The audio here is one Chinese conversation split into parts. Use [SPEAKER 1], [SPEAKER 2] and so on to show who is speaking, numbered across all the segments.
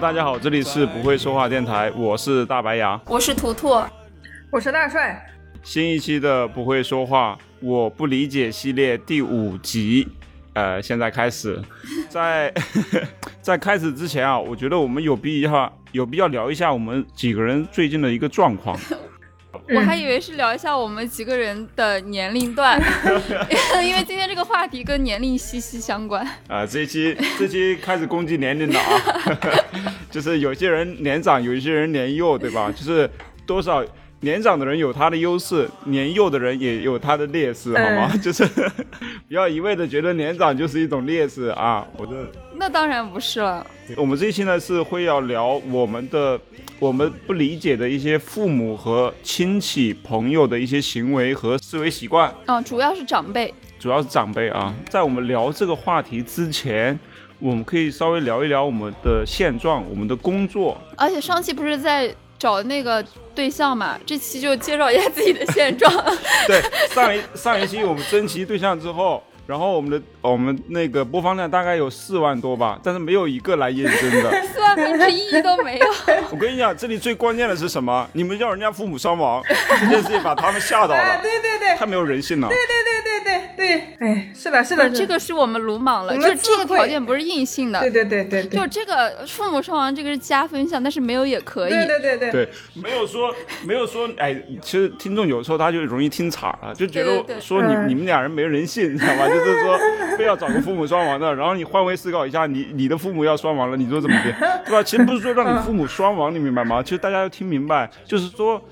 [SPEAKER 1] 大家好，这里是不会说话电台，我是大白牙。
[SPEAKER 2] 我是图图，
[SPEAKER 3] 我是大帅，
[SPEAKER 1] 新一期的不会说话，我不理解系列第五集，呃，现在开始。在 在开始之前啊，我觉得我们有必要有必要聊一下我们几个人最近的一个状况。
[SPEAKER 3] 嗯
[SPEAKER 2] 我还以为是聊一下我们几个人的年龄段， 因为今天这个话题跟年龄息息相关。
[SPEAKER 1] 啊、这一期这期开始攻击年龄了啊， 就是有些人年长，有一些人年幼，对吧？就是多少年长的人有他的优势，年幼的人也有他的劣势，好吗？ 就是不要一味的觉得年长就是一种劣势啊！我这
[SPEAKER 2] 那当然不是了，
[SPEAKER 1] 我们这一期呢是会要聊我们的我们不理解的一些父母和亲戚朋友的一些行为和思维习惯。
[SPEAKER 2] 嗯、主要是长辈。
[SPEAKER 1] 主要是长辈啊。在我们聊这个话题之前，我们可以稍微聊一聊我们的现状、我们的工作。
[SPEAKER 2] 而且上期不是在找那个对象嘛，这期就介绍一下自己的现 状。
[SPEAKER 1] 对， 上一上一期我们征集对象之后，然后我们的我们那个播放量大概有四万多吧，但是没有一个来验证的。
[SPEAKER 2] 四万分之一都没 有，
[SPEAKER 1] 我跟你讲，这里最关键的是什么？你们要人家父母伤亡，这件事情把他们吓到
[SPEAKER 3] 哎，
[SPEAKER 1] 了，
[SPEAKER 3] 对对对
[SPEAKER 1] 太没有人性了。
[SPEAKER 3] 对对对对对，哎，是的，是
[SPEAKER 2] 不
[SPEAKER 3] 的，
[SPEAKER 2] 是这个是我们鲁莽了，
[SPEAKER 3] 我
[SPEAKER 2] 就
[SPEAKER 3] 们
[SPEAKER 2] 是这个
[SPEAKER 3] 自愧
[SPEAKER 2] 条件不是硬性的
[SPEAKER 3] 对，对对对对
[SPEAKER 2] 就，这个父母双亡这个是加分项，但是没有也可以。
[SPEAKER 3] 对对对对
[SPEAKER 1] 对，没有说没有说，哎，其实听众有时候他就容易听岔了，就觉
[SPEAKER 2] 对对
[SPEAKER 1] 得
[SPEAKER 2] 对
[SPEAKER 1] 说你
[SPEAKER 3] 嗯
[SPEAKER 1] 你们俩人没人性，你 知道吧？就是说非要找个父母双亡的，然后你换位思考一下，你你的父母要双亡了，你说怎么变，对吧？其实不是说让你父母双亡，你明白吗？其实大家要听明白，就是说。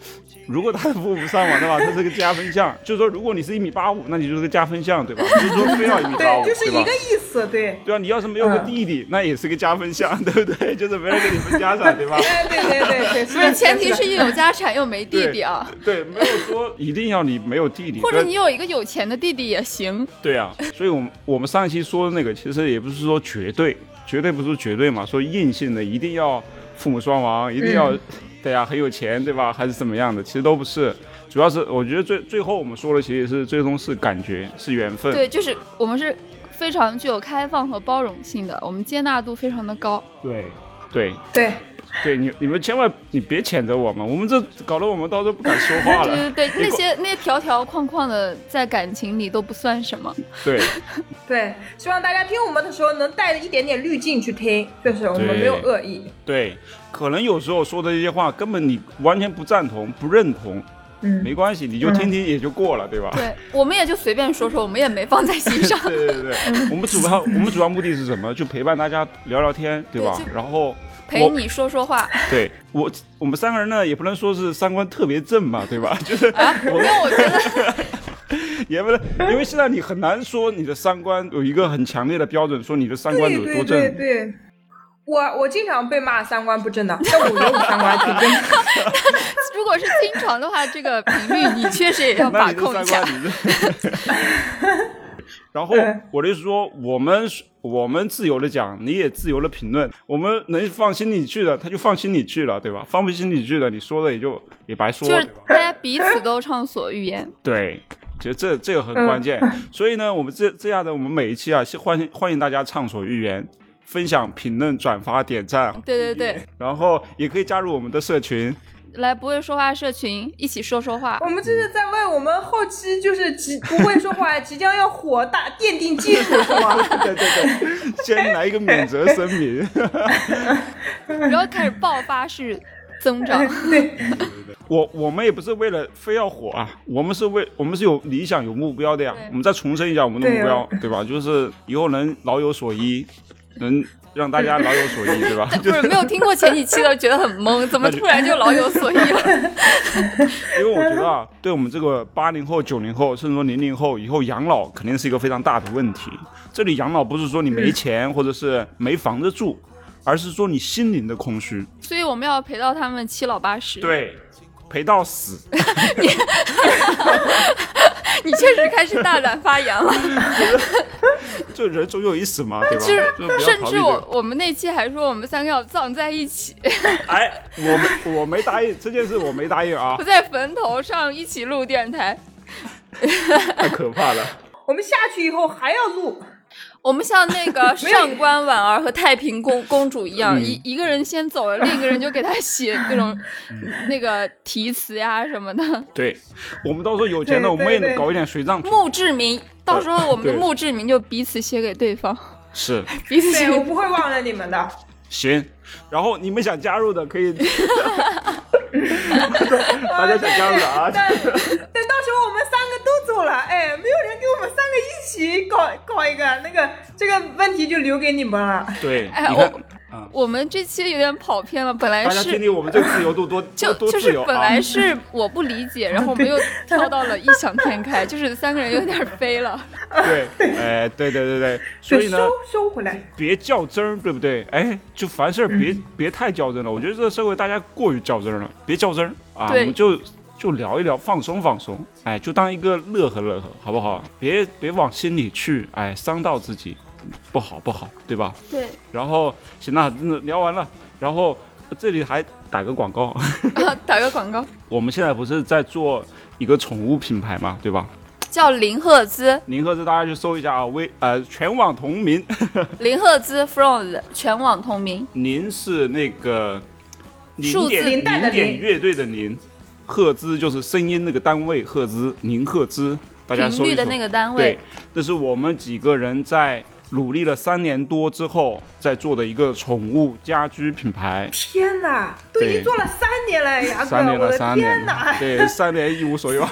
[SPEAKER 1] 如果他的父母双亡的话， 这是个加分项。就是说，如果你是一米八五，那你就是个加分项，对吧？不是说非要一米八五，
[SPEAKER 3] 对，就是
[SPEAKER 1] 吧
[SPEAKER 3] 一个意思，对，
[SPEAKER 1] 对啊，你要是没有个
[SPEAKER 3] 嗯
[SPEAKER 1] 弟弟，那也是个加分项， 对不对？就是没人给你分家产，对吧？
[SPEAKER 3] 哎，对对对对，
[SPEAKER 2] 不是，前提
[SPEAKER 3] 是
[SPEAKER 2] 是有家产又没弟弟啊，
[SPEAKER 1] 对，没有说一定要你没有弟弟，
[SPEAKER 2] 或者
[SPEAKER 1] 但
[SPEAKER 2] 你有一个有钱的弟弟也行。
[SPEAKER 1] 对啊，所以我们我们上一期说的那个，其实也不是说绝对，绝对不是绝对嘛，说硬性的一定要父母双亡，一定要、
[SPEAKER 2] 嗯
[SPEAKER 1] 对啊很有钱，对吧？还是怎么样的？其实都不是，主要是我觉得最最后我们说的其实是最终是感觉，是缘分。
[SPEAKER 2] 对，就是我们是非常具有开放和包容性的，我们接纳度非常的高。
[SPEAKER 1] 对对
[SPEAKER 3] 对，
[SPEAKER 1] 对，你你们千万你别谴责我们，我们这搞得我们到时候不敢说话了。
[SPEAKER 2] 对对对，
[SPEAKER 1] 你
[SPEAKER 2] 那
[SPEAKER 1] 过
[SPEAKER 2] 些那些条条框框的，在感情里都不算什 么。
[SPEAKER 1] 对
[SPEAKER 3] 对，希望大家听我们的时候能带着一点点滤镜去听，就是我们没有恶意，
[SPEAKER 1] 对，可能有时候说的一些话根本你完全不赞同、不认同，
[SPEAKER 3] 嗯，
[SPEAKER 1] 没关系，你就听听也就过了，对吧？。
[SPEAKER 2] 对，我们也就随便说说，我们也没放在心上
[SPEAKER 1] 对对对，我们主要我们主要目的是什么？就陪伴大家聊聊天，对吧
[SPEAKER 2] 对？就
[SPEAKER 1] 然后
[SPEAKER 2] 陪你说说话，
[SPEAKER 1] 对我我们三个人呢，也不能说是三观特别正嘛，对 吧？就是
[SPEAKER 2] 因为我觉得
[SPEAKER 1] 也不能，因为现在你很难说你的三观有一个很强烈的标准，说你的三观
[SPEAKER 3] 对
[SPEAKER 1] 有
[SPEAKER 3] 对
[SPEAKER 1] 多
[SPEAKER 3] 对
[SPEAKER 1] 正。
[SPEAKER 3] 对。我我经常被骂三观不正的，但我觉得我三观挺正的。
[SPEAKER 2] 如果是经常的话，这个频率你确实也 要
[SPEAKER 1] 那
[SPEAKER 2] 把
[SPEAKER 1] 你这
[SPEAKER 2] 控一
[SPEAKER 1] 三
[SPEAKER 2] 下
[SPEAKER 1] 观。你 这。然后
[SPEAKER 3] 嗯
[SPEAKER 1] 我的意思说，我们我们自由的讲，你也自由的评论，我们能放心里去的，他就放心里去了，对吧？放不心里去的，你说的也就也白说
[SPEAKER 2] 就
[SPEAKER 1] 了，
[SPEAKER 2] 是
[SPEAKER 1] 对吧？
[SPEAKER 2] 大家彼此都畅所 欲言，
[SPEAKER 1] 对，其实这这个
[SPEAKER 2] 嗯
[SPEAKER 1] 很关 键。所以呢，我们这这样的，我们每一期啊，是欢迎欢迎大家畅所欲言，分享、评论、转发、点赞，
[SPEAKER 2] 对对对，
[SPEAKER 1] 然后也可以加入我们的社群。
[SPEAKER 2] 来不会说话社群一起说说话。
[SPEAKER 3] 我们这是在为我们后期就是即不会说话，即将要火大奠定基础，是吗？
[SPEAKER 1] 对对对，先来一个免责声明。
[SPEAKER 2] 然后开始爆发式 增长。
[SPEAKER 1] 我我们也不是为了非要火啊，我们是为我们是有理想有目标的呀
[SPEAKER 2] 对。
[SPEAKER 1] 我们再重申一下我们的目
[SPEAKER 2] 哦
[SPEAKER 3] 对
[SPEAKER 1] 标，对吧？就是以后能老有所依，能让大家老有所 依，对吧？
[SPEAKER 2] 不是没有听过前几期的，觉得很 懵，怎么突然就老有所依 了？
[SPEAKER 1] 因为我觉得啊，对我们这个八零后、九零后，甚至说零零后以后养老，肯定是一个非常大的问题。这里养老不是说你没
[SPEAKER 2] 嗯
[SPEAKER 1] 钱或者是没房子住，而是说你心灵的空虚，
[SPEAKER 2] 所以我们要陪到他们七老八十。，
[SPEAKER 1] 对，陪到死。
[SPEAKER 2] 你确实开始大胆发 言了。
[SPEAKER 1] 这人总有一死嘛，对吧？
[SPEAKER 2] 就是
[SPEAKER 1] 就不要
[SPEAKER 2] 甚
[SPEAKER 1] 逃避
[SPEAKER 2] 至
[SPEAKER 1] 这
[SPEAKER 2] 我
[SPEAKER 1] 个。
[SPEAKER 2] 我们那期还说我们三个要葬在一 起，
[SPEAKER 1] 哎，我没我没答应这件事，我没答应啊
[SPEAKER 2] 不，在坟头上一起录电台。
[SPEAKER 1] 太可怕了。
[SPEAKER 3] 我们下去以后还要录，
[SPEAKER 2] 我们像那 个上官婉儿和太平公公主一
[SPEAKER 1] 嗯
[SPEAKER 2] 样，一一个人先走了，另一个人就给他写各种
[SPEAKER 1] 嗯
[SPEAKER 2] 那个题词呀什么的。
[SPEAKER 1] 对，我们到时候有钱
[SPEAKER 3] 对
[SPEAKER 1] 了，我们
[SPEAKER 3] 对
[SPEAKER 1] 也
[SPEAKER 3] 对
[SPEAKER 1] 搞一点水葬品。
[SPEAKER 2] 墓志铭，到时候我们的
[SPEAKER 1] 对
[SPEAKER 2] 墓志铭就彼此写给对方，
[SPEAKER 1] 是，
[SPEAKER 2] 彼此写
[SPEAKER 3] 对，我
[SPEAKER 2] 给。
[SPEAKER 3] 不会忘了你们的。
[SPEAKER 1] 行。然后你们想加入的可 以，大家想加入的啊，
[SPEAKER 3] 但但到时候我们三个都走了，哎，没有人给我们三个一起搞搞一个那个这个问题就留给你们了。
[SPEAKER 1] 对，
[SPEAKER 2] 哎
[SPEAKER 1] 你看
[SPEAKER 2] 我
[SPEAKER 1] 啊，
[SPEAKER 2] 我们这期有点跑偏了，本来
[SPEAKER 1] 大家听
[SPEAKER 2] 是
[SPEAKER 1] 听我们这自由度多
[SPEAKER 2] 就
[SPEAKER 1] 多多
[SPEAKER 2] 就
[SPEAKER 1] 自
[SPEAKER 2] 是
[SPEAKER 1] 由
[SPEAKER 2] 本
[SPEAKER 1] 啊
[SPEAKER 2] 来！是我不理 解，然后我们又跳到了异想天开，就是三个人有点飞了。
[SPEAKER 1] 对，哎，对对对对，所
[SPEAKER 3] 对，
[SPEAKER 1] 以呢，
[SPEAKER 3] 收收回来。
[SPEAKER 1] 别较真儿，对不对？哎，就凡事别、别太较真了。我觉得这个社会大家过于较真了，别较真儿啊，我
[SPEAKER 2] 对
[SPEAKER 1] 们就就聊一聊，放松放松，哎，就当一个乐呵乐呵，好不好？别别往心里去，哎，伤到自己，不好不好，对吧？
[SPEAKER 2] 对，
[SPEAKER 1] 然后行了，真的聊完了，然后这里还打个广告，
[SPEAKER 2] 啊打个广告，
[SPEAKER 1] 我们现在不是在做一个宠物品牌嘛，对吧？
[SPEAKER 2] 叫林赫兹，
[SPEAKER 1] 您和这大家去搜一下啊，微呃全网同名，
[SPEAKER 2] 林赫兹 from 全网同名。
[SPEAKER 1] 您是那个零
[SPEAKER 2] 数字
[SPEAKER 1] 点
[SPEAKER 3] 零蛋的零
[SPEAKER 1] 点乐队的您，赫兹就是声音那个单位赫兹，您赫兹，大家
[SPEAKER 2] 频
[SPEAKER 1] 搜一
[SPEAKER 2] 率
[SPEAKER 1] 搜。
[SPEAKER 2] 的那个单
[SPEAKER 1] 对
[SPEAKER 2] 位，，
[SPEAKER 1] 这是我们几个人在努力了三年多之后，在做的一个宠物家居品牌。
[SPEAKER 3] 天哪，都已
[SPEAKER 1] 对
[SPEAKER 3] 经做了三年了，牙哥，
[SPEAKER 1] 三年
[SPEAKER 3] 我
[SPEAKER 1] 了，
[SPEAKER 3] 的
[SPEAKER 1] 三年
[SPEAKER 3] 天
[SPEAKER 1] 了
[SPEAKER 3] 哪，！
[SPEAKER 1] 对，三年一无所 有。
[SPEAKER 2] 啊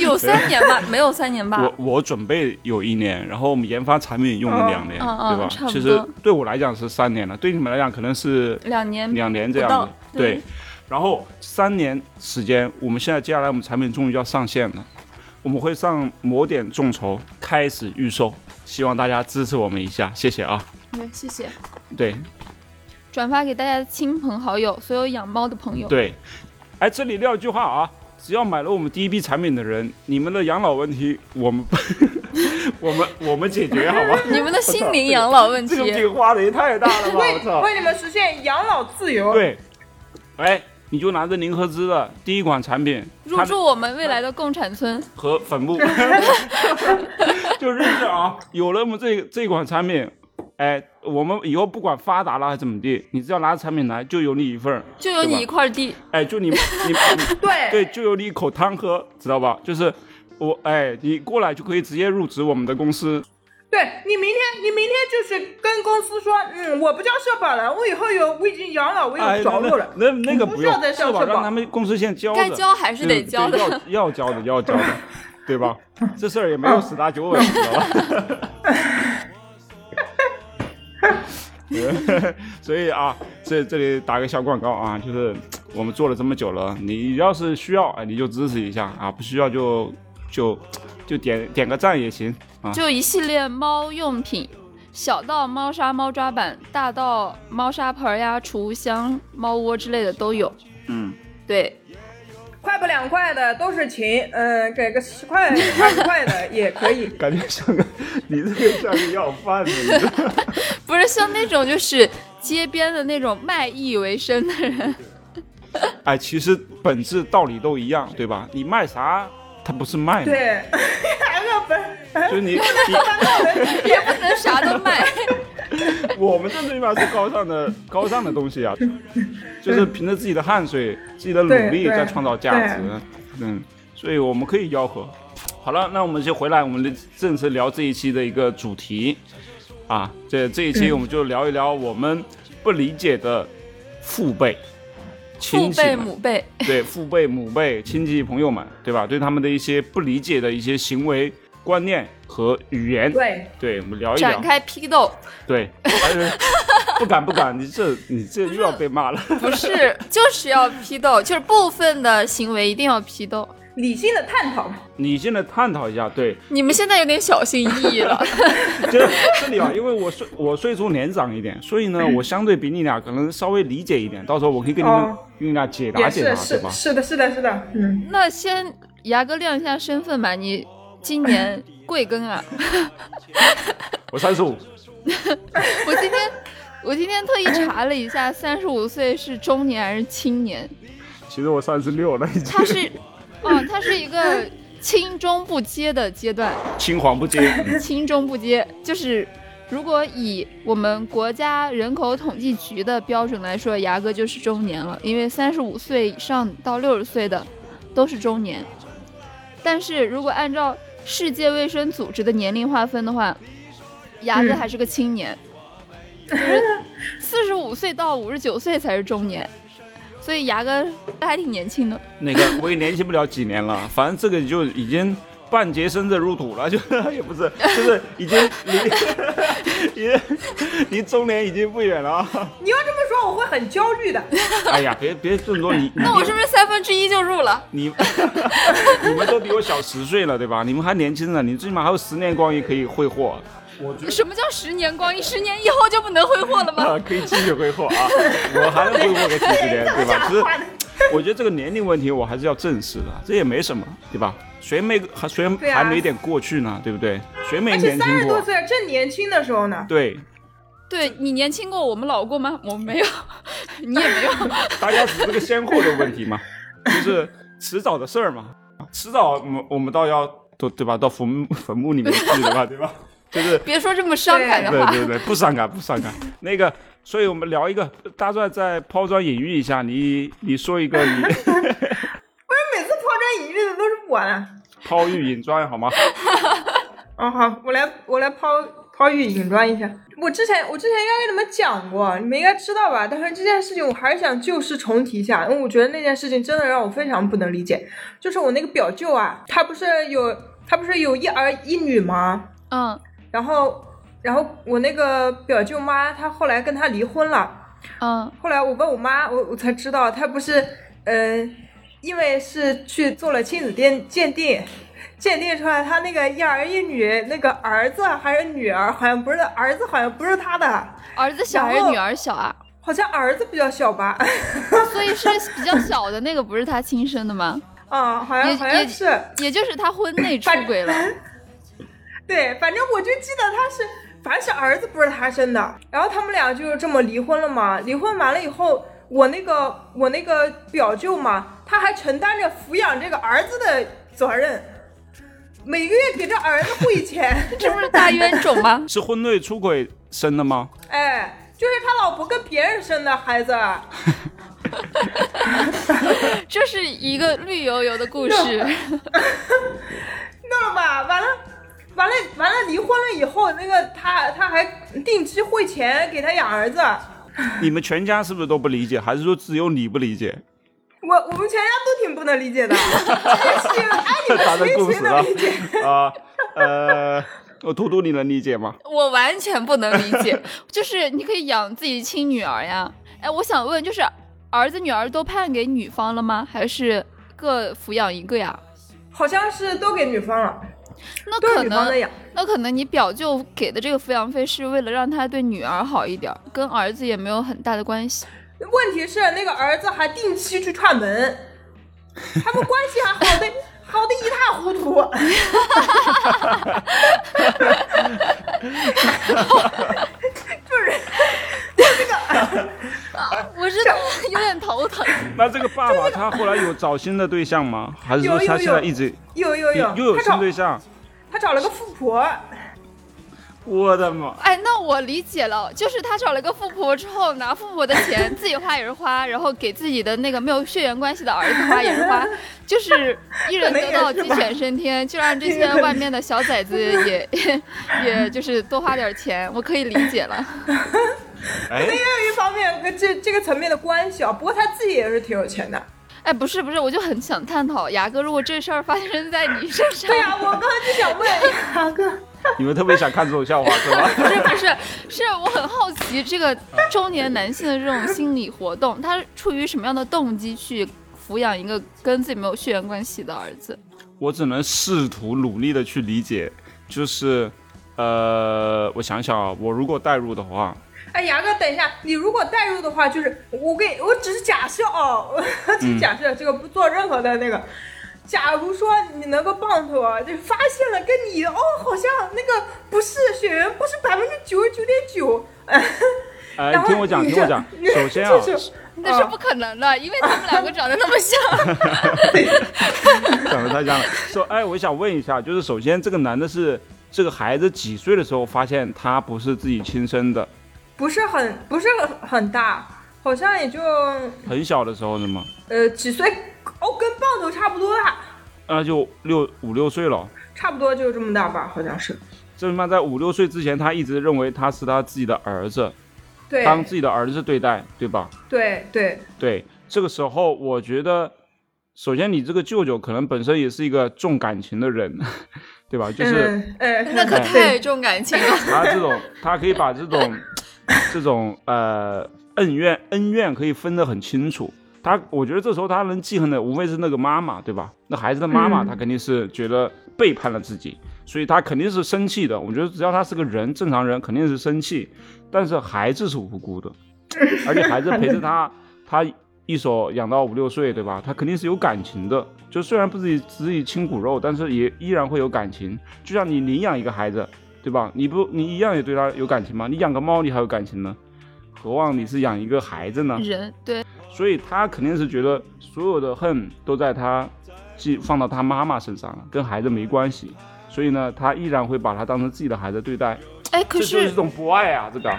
[SPEAKER 2] 有三年吧？没有三年吧
[SPEAKER 1] 我？我准备有一年，然后我们研发产品用了两年，
[SPEAKER 2] 嗯嗯
[SPEAKER 1] 对吧？
[SPEAKER 2] 差不多
[SPEAKER 1] 其实对我来讲是三年了，对你们来讲可能是
[SPEAKER 2] 两年，
[SPEAKER 1] 两年这样
[SPEAKER 2] 不
[SPEAKER 1] 的
[SPEAKER 2] 到，嗯
[SPEAKER 1] 对。
[SPEAKER 2] 对
[SPEAKER 1] 然后三年时间，我们现在接下来我们产品终于要上线了，我们会上某点众筹开始预售，希望大家支持我们一下，谢谢啊。
[SPEAKER 2] 对，谢谢，
[SPEAKER 1] 对
[SPEAKER 2] 转发给大家的亲朋好友，所有养猫的朋友。
[SPEAKER 1] 对，哎，这里撂一句话啊，只要买了我们第一批产品的人，你们的养老问题我们 我们我们解决好 吧？
[SPEAKER 2] 你们的心灵养老问
[SPEAKER 1] 这个
[SPEAKER 2] 题，
[SPEAKER 1] 饼画的也太大了吧！我操！
[SPEAKER 3] 为你们实现养老自由。，
[SPEAKER 1] 对，哎，你就拿着宁和兹的第一款产品，
[SPEAKER 2] 入
[SPEAKER 1] 它
[SPEAKER 2] 住我们未来的共产村。
[SPEAKER 1] 和粉 末，就认识啊。有了我们这这款产品，哎，我们以后不管发达了还是怎么地，你只要拿着产品来，就有你一份儿，
[SPEAKER 2] 就有你一块地，
[SPEAKER 1] 哎，就你你 你
[SPEAKER 3] 对
[SPEAKER 1] 对，就有你一口汤喝，知道吧？就是我哎，你过来就可以直接入职我们的公司，
[SPEAKER 3] 对你明天，你明天就是跟公司说，嗯，我不交社保了，我以后有，我已经养老，我有
[SPEAKER 1] 哎，
[SPEAKER 3] 着落
[SPEAKER 1] 那
[SPEAKER 3] 了。
[SPEAKER 1] 那那那个
[SPEAKER 3] 不
[SPEAKER 1] 不
[SPEAKER 3] 需要
[SPEAKER 1] 用，
[SPEAKER 3] 再上
[SPEAKER 1] 社保
[SPEAKER 3] 社保
[SPEAKER 1] 让他们公司先交着，
[SPEAKER 2] 该交还是得
[SPEAKER 1] 嗯对
[SPEAKER 2] 交的。
[SPEAKER 1] 对要要交的，要交的，对吧？ 这事儿也没有十拿九稳，你知道吧？ 所以啊，这这里打个小广告啊，就是我们做了这么久了，你要是需要哎，你就支持一下啊，不需要就就就点点个赞也行啊。
[SPEAKER 2] 就一系列猫用品，小到猫砂、猫抓板，大到猫砂盆呀、储物箱、猫窝之类的都有。
[SPEAKER 1] 嗯，
[SPEAKER 2] 对，
[SPEAKER 3] 快不两块的都是 钱，嗯，给个十块、二十块的也可 以。
[SPEAKER 1] 感觉像个你这个像个 要饭的，你知道吗
[SPEAKER 2] 不是像那种就是街边的那种卖艺为生的人，
[SPEAKER 1] 哎，其实本质道理都一样，对吧？你卖啥，它不是卖嘛，
[SPEAKER 3] 对，还要本
[SPEAKER 1] 就是 你你。
[SPEAKER 2] 也不能啥都卖。
[SPEAKER 1] 我们这最起码是高尚的、 高尚的东西啊， 就是凭着自己的汗水、自己的努力
[SPEAKER 3] 对对
[SPEAKER 1] 在创造价值。嗯，所以我们可以吆喝。好了，那我们就回来，我们正式聊这一期的一个主题啊。这这一期我们就聊一聊我们不理解的父辈、
[SPEAKER 2] 父
[SPEAKER 1] 亲戚
[SPEAKER 2] 辈、
[SPEAKER 1] 们，
[SPEAKER 2] 母辈，
[SPEAKER 1] 对父辈、母辈、亲戚朋友们，对吧？对他们的一些不理解的一些行为、观念和语言，
[SPEAKER 3] 对，
[SPEAKER 1] 对，我们聊一聊
[SPEAKER 2] 展。开批斗。
[SPEAKER 1] 对，还是不敢不敢，你这你这又要被骂了。
[SPEAKER 2] 不是，就是要批斗，就是部分的行为一定要批斗。
[SPEAKER 3] 理性的探讨。
[SPEAKER 1] 你现在探讨一下，对，
[SPEAKER 2] 你们现在有点小心翼翼了，
[SPEAKER 1] 这这里啊，因为我岁 我岁数年长一点，所以呢，
[SPEAKER 3] 嗯
[SPEAKER 1] 我相对比你俩可能稍微理解一点，到时候我可以给你们、
[SPEAKER 3] 哦
[SPEAKER 1] 给你俩解答
[SPEAKER 3] 也
[SPEAKER 1] 解答，
[SPEAKER 3] 是
[SPEAKER 1] 对吧
[SPEAKER 3] 是？是的，是的，是的，嗯，
[SPEAKER 2] 那先牙哥亮一下身份吧，你今年贵庚啊？
[SPEAKER 1] 我三十五，
[SPEAKER 2] 我今天我今天特意查了一下，三十五岁是中年还是青年？
[SPEAKER 1] 其实我三十六了已经
[SPEAKER 2] 他。是，哦，他是一个轻中不接的阶段，
[SPEAKER 1] 青黄不接。 嗯
[SPEAKER 2] 轻中不接就是。如果以我们国家人口统计局的标准来说，牙哥就是中年了，因为三十五岁以上到六十岁的都是中年。但是如果按照世界卫生组织的年龄划分的话，牙哥
[SPEAKER 3] 嗯
[SPEAKER 2] 还是个青年，就是四十五岁到五十九岁才是中年，所以牙哥他还挺年轻的。
[SPEAKER 1] 那个我也年轻不了几年了，反正这个就已经半截身子入土了，就是 也不是，就是已经离 离离中年已经不远了 啊！
[SPEAKER 3] 你要这么说，我会很焦虑的。
[SPEAKER 1] 哎呀，别别这么多，你你
[SPEAKER 2] 那我是不是三分之一就入了？
[SPEAKER 1] 你 你们都比我小十岁了，对吧？你们还年轻呢，你最起码还有十年光阴可以挥霍。我觉
[SPEAKER 2] 什么叫十年光阴？十年以后就不能挥霍了吗？
[SPEAKER 1] 啊， 可以继续挥霍啊！ 我还能挥霍个几十年，
[SPEAKER 3] 哎
[SPEAKER 1] 对 吧？只是
[SPEAKER 3] 话呢
[SPEAKER 1] 我觉得这个年龄问题我还是要正视的，这也没什么，对吧？谁没还谁
[SPEAKER 3] 对啊
[SPEAKER 1] 还没点过去呢，对不对？谁没
[SPEAKER 3] 而且
[SPEAKER 1] 年
[SPEAKER 3] 三
[SPEAKER 1] 轻
[SPEAKER 3] 十多
[SPEAKER 1] 过？
[SPEAKER 3] 岁正年轻的时候呢，
[SPEAKER 1] 对，
[SPEAKER 2] 对你年轻过我们老过吗？我没有， 你也没有。
[SPEAKER 1] 大家只是个先后的问题 嘛，就是迟早的事儿嘛，迟早我们我们倒要都对吧？到坟墓 坟墓里面去对吧？对吧？就是
[SPEAKER 2] 别说这么伤感 的
[SPEAKER 1] 对
[SPEAKER 2] 话。
[SPEAKER 1] 对对，不伤感不伤感。那个，所以我们聊一个，大壮再抛砖引玉一下，你你说一个你
[SPEAKER 3] 每次抛砖引玉的都是我呢。
[SPEAKER 1] 抛玉引砖好吗？
[SPEAKER 3] 哦，好，我来我来抛抛玉引砖一下。我之前我之前应该跟你们讲过，你们应该知道吧？但是这件事情我还是想旧事重提一下，因为我觉得那件事情真的让我非常不能理解。就是我那个表舅啊，他不是有他不是有一儿一女吗？
[SPEAKER 2] 嗯
[SPEAKER 3] 然后然后我那个表舅妈她后来跟他离婚了。
[SPEAKER 2] 嗯
[SPEAKER 3] 后来我问我妈，我我才知道她不是，呃，因为是去做了亲子鉴鉴定，鉴定出来她那个一儿一女，那个儿子还是女儿，好像不是儿子，好像不是她的，
[SPEAKER 2] 儿子小还是
[SPEAKER 3] 然后
[SPEAKER 2] 女儿小啊？
[SPEAKER 3] 好像儿子比较小吧，
[SPEAKER 2] 所以是比较小的那个，不是他亲生的 吗？
[SPEAKER 3] 啊，好
[SPEAKER 2] 也
[SPEAKER 3] 像好像是，
[SPEAKER 2] 也就是他婚内出轨了。
[SPEAKER 3] 对，反正我就记得她是，反正是儿子不是她生的，然后他们俩就这么离婚了嘛，离婚完了以后。我那个我那个表舅嘛，他还承担着抚养这个儿子的责任，每个月给这儿子汇钱，
[SPEAKER 2] 这不是大冤种吗？
[SPEAKER 1] 是婚内出轨生的吗？
[SPEAKER 3] 哎，就是他老婆跟别人生的孩子，
[SPEAKER 2] 这是一个绿油油的故事。
[SPEAKER 3] 弄了吧？完了，完了，完了，离婚了以后，那个他他还定期汇钱给他养儿子，
[SPEAKER 1] 你们全家是不是都不理解？还是说只有你不理解？
[SPEAKER 3] 我我们全家都挺不能理解的，这是哎，你们
[SPEAKER 1] 他的
[SPEAKER 3] 谁
[SPEAKER 1] 故
[SPEAKER 3] 谁
[SPEAKER 1] 事
[SPEAKER 3] 能
[SPEAKER 1] 啊
[SPEAKER 3] 理解？
[SPEAKER 1] 啊呃，我图图你能理解吗？
[SPEAKER 2] 我完全不能理解， 就是你可以养自己亲女儿呀。哎，我想问，就是儿子女儿都判给女方了吗？还是各抚养一个呀？
[SPEAKER 3] 好像是都给女方了，
[SPEAKER 2] 那
[SPEAKER 3] 都
[SPEAKER 2] 可
[SPEAKER 3] 是女方
[SPEAKER 2] 能
[SPEAKER 3] 的养。
[SPEAKER 2] 那可能你表舅给的这个抚养费是为了让他对女儿好一点儿，跟儿子也没有很大的关系。
[SPEAKER 3] 问题是那个儿子还定期去串门，他们关系还好 的好的一塌糊涂。
[SPEAKER 2] 我真
[SPEAKER 3] 就是
[SPEAKER 2] 的 有点头疼。
[SPEAKER 1] 那这个爸爸他后来有找新的对象吗？还是说
[SPEAKER 3] 有有
[SPEAKER 1] 他现在
[SPEAKER 3] 有
[SPEAKER 1] 一直
[SPEAKER 3] 有有有，
[SPEAKER 1] 又有
[SPEAKER 3] 他
[SPEAKER 1] 新
[SPEAKER 3] 找
[SPEAKER 1] 对象？
[SPEAKER 3] 他找了个富婆，
[SPEAKER 1] 我的妈！
[SPEAKER 2] 哎，那我理解了，就是他找了个富婆之后，拿富婆的钱自己花也是花，然后给自己的那个没有血缘关系的儿子花也是花，就是一人得道
[SPEAKER 3] 可能也
[SPEAKER 2] 鸡
[SPEAKER 3] 是吧
[SPEAKER 2] 犬升天，就让这些外面的小崽子也 也也就是多花点钱，我可以理解了。
[SPEAKER 1] 哎，
[SPEAKER 3] 这一方面跟这这个层面的关系啊，不过他自己也是挺有钱的。
[SPEAKER 2] 哎，不是不是，我就很想探讨牙哥，如果这事儿发生在你身上，
[SPEAKER 3] 对呀、啊我刚才就想问牙哥，
[SPEAKER 1] 你们特别想看这种笑话是 吧？
[SPEAKER 2] 不是不是，是我很好奇这个中年男性的这种心理活动，他是出于什么样的动机去抚养一个跟自己没有血缘关系的儿子？
[SPEAKER 1] 我只能试图努力的去理解，就是，呃，我想想啊，我如果代入的话，
[SPEAKER 3] 哎，牙哥，等一下，你如果代入的话，就是我给我只是假 设哦，我只
[SPEAKER 1] 嗯
[SPEAKER 3] 是假设这个不做任何的那个。假如说你能够帮助我，就是发现了跟你哦，好像那个不是血缘不是百分之九十九点九，
[SPEAKER 1] 哎，
[SPEAKER 3] 然后
[SPEAKER 1] 听我讲，
[SPEAKER 3] 你
[SPEAKER 1] 听我
[SPEAKER 3] 这
[SPEAKER 1] 讲。首先啊，
[SPEAKER 3] 就是
[SPEAKER 2] 那是不可能的，因为他们两个长得 那么像。
[SPEAKER 1] 长得太像了。说，哎，我想问一下，就是首先这个男的是这个孩子几岁的时候发现他不是自己亲生的？
[SPEAKER 3] 不是很不是很大，好像也就
[SPEAKER 1] 很小的时候是吗？
[SPEAKER 3] 呃几岁哦，跟棒球差不多大，
[SPEAKER 1] 那就六五六岁了。
[SPEAKER 3] 差不多就这么大吧，好像是。
[SPEAKER 1] 这他妈在五六岁之前，他一直认为他是他自己的儿子，
[SPEAKER 3] 对
[SPEAKER 1] 当自己的儿子对待，对吧？
[SPEAKER 3] 对对
[SPEAKER 1] 对，这个时候我觉得，首先你这个舅舅可能本身也是一个重感情的人， 对吧？就是
[SPEAKER 3] 嗯呃，
[SPEAKER 2] 那可太重感情 了，
[SPEAKER 1] 他这种，他可以把这 种这种呃恩怨恩怨可以分得很清楚。他我觉得这时候他能记恨的无非是那个妈妈，对吧？那孩子的妈妈，
[SPEAKER 3] 嗯
[SPEAKER 1] 他肯定是觉得背叛了自己，所以他肯定是生气的。我觉得只要他是个人，正常人肯定是生气，但是孩子是无 辜的，而且孩子陪着他，他一手养到五六岁，对吧？他肯定是有感情的，就虽然不是自己亲骨肉，但是也依然会有感情。就像你领养一个孩子，对吧？你不你一样也对他有感情吗？你养个猫你还有感情呢，何况你是养一个孩子呢？
[SPEAKER 2] 人对
[SPEAKER 1] 所以他肯定是觉得所有的恨都在他寄放到他妈妈身上了，跟孩子没关系。所以呢，他依然会把他当成自己的孩子对待，
[SPEAKER 2] 哎，可
[SPEAKER 1] 这就是一
[SPEAKER 2] 是
[SPEAKER 1] 种博爱啊！这个，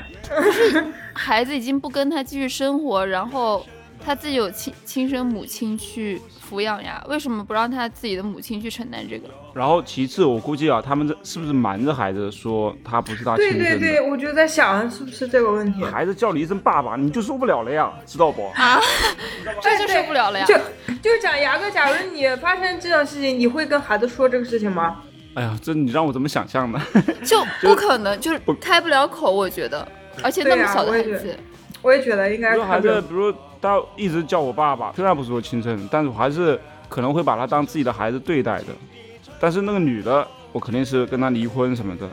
[SPEAKER 2] 孩子已经不跟他继续生活，然后他自己有亲亲生母亲去抚养呀，为什么不让他自己的母亲去承担这个？
[SPEAKER 1] 然后其次，我估计啊，他们这是不是瞒着孩子说他不是他亲
[SPEAKER 3] 对
[SPEAKER 1] 生的？
[SPEAKER 3] 对对，我就在想是不是这个问题，
[SPEAKER 1] 孩子叫你一声爸爸，你就受不了了呀，知道不？
[SPEAKER 3] 啊
[SPEAKER 2] 这就受不了了呀！
[SPEAKER 3] 就就讲牙哥，假如你发生这种事情，你会跟孩子说这个事情吗？
[SPEAKER 1] 哎呀，这你让我怎么想象呢？
[SPEAKER 2] 就不可能，就是
[SPEAKER 1] 不
[SPEAKER 2] 开不了口，我觉得，而且那么小的孩
[SPEAKER 3] 对啊我也觉
[SPEAKER 2] 子，
[SPEAKER 3] 我也觉得应该
[SPEAKER 1] 比
[SPEAKER 3] 是
[SPEAKER 1] 如孩子，比如他一直叫我爸爸，虽然不是我亲生，但是我还是可能会把他当自己的孩子对待的。但是那个女的，我肯定是跟他离婚什么的，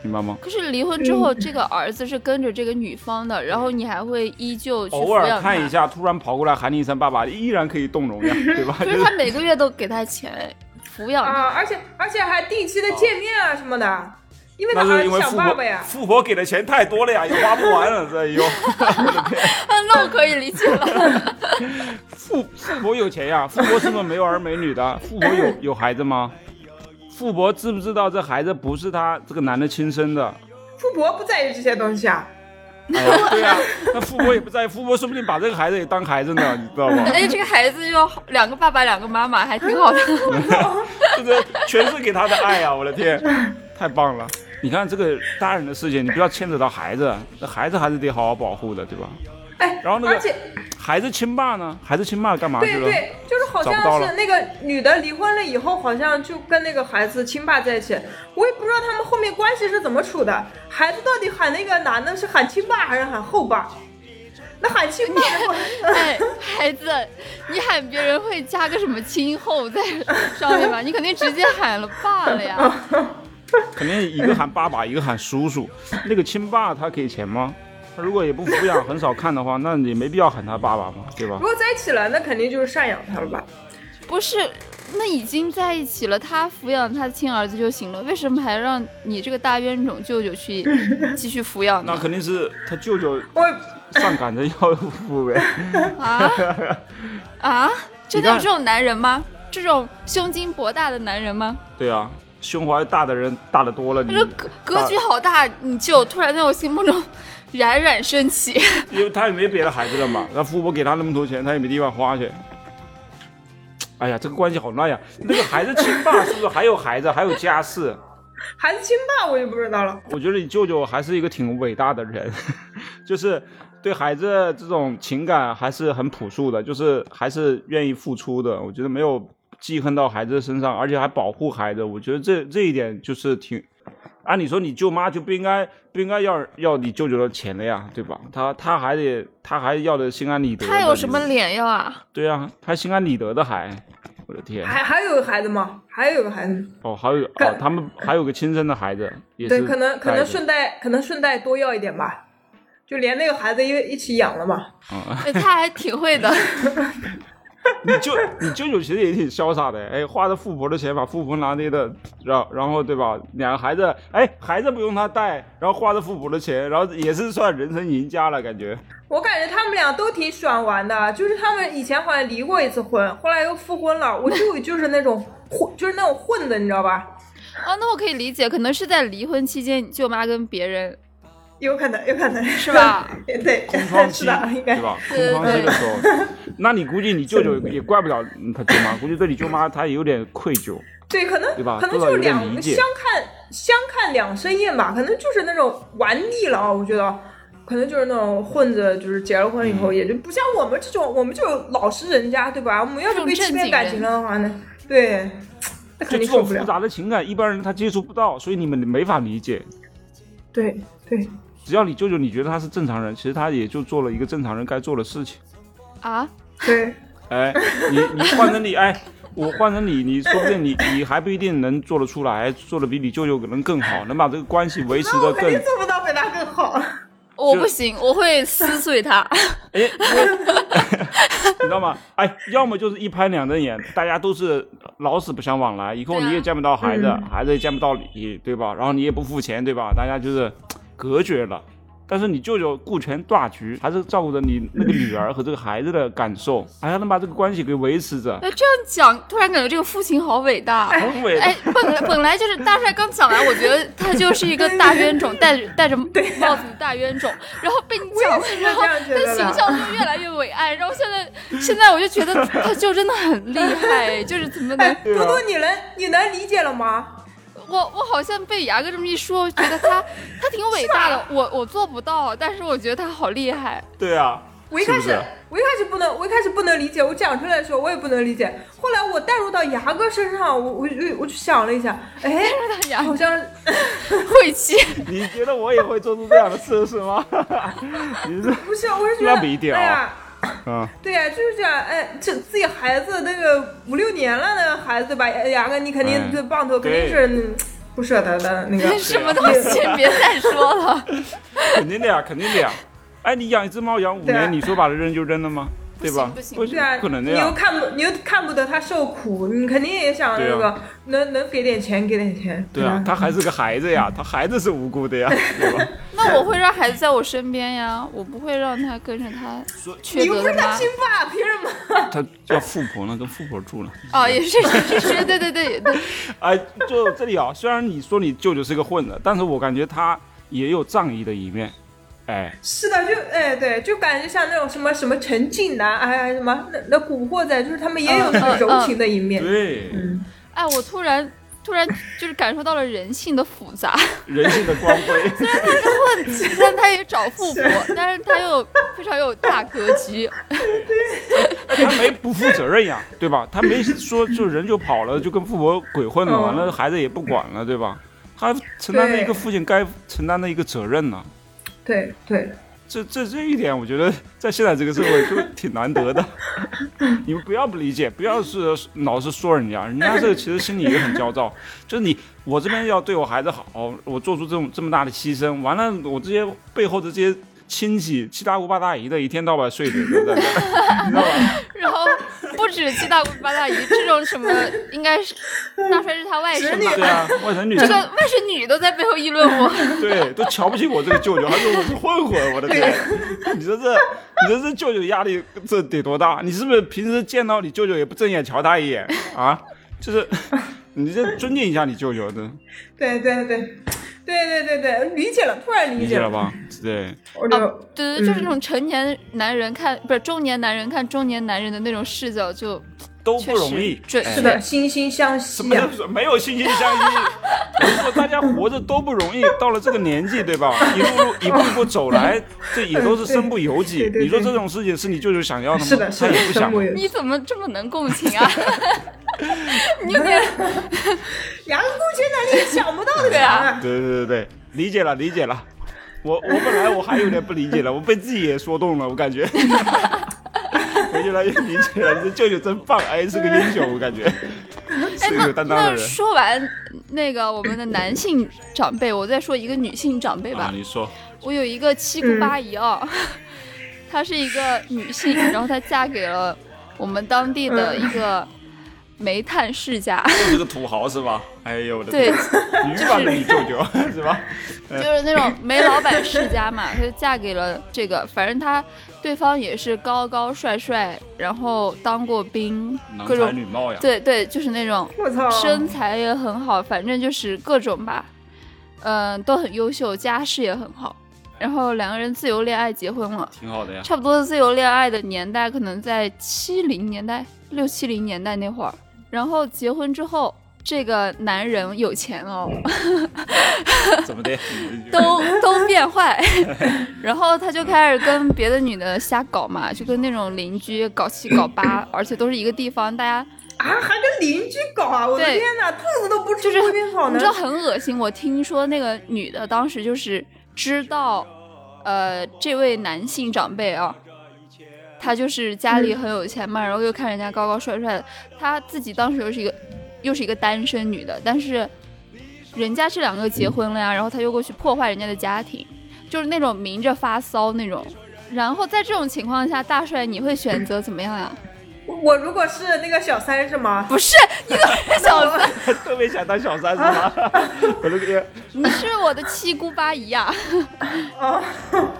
[SPEAKER 1] 明白吗？
[SPEAKER 2] 可是离婚之后，这个儿子是跟着这个女方的，然后你还会依旧去
[SPEAKER 1] 偶
[SPEAKER 2] 抚
[SPEAKER 1] 尔
[SPEAKER 2] 养
[SPEAKER 1] 看一
[SPEAKER 2] 他，
[SPEAKER 1] 下，突然跑过来喊你一声爸爸，依然可以动容呀，对吧？
[SPEAKER 2] 可
[SPEAKER 1] 就是
[SPEAKER 2] 他每个月都给他钱，哎，抚养他。
[SPEAKER 3] 啊，而且而且还定期的见面啊什么的，因为他
[SPEAKER 1] 那
[SPEAKER 3] 儿
[SPEAKER 1] 是因
[SPEAKER 3] 子
[SPEAKER 1] 为
[SPEAKER 3] 想
[SPEAKER 1] 富
[SPEAKER 3] 爸
[SPEAKER 1] 婆
[SPEAKER 3] 爸呀，
[SPEAKER 1] 富婆给的钱太多了呀，也花不完了，这又
[SPEAKER 2] 啊，那我可以理解了。
[SPEAKER 1] 富富婆有钱呀，富婆是不是没有儿没女的？富婆 有有孩子吗？富婆知不知道这孩子不是她这个男的亲生 的？
[SPEAKER 3] 富婆不在意这些东西啊。
[SPEAKER 1] 哎呀，对呀、那富婆也不在，富婆说不定把这个孩子也当孩子呢，你知道吗？
[SPEAKER 2] 哎，这个孩子又好两个爸爸，两个妈妈，还挺好的。
[SPEAKER 1] 就是全是给他的爱啊！我的 天，太棒了！你看这个大人的事情，你不要牵扯到孩子，那孩子还是得好好保护的，对吧？
[SPEAKER 3] 哎，
[SPEAKER 1] 然后那个
[SPEAKER 3] 而且
[SPEAKER 1] 孩子亲爸呢？孩子亲爸干嘛去
[SPEAKER 3] 对
[SPEAKER 1] 了？
[SPEAKER 3] 对，就是好像
[SPEAKER 1] 找不到了
[SPEAKER 3] 是那个女的离婚了以后，好像就跟那个孩子亲爸在一起，我也不知道他们后面关系是怎么处的。孩子到底喊那个男的是喊亲爸还是喊后爸？那喊亲爸的话，
[SPEAKER 2] 哎，孩子，你喊别人会加个什么亲后在上面吧？你肯定直接喊了爸了哎 呀。
[SPEAKER 1] 肯定一个喊爸爸，一个喊叔 叔。那个亲爸他给钱吗？他如果也不抚养，很少看的话，那也没必要喊他爸爸嘛，对吧
[SPEAKER 3] 如？果在一起了，那肯定就是赡养他了吧？
[SPEAKER 2] 不是，那已经在一起了，他抚养他的亲儿子就行了，为什么还让你这个大冤种舅舅去继续抚养
[SPEAKER 1] 那
[SPEAKER 2] 呢？
[SPEAKER 1] 肯定是他舅舅
[SPEAKER 3] 我
[SPEAKER 1] 上赶着要付呗。
[SPEAKER 2] 啊啊！真的有
[SPEAKER 1] 你看
[SPEAKER 2] 这种男人吗？这种胸襟博大的男人吗？
[SPEAKER 1] 对啊，胸怀大的人大得多了。
[SPEAKER 2] 他
[SPEAKER 1] 你
[SPEAKER 2] 说格格局好大，你就突然在我心目中冉冉升起。
[SPEAKER 1] 因为他也没别的孩子了嘛，那富婆给他那么多钱，他也没地方花去。哎呀，这个关系好乱呀！那个孩子亲爸是不是还有孩子，还有家室？
[SPEAKER 3] 孩子亲爸我就不知道了。
[SPEAKER 1] 我觉得你舅舅还是一个挺伟大的人， 就是对孩子这种情感还是很朴素的，就是还是愿意付出的。我觉得没有记恨到孩子身上，而且还保护孩子，我觉得这这一点就是挺。按理说，你舅妈就不应该不应该要要你舅舅的钱的呀，对吧？他他还得他还要的心安理得的。
[SPEAKER 2] 他有什么脸 要啊？
[SPEAKER 1] 对啊，他心安理得的还，我的天！
[SPEAKER 3] 还还有个孩子吗？还有个孩子吗，
[SPEAKER 1] 哦，还有哦，他们还有个亲生的孩子，也是
[SPEAKER 3] 对，可能可
[SPEAKER 1] 带
[SPEAKER 3] 能
[SPEAKER 1] 着
[SPEAKER 3] 顺带可能顺带多要一点吧，就连那个孩子一一起养了嘛。
[SPEAKER 1] 嗯
[SPEAKER 2] 啊哎他还挺会的。
[SPEAKER 1] 你舅你舅舅其实也挺潇洒的，哎，花着富婆的钱把富婆拿捏的，然然后对吧？两个孩子，哎，孩子不用他带，然后花着富婆的钱，然后也是算人生赢家了，感觉。
[SPEAKER 3] 我感觉他们俩都挺喜欢玩的，啊就是他们以前好像离过一次婚，后来又复婚了。我舅舅就是那种 混，就是那种混的，你知道吧？
[SPEAKER 2] 啊，那我可以理解，可能是在离婚期间，你舅妈跟别人
[SPEAKER 3] 有可能，有可能
[SPEAKER 2] 是？吧？
[SPEAKER 3] 对
[SPEAKER 1] 空窗，啊期
[SPEAKER 3] 是的，应该
[SPEAKER 1] 对吧？
[SPEAKER 2] 对
[SPEAKER 1] 空窗期的时候，那你估计你舅舅也怪不了嗯他舅妈，估计对你舅妈她也有点愧 疚。
[SPEAKER 3] 对，可能
[SPEAKER 1] 对吧
[SPEAKER 3] 可能
[SPEAKER 1] 多少
[SPEAKER 3] 就
[SPEAKER 1] 有点
[SPEAKER 3] 两
[SPEAKER 1] 理解
[SPEAKER 3] 相看相看两生厌吧，可能就是那种玩腻了啊，我觉得。可能就是那种混着，就是结了婚以
[SPEAKER 1] 嗯
[SPEAKER 3] 后，也就不像我们这种，我们就有老实人家，对吧？我们要
[SPEAKER 2] 这
[SPEAKER 3] 是
[SPEAKER 2] 种
[SPEAKER 3] 被欺
[SPEAKER 2] 正
[SPEAKER 3] 骗
[SPEAKER 2] 经
[SPEAKER 3] 感
[SPEAKER 2] 人
[SPEAKER 3] 情了的话呢，对，那
[SPEAKER 1] 就
[SPEAKER 3] 肯
[SPEAKER 1] 这
[SPEAKER 3] 定受
[SPEAKER 1] 种
[SPEAKER 3] 不
[SPEAKER 1] 复
[SPEAKER 3] 了。
[SPEAKER 1] 杂的情感，一般人他接触不到，所以你们没法理解。
[SPEAKER 3] 对对，
[SPEAKER 1] 只要你舅舅你觉得他是正常人，其实他也就做了一个正常人该做的事情。
[SPEAKER 2] 啊，
[SPEAKER 3] 对，
[SPEAKER 1] 哎，你你换成你，哎，我换成你，你说不定你你还不一定能做得出来，做的比你舅舅可能更好，能把这个关系维持
[SPEAKER 3] 那
[SPEAKER 1] 的
[SPEAKER 3] 我肯
[SPEAKER 1] 更
[SPEAKER 3] 定做不到比他更好。
[SPEAKER 2] 我
[SPEAKER 1] 就
[SPEAKER 2] 不行，我会撕碎 它。
[SPEAKER 1] 哎，我你知道吗？哎，要么就是一拍两瞪眼，大家都是老死不相往来，以后
[SPEAKER 2] 对啊
[SPEAKER 1] 你也见不到孩子，
[SPEAKER 3] 嗯
[SPEAKER 1] 孩子也见不到你，对吧？然后你也不付钱，对吧？大家就是嘖隔绝了。但是你舅舅顾全大局，还是照顾着你那个女儿和这个孩子的感受，还要能把这个关系给维持着，
[SPEAKER 2] 哎，这样讲，突然感觉这个父亲好伟大。
[SPEAKER 1] 很伟大。
[SPEAKER 2] 哎，本来本来就是大帅刚讲完，我觉得他就是一个大冤种，戴着 戴着帽子的大冤种，然后被你讲
[SPEAKER 3] 啊我也
[SPEAKER 2] 了，
[SPEAKER 3] 是
[SPEAKER 2] 然后
[SPEAKER 3] 这样觉得
[SPEAKER 2] 他
[SPEAKER 3] 的
[SPEAKER 2] 形象就越来越伟岸，然后现在现在我就觉得他就真的很厉害，就是怎么能
[SPEAKER 3] 哎，
[SPEAKER 1] 对
[SPEAKER 3] 多
[SPEAKER 1] 啊
[SPEAKER 3] 多，你能你能理解了吗？
[SPEAKER 2] 我我好像被牙哥这么一说，我觉得他他挺伟大的，我我做不到，但是我觉得他好厉害。
[SPEAKER 1] 对啊，
[SPEAKER 3] 我一开始
[SPEAKER 1] 是不是
[SPEAKER 3] 我一开始不能，我一开始不能理解，我讲出来的时候我也不能理解。后来我带入到牙哥身上，我我我我去想了一下，哎，
[SPEAKER 2] 他牙
[SPEAKER 3] 好像
[SPEAKER 2] 晦气，。
[SPEAKER 1] 你觉得我也会做出这样的测试吗？ 你是
[SPEAKER 3] 不是，我是觉
[SPEAKER 1] 那
[SPEAKER 3] 得，
[SPEAKER 1] 不一定啊
[SPEAKER 3] 哎呀，
[SPEAKER 1] 啊，
[SPEAKER 3] 对呀、就是这样，哎，这自己孩子那个五六年了的孩子吧，哎牙哥你肯定
[SPEAKER 1] 哎
[SPEAKER 3] 这棒头肯定
[SPEAKER 1] 对
[SPEAKER 3] 是嗯不舍得的那个
[SPEAKER 2] 什么东西？
[SPEAKER 3] 啊
[SPEAKER 2] 别再说 了，
[SPEAKER 1] 肯定的呀，肯定的呀。哎，你养一只猫养五
[SPEAKER 3] 对啊
[SPEAKER 1] 年，你说把它扔就扔了吗？
[SPEAKER 2] 不
[SPEAKER 1] 对
[SPEAKER 2] 行
[SPEAKER 1] 吧？
[SPEAKER 2] 不行
[SPEAKER 3] 对啊，
[SPEAKER 1] 不可能的
[SPEAKER 3] 你又
[SPEAKER 1] 呀。
[SPEAKER 3] 看不，你又看不得他受苦，你肯定也想那
[SPEAKER 1] 对啊
[SPEAKER 3] 个、能能给点钱，给点钱。
[SPEAKER 1] 对啊，他还是个孩子呀，他孩子是无辜的呀，对吧？
[SPEAKER 2] 那我会让孩子在我身边呀，我不会让他跟着他
[SPEAKER 1] 所以
[SPEAKER 2] 缺
[SPEAKER 3] 你又
[SPEAKER 2] 德
[SPEAKER 3] 不是
[SPEAKER 2] 的
[SPEAKER 3] 他
[SPEAKER 2] 妈
[SPEAKER 3] 亲爸，凭什么？
[SPEAKER 1] 他叫富婆呢，跟富婆住了。
[SPEAKER 2] 哦，也是也是，对对对对，
[SPEAKER 1] 哎，就这里啊，虽然你说你舅舅是个混的，但是我感觉他也有仗义的一面。哎，
[SPEAKER 3] 是的，就哎对，就感觉像那种什么什么陈近南，哎什么那那古惑仔，就是他们也有那
[SPEAKER 2] 嗯嗯
[SPEAKER 3] 个柔情的一面。
[SPEAKER 1] 对，
[SPEAKER 2] 哎，我突然突然就是感受到了人性的复杂，
[SPEAKER 1] 人性的光辉。
[SPEAKER 2] 但他也找富婆，但是他又非常有大格局，
[SPEAKER 1] 他没不负责任呀， 对吧？他没说就人就跑了，就跟富婆鬼混了，
[SPEAKER 3] 嗯
[SPEAKER 1] 完了孩子也不管了，对吧？他承担了一个
[SPEAKER 3] 对
[SPEAKER 1] 父亲该承担的一个责任呢、
[SPEAKER 3] 对对，
[SPEAKER 1] 这这这一点，我觉得 在现在这个社会就挺难得的。你们不要不理解，不要是老是说人家，人家这个其实心里也很焦躁。就是你，我这边要对我孩子好，我做出这种这么大的牺牲，完了我这些背后的这些亲戚七大姑八大姨的，一天到晚睡着的，你知道吧？
[SPEAKER 2] 然后不止七大姑八大姨这种什么，应该是大帅是他外甥吧？
[SPEAKER 1] 对啊，外甥女
[SPEAKER 2] 这个外甥女都在背后议论我，
[SPEAKER 1] 对，都瞧不起我这个舅舅，还说我是混混，我的天！你说这，你说这舅舅压力这得多大？你是不是平时见到你舅舅也不正眼瞧他一眼啊？就是，你这尊敬一下你舅舅的，
[SPEAKER 3] 对对对，对对对对，理解了，突然
[SPEAKER 1] 理
[SPEAKER 3] 理解
[SPEAKER 1] 解
[SPEAKER 3] 了，
[SPEAKER 1] 了吧？对，
[SPEAKER 3] 我就、
[SPEAKER 2] 对对，就是那种成年男人看不是中年男人看中年男人的那种视角就，
[SPEAKER 1] 都不容易，
[SPEAKER 2] 确实
[SPEAKER 1] 哎
[SPEAKER 3] 是的，惺惺相
[SPEAKER 1] 什
[SPEAKER 3] 惜啊
[SPEAKER 1] 么
[SPEAKER 3] 呀、
[SPEAKER 1] 叫做没有惺惺相惜？我说大家活着都不容易，到了这个年纪，对吧？一路路一步一步走来，这也都是身不由己
[SPEAKER 3] 对。对对
[SPEAKER 1] 你说这种事情是你舅舅想要的吗？
[SPEAKER 3] 是的，是
[SPEAKER 1] 他
[SPEAKER 3] 的，
[SPEAKER 1] 也不
[SPEAKER 3] 身
[SPEAKER 1] 想。
[SPEAKER 3] 不由己。
[SPEAKER 2] 你怎么这么能共情啊？ 你有点
[SPEAKER 3] 牙根共情能力想不到的
[SPEAKER 2] 对
[SPEAKER 3] 强
[SPEAKER 2] 啊
[SPEAKER 3] 啊！
[SPEAKER 1] 对对对对，理解了理解了。我我本来我还有点不理解了，我被自己也说动了，我感觉。 我越来越理解了，你这舅舅真棒，哎，是个英雄，我感觉
[SPEAKER 2] 哎，
[SPEAKER 1] 是个
[SPEAKER 2] 那
[SPEAKER 1] 有担当的
[SPEAKER 2] 那
[SPEAKER 1] 人。
[SPEAKER 2] 说完那个我们的男性长辈，我再说一个女性长辈吧。
[SPEAKER 1] 啊你说，
[SPEAKER 2] 我有 一个七姑八姨啊，她是一个女性，然后她嫁给了我们当地的一个煤炭 世家，
[SPEAKER 1] 就是个土豪是吧？哎呦我的
[SPEAKER 2] 对
[SPEAKER 1] 天，，鱼版的你舅舅是吧？哎
[SPEAKER 2] 就是那种煤老板世 家嘛，她就嫁给了这个，反正她对方也是高高帅帅，然后当过兵，
[SPEAKER 1] 男
[SPEAKER 2] 各
[SPEAKER 1] 才
[SPEAKER 2] 种
[SPEAKER 1] 女啊貌呀，
[SPEAKER 2] 对对，就是那种
[SPEAKER 3] 我操，
[SPEAKER 2] 身材也很好，反正就是各种吧，嗯、都很优秀，家世也很好。然后两个人自由恋爱结婚了，
[SPEAKER 1] 挺好的 呀。
[SPEAKER 2] 差不多自由恋爱的年代可能在七零年代、六七零年代那会儿。然后结婚之后，这个男人有钱哦，
[SPEAKER 1] 怎么的？
[SPEAKER 2] 都都变坏，然后他就开始跟别的女的瞎搞嘛，就跟那种邻居搞七搞八，而且都是一个地方，大家
[SPEAKER 3] 啊，还跟邻居搞啊！我的
[SPEAKER 2] 对
[SPEAKER 3] 天哪，兔子都不
[SPEAKER 2] 就
[SPEAKER 3] 吃
[SPEAKER 2] 是
[SPEAKER 3] 贵宾好
[SPEAKER 2] 你
[SPEAKER 3] 呢
[SPEAKER 2] 知！道很恶心。我听说那个女的当时就是知道，呃，这位男性长辈啊，他就是家里很有钱嘛，然后又看人家高高帅帅的，她自己当时又是一个又是一个单身女的，但是人家这两个结婚了呀，然后她又过去破坏人家的家庭，就是那种明着发骚那种。然后在这种情况下，大帅你会选择怎么样呀？
[SPEAKER 3] 我我如果是那个小三是吗？
[SPEAKER 2] 不是，你怎么是小三？
[SPEAKER 1] 特别想当小三是吗？我的天，
[SPEAKER 2] 你是我的七姑八姨啊呀、
[SPEAKER 3] 哦，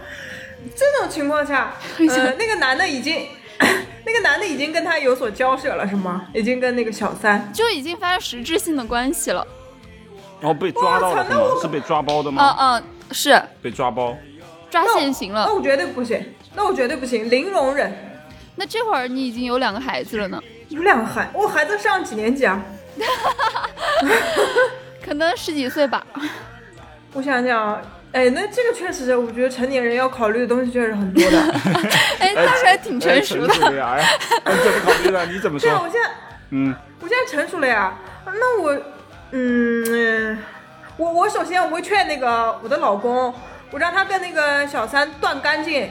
[SPEAKER 3] 这种情况下，呃，那个男的已经， 那个男的已经跟他有所交涉了是吗？已经跟那个小三，
[SPEAKER 2] 就已经发生实质性的关系了。
[SPEAKER 1] 然哦后被抓到了是
[SPEAKER 3] 我操那
[SPEAKER 1] 吗？
[SPEAKER 3] 我
[SPEAKER 1] 是被抓包的
[SPEAKER 2] 嗯
[SPEAKER 1] 吗？
[SPEAKER 2] 嗯，是
[SPEAKER 1] 被抓包，
[SPEAKER 2] 抓
[SPEAKER 3] 那我
[SPEAKER 2] 现行
[SPEAKER 3] 那
[SPEAKER 2] 了。
[SPEAKER 3] 我绝对不行，那我绝对不行，零容忍。
[SPEAKER 2] 那这会儿你已经有两个孩子了呢，
[SPEAKER 3] 有两个孩，我孩子上几年级啊？
[SPEAKER 2] 可能十几岁吧。
[SPEAKER 3] 我想想啊，哎，那这个确实是，我觉得成年人要考虑的东西确实很多的。
[SPEAKER 2] 哎， 当时还挺
[SPEAKER 1] 哎
[SPEAKER 2] 成熟
[SPEAKER 1] 成
[SPEAKER 2] 的。
[SPEAKER 1] 熟的呀。哎，哎你怎么考虑的？你怎么
[SPEAKER 3] 对啊，
[SPEAKER 1] 说？
[SPEAKER 3] 我现在。
[SPEAKER 1] 嗯，
[SPEAKER 3] 我现在成熟了呀，那我，嗯，我我首先我会劝那个我的老公，我让他跟那个小三断干净，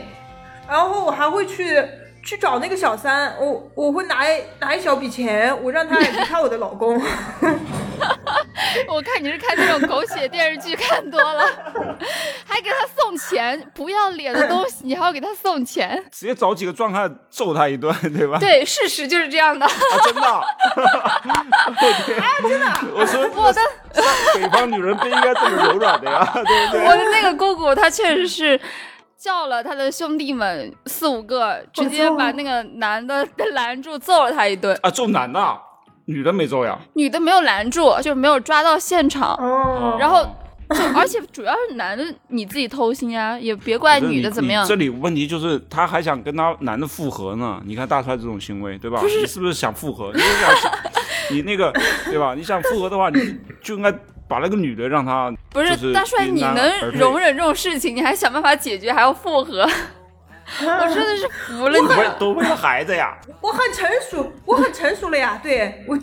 [SPEAKER 3] 然后我还会去去找那个小三，我我会拿一拿一小笔钱，我让他离开我的老公。
[SPEAKER 2] 我看你是看这种狗血电视剧看多了， 还给他送钱，不要脸的东西，你还要给他送钱。
[SPEAKER 1] 直接找几个壮汉揍他一顿， 对吧？
[SPEAKER 2] 对，事实就是这样的。
[SPEAKER 1] 啊，真的啊。哎，真的。 我说
[SPEAKER 2] 我的
[SPEAKER 1] 北方女人不应该这么柔软的呀， 对不对？
[SPEAKER 2] 我的那个姑姑，她确实是。叫了他的兄弟们四五个，直接
[SPEAKER 3] 我操
[SPEAKER 2] 把那个男的拦住，揍了他一顿。
[SPEAKER 1] 啊，揍男的啊，女的没揍呀。
[SPEAKER 2] 女的没有拦住，就没有抓到现场。
[SPEAKER 3] 哦，
[SPEAKER 2] 嗯然后就而且主要是男的你自己偷心啊，也别怪
[SPEAKER 1] 不是
[SPEAKER 2] 女
[SPEAKER 1] 你
[SPEAKER 2] 的怎么样
[SPEAKER 1] 你。这里问题就是，他还想跟他男的复合呢。你看大帅这种行为，对吧？你是不是想复合？你是想 想，你那个对吧？你想复合的话，你就应该把那个女的让他
[SPEAKER 2] 不是、
[SPEAKER 1] 就是
[SPEAKER 2] 大帅，
[SPEAKER 1] 迎
[SPEAKER 2] 你
[SPEAKER 1] 难
[SPEAKER 2] 能
[SPEAKER 1] 而退
[SPEAKER 2] 容忍这种事情，你还想办法解决，还要复合，我真的是服了你
[SPEAKER 1] 都为
[SPEAKER 2] 了。
[SPEAKER 1] 都为了孩子呀。
[SPEAKER 3] 我很成熟，我很成熟了呀，对我。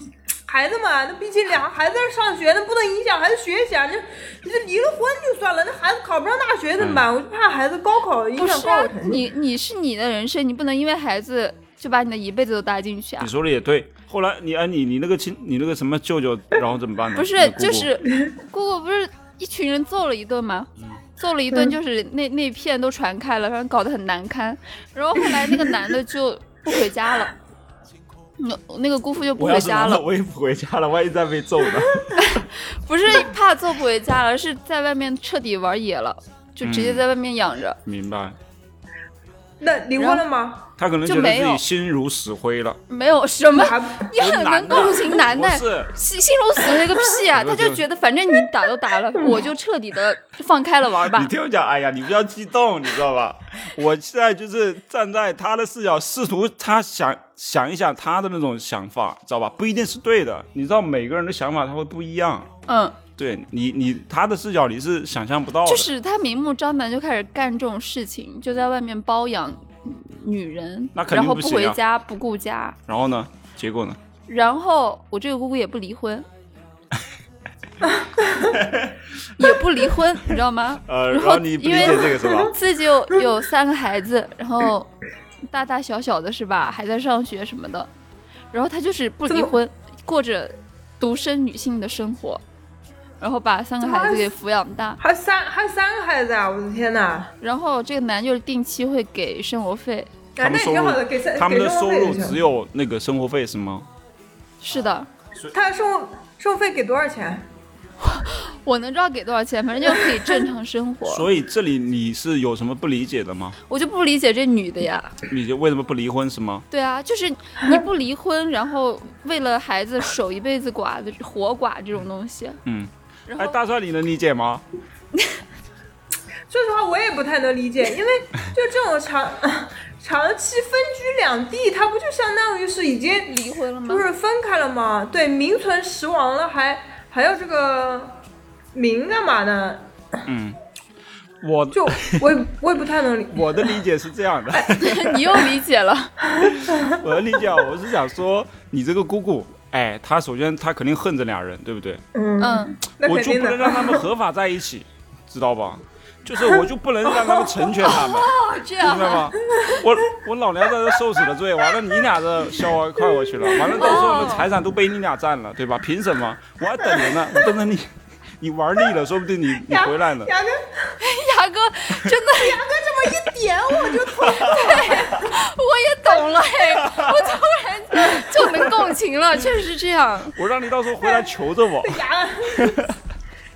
[SPEAKER 3] 孩子嘛，那毕竟俩孩子上学，那不能影响孩子学习啊。那你这离了婚就算了，那孩子考不上大学怎么
[SPEAKER 1] 嗯
[SPEAKER 3] 办？我就怕孩子高考影
[SPEAKER 2] 不
[SPEAKER 3] 响
[SPEAKER 2] 是
[SPEAKER 3] 高考
[SPEAKER 2] 啊
[SPEAKER 3] 成，绩。
[SPEAKER 2] 你你是你的人生，你不能因为孩子就把你的一辈子都搭进去啊
[SPEAKER 1] 你。说的也对。后来你哎，你你那个亲，你那个什么舅舅，然后怎么办呢？
[SPEAKER 2] 不
[SPEAKER 1] 你
[SPEAKER 2] 是
[SPEAKER 1] 姑，姑嗯
[SPEAKER 2] 就是姑姑不是一群人揍了一顿吗？揍了一顿，就是那那片都传开了，反正搞得很难堪。然后后来那个男的就不回家 了，那那个姑父就不
[SPEAKER 1] 我
[SPEAKER 2] 回
[SPEAKER 1] 要是
[SPEAKER 2] 家
[SPEAKER 1] 男的，
[SPEAKER 2] 了，
[SPEAKER 1] 我也不回家了，万一再被揍呢？
[SPEAKER 2] 不是怕揍不回家了，是在外面彻底玩野了，就直接
[SPEAKER 1] 嗯
[SPEAKER 2] 在外面养着。
[SPEAKER 1] 明白。
[SPEAKER 3] 那离婚了吗？
[SPEAKER 1] 他可能
[SPEAKER 2] 就
[SPEAKER 1] 觉得
[SPEAKER 2] 没
[SPEAKER 1] 自
[SPEAKER 2] 有
[SPEAKER 1] 己心如死灰了。
[SPEAKER 2] 没有什么，
[SPEAKER 3] 还
[SPEAKER 2] 你很能共情男
[SPEAKER 1] 不
[SPEAKER 2] 的，
[SPEAKER 1] 是，
[SPEAKER 2] 心心如死灰个屁啊！
[SPEAKER 1] 没有
[SPEAKER 2] 他就
[SPEAKER 1] 就嗯
[SPEAKER 2] 觉得反正你打都打 了，我就彻底的放开了玩吧
[SPEAKER 1] 你。听我讲，哎呀，你不要激动，你知道吧？我现在就是站在他的视角，试图他想想一想他的那种想法，知道吧？不一定是对的，你知道每个人的想法他会不一样。
[SPEAKER 2] 嗯，
[SPEAKER 1] 对你，你他的视角你是想象不到的，
[SPEAKER 2] 就是他明目张胆就开始干这种事情，就在外面包养嗯女人，
[SPEAKER 1] 那肯定
[SPEAKER 2] 然后
[SPEAKER 1] 不
[SPEAKER 2] 不
[SPEAKER 1] 行啊
[SPEAKER 2] 回家不顾家，
[SPEAKER 1] 然后呢，结果呢？
[SPEAKER 2] 然后我这个姑姑也不 离婚，也不离婚，你知道吗？
[SPEAKER 1] 呃，
[SPEAKER 2] 然
[SPEAKER 1] 然
[SPEAKER 2] 后
[SPEAKER 1] 后你不理解这个是吧？
[SPEAKER 2] 自己有有三个孩子，然后大大小小的是吧，还在上学什么的，然后她就是不离婚，过着独生女性的生活，然后把三个
[SPEAKER 3] 怎么
[SPEAKER 2] 孩子给抚养大。
[SPEAKER 3] 还三还三个孩子啊！我的天哪！
[SPEAKER 2] 然后这个男就是定期会给生活费，
[SPEAKER 1] 他们
[SPEAKER 3] 啊哎那
[SPEAKER 1] 收
[SPEAKER 3] 挺好的，
[SPEAKER 1] 入，
[SPEAKER 3] 给三
[SPEAKER 1] 他们的
[SPEAKER 3] 给生
[SPEAKER 1] 收
[SPEAKER 3] 活费
[SPEAKER 1] 入
[SPEAKER 3] 就
[SPEAKER 1] 只
[SPEAKER 3] 行。
[SPEAKER 1] 有那个生活费是吗？
[SPEAKER 2] 是的，
[SPEAKER 3] 他生活生活费给多少钱？
[SPEAKER 2] 我能知道给多少钱，反正就可以正常生活。
[SPEAKER 1] 所以这里你是有什么不理解的吗？
[SPEAKER 2] 我就不理解这女的呀，
[SPEAKER 1] 你就为什么不离婚是吗？
[SPEAKER 2] 对啊，就是你不离婚，然后为了孩子守一辈子寡的活寡这种东西，
[SPEAKER 1] 嗯，
[SPEAKER 2] 然
[SPEAKER 1] 哎，
[SPEAKER 2] 后
[SPEAKER 1] 大帅你能理解吗？
[SPEAKER 3] 说实话，我也不太能理 解，因为就这种长长期分居两地，他不就相当于是已经
[SPEAKER 2] 离婚了吗
[SPEAKER 3] 就？是分开了嘛？对，名存实亡了，还还要这个名干嘛呢？
[SPEAKER 1] 嗯，我
[SPEAKER 3] 就我也我也不 太能理。
[SPEAKER 1] 我的理解是这 样的，
[SPEAKER 2] 你又理解了，
[SPEAKER 1] 我的理解啊我是想说，你这个姑姑，哎，她首先她肯定恨这俩人，对不对？
[SPEAKER 3] 嗯，
[SPEAKER 2] 嗯，
[SPEAKER 3] 那
[SPEAKER 1] 我
[SPEAKER 3] 肯
[SPEAKER 1] 就
[SPEAKER 3] 定
[SPEAKER 1] 不能
[SPEAKER 3] 的。
[SPEAKER 1] 让他们合法在一起，知道吧？就是我就不能让他们成全他们，
[SPEAKER 2] 这
[SPEAKER 1] 明
[SPEAKER 2] 样
[SPEAKER 1] 白吗？我我老娘在这受死的罪，完了你俩这笑话快过去了，完了到时候
[SPEAKER 2] 哦
[SPEAKER 1] 那财产都被你俩占了，对吧？凭什么？我还等着呢，我等着你， 你玩腻了，说不定你你
[SPEAKER 3] 牙
[SPEAKER 1] 回来 呢。
[SPEAKER 3] 牙哥，
[SPEAKER 2] 牙哥真的， 牙哥这么一点，我就 突然，我也懂了，哎，我突然就能共情了，确实是这样。
[SPEAKER 1] 我让你到时候回来求着 我。
[SPEAKER 3] 牙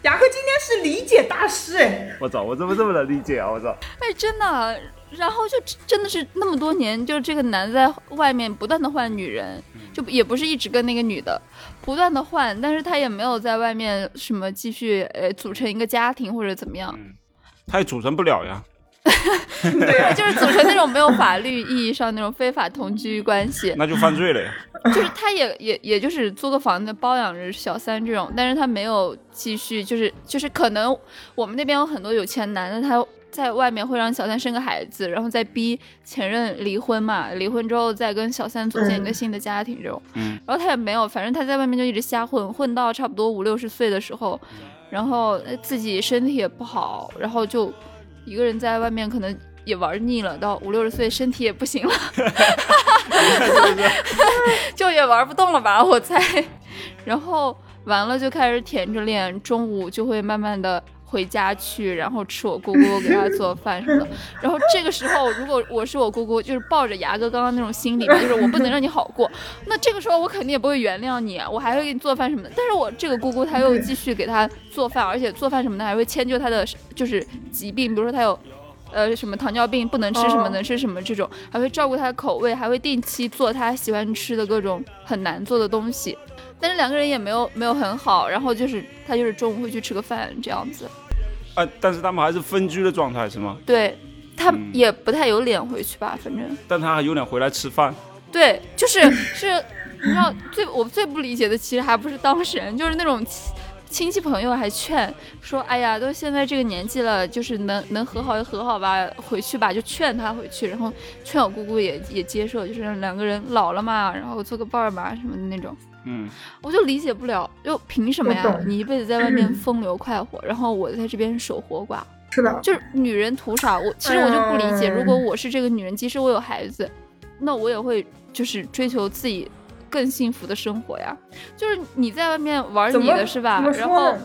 [SPEAKER 3] 牙哥今天是理解大师哎，
[SPEAKER 1] 我操，我怎么这么能理解啊？我操！
[SPEAKER 2] 哎，真的。然后就真的是那么多年，就这个男在外面不断的换女人，
[SPEAKER 3] 嗯
[SPEAKER 2] 就也不是一直跟那个女的，不断的换，但是他也没有在外面什么继续呃组成一个家庭或者怎么样，
[SPEAKER 1] 他也组成不了呀，
[SPEAKER 3] 对啊，
[SPEAKER 2] 就是组成那种没有法律意义上那种非法同居关系，
[SPEAKER 1] 那就犯罪了呀。
[SPEAKER 2] 就是他也也也就是租个房子包养着小三这种，但是他没有继续，就是就是可能我们那边有很多有钱男的，他在外面会让小三生个孩子，然后再逼前任离婚嘛，离婚之后再跟小三组建一个新的家庭这种，
[SPEAKER 1] 嗯，
[SPEAKER 2] 然后他也没有，反正他在外面就一直瞎混，混到差不多五六十岁的时候，然后呃自己身体也不好，然后就一个人在外面可能也玩腻了，到五六十岁身体也不行了， 就也玩不动了吧，我猜。 然后完了就开始舔着脸，中午就会慢慢的回家去，然后吃我姑姑给她做饭什么的。然后这个时候，如果我是我姑姑，就是抱着牙哥刚刚那种心理嘛，就是我不能让你好过，那这个时候我肯定也不会原谅你，啊我还会给你做饭什么的。但是我这个姑姑她又继续给她做饭，而且做饭什么的还会迁就她的就是疾病，比如说她有。呃，什么糖尿病不能吃什么
[SPEAKER 3] 哦
[SPEAKER 2] 能吃什么这种，还会照顾她的口味，还会定期做她喜欢吃的各种很难做的东西。但是两个人也没有没有很好，然后就是他就是中午会去吃个饭这样子，
[SPEAKER 1] 啊，但是他们还是分居的状态是吗？
[SPEAKER 2] 对他
[SPEAKER 1] 嗯
[SPEAKER 2] 也不太有脸回去吧，反正。
[SPEAKER 1] 但他还有脸回来吃饭。
[SPEAKER 2] 对，就是是，你知道最我最不理解的，其实还不是当事人，就是那种亲亲戚朋友还劝说，哎呀，都现在这个年纪了，就是能能和好就和好吧，回去吧，就劝他回去，然后劝我姑姑也也接受，就是让两个人老了嘛，然后做个伴儿嘛什么的那种，
[SPEAKER 1] 嗯，
[SPEAKER 2] 我就理解不了，就凭什么
[SPEAKER 3] 我
[SPEAKER 2] 呀？
[SPEAKER 3] 懂嗯
[SPEAKER 2] 你一辈子在外面风流快活，然后我在这边守活寡，
[SPEAKER 3] 是的，
[SPEAKER 2] 就是女人图啥？我其实我就不理解，
[SPEAKER 3] 嗯
[SPEAKER 2] 如果我是这个女人，即使我有孩子，那我也会就是追求自己更幸福的生活呀。就是你在外面玩
[SPEAKER 3] 怎
[SPEAKER 2] 你
[SPEAKER 3] 么
[SPEAKER 2] 的是吧
[SPEAKER 3] 怎？么
[SPEAKER 2] 然
[SPEAKER 3] 说
[SPEAKER 2] 后
[SPEAKER 3] 呢？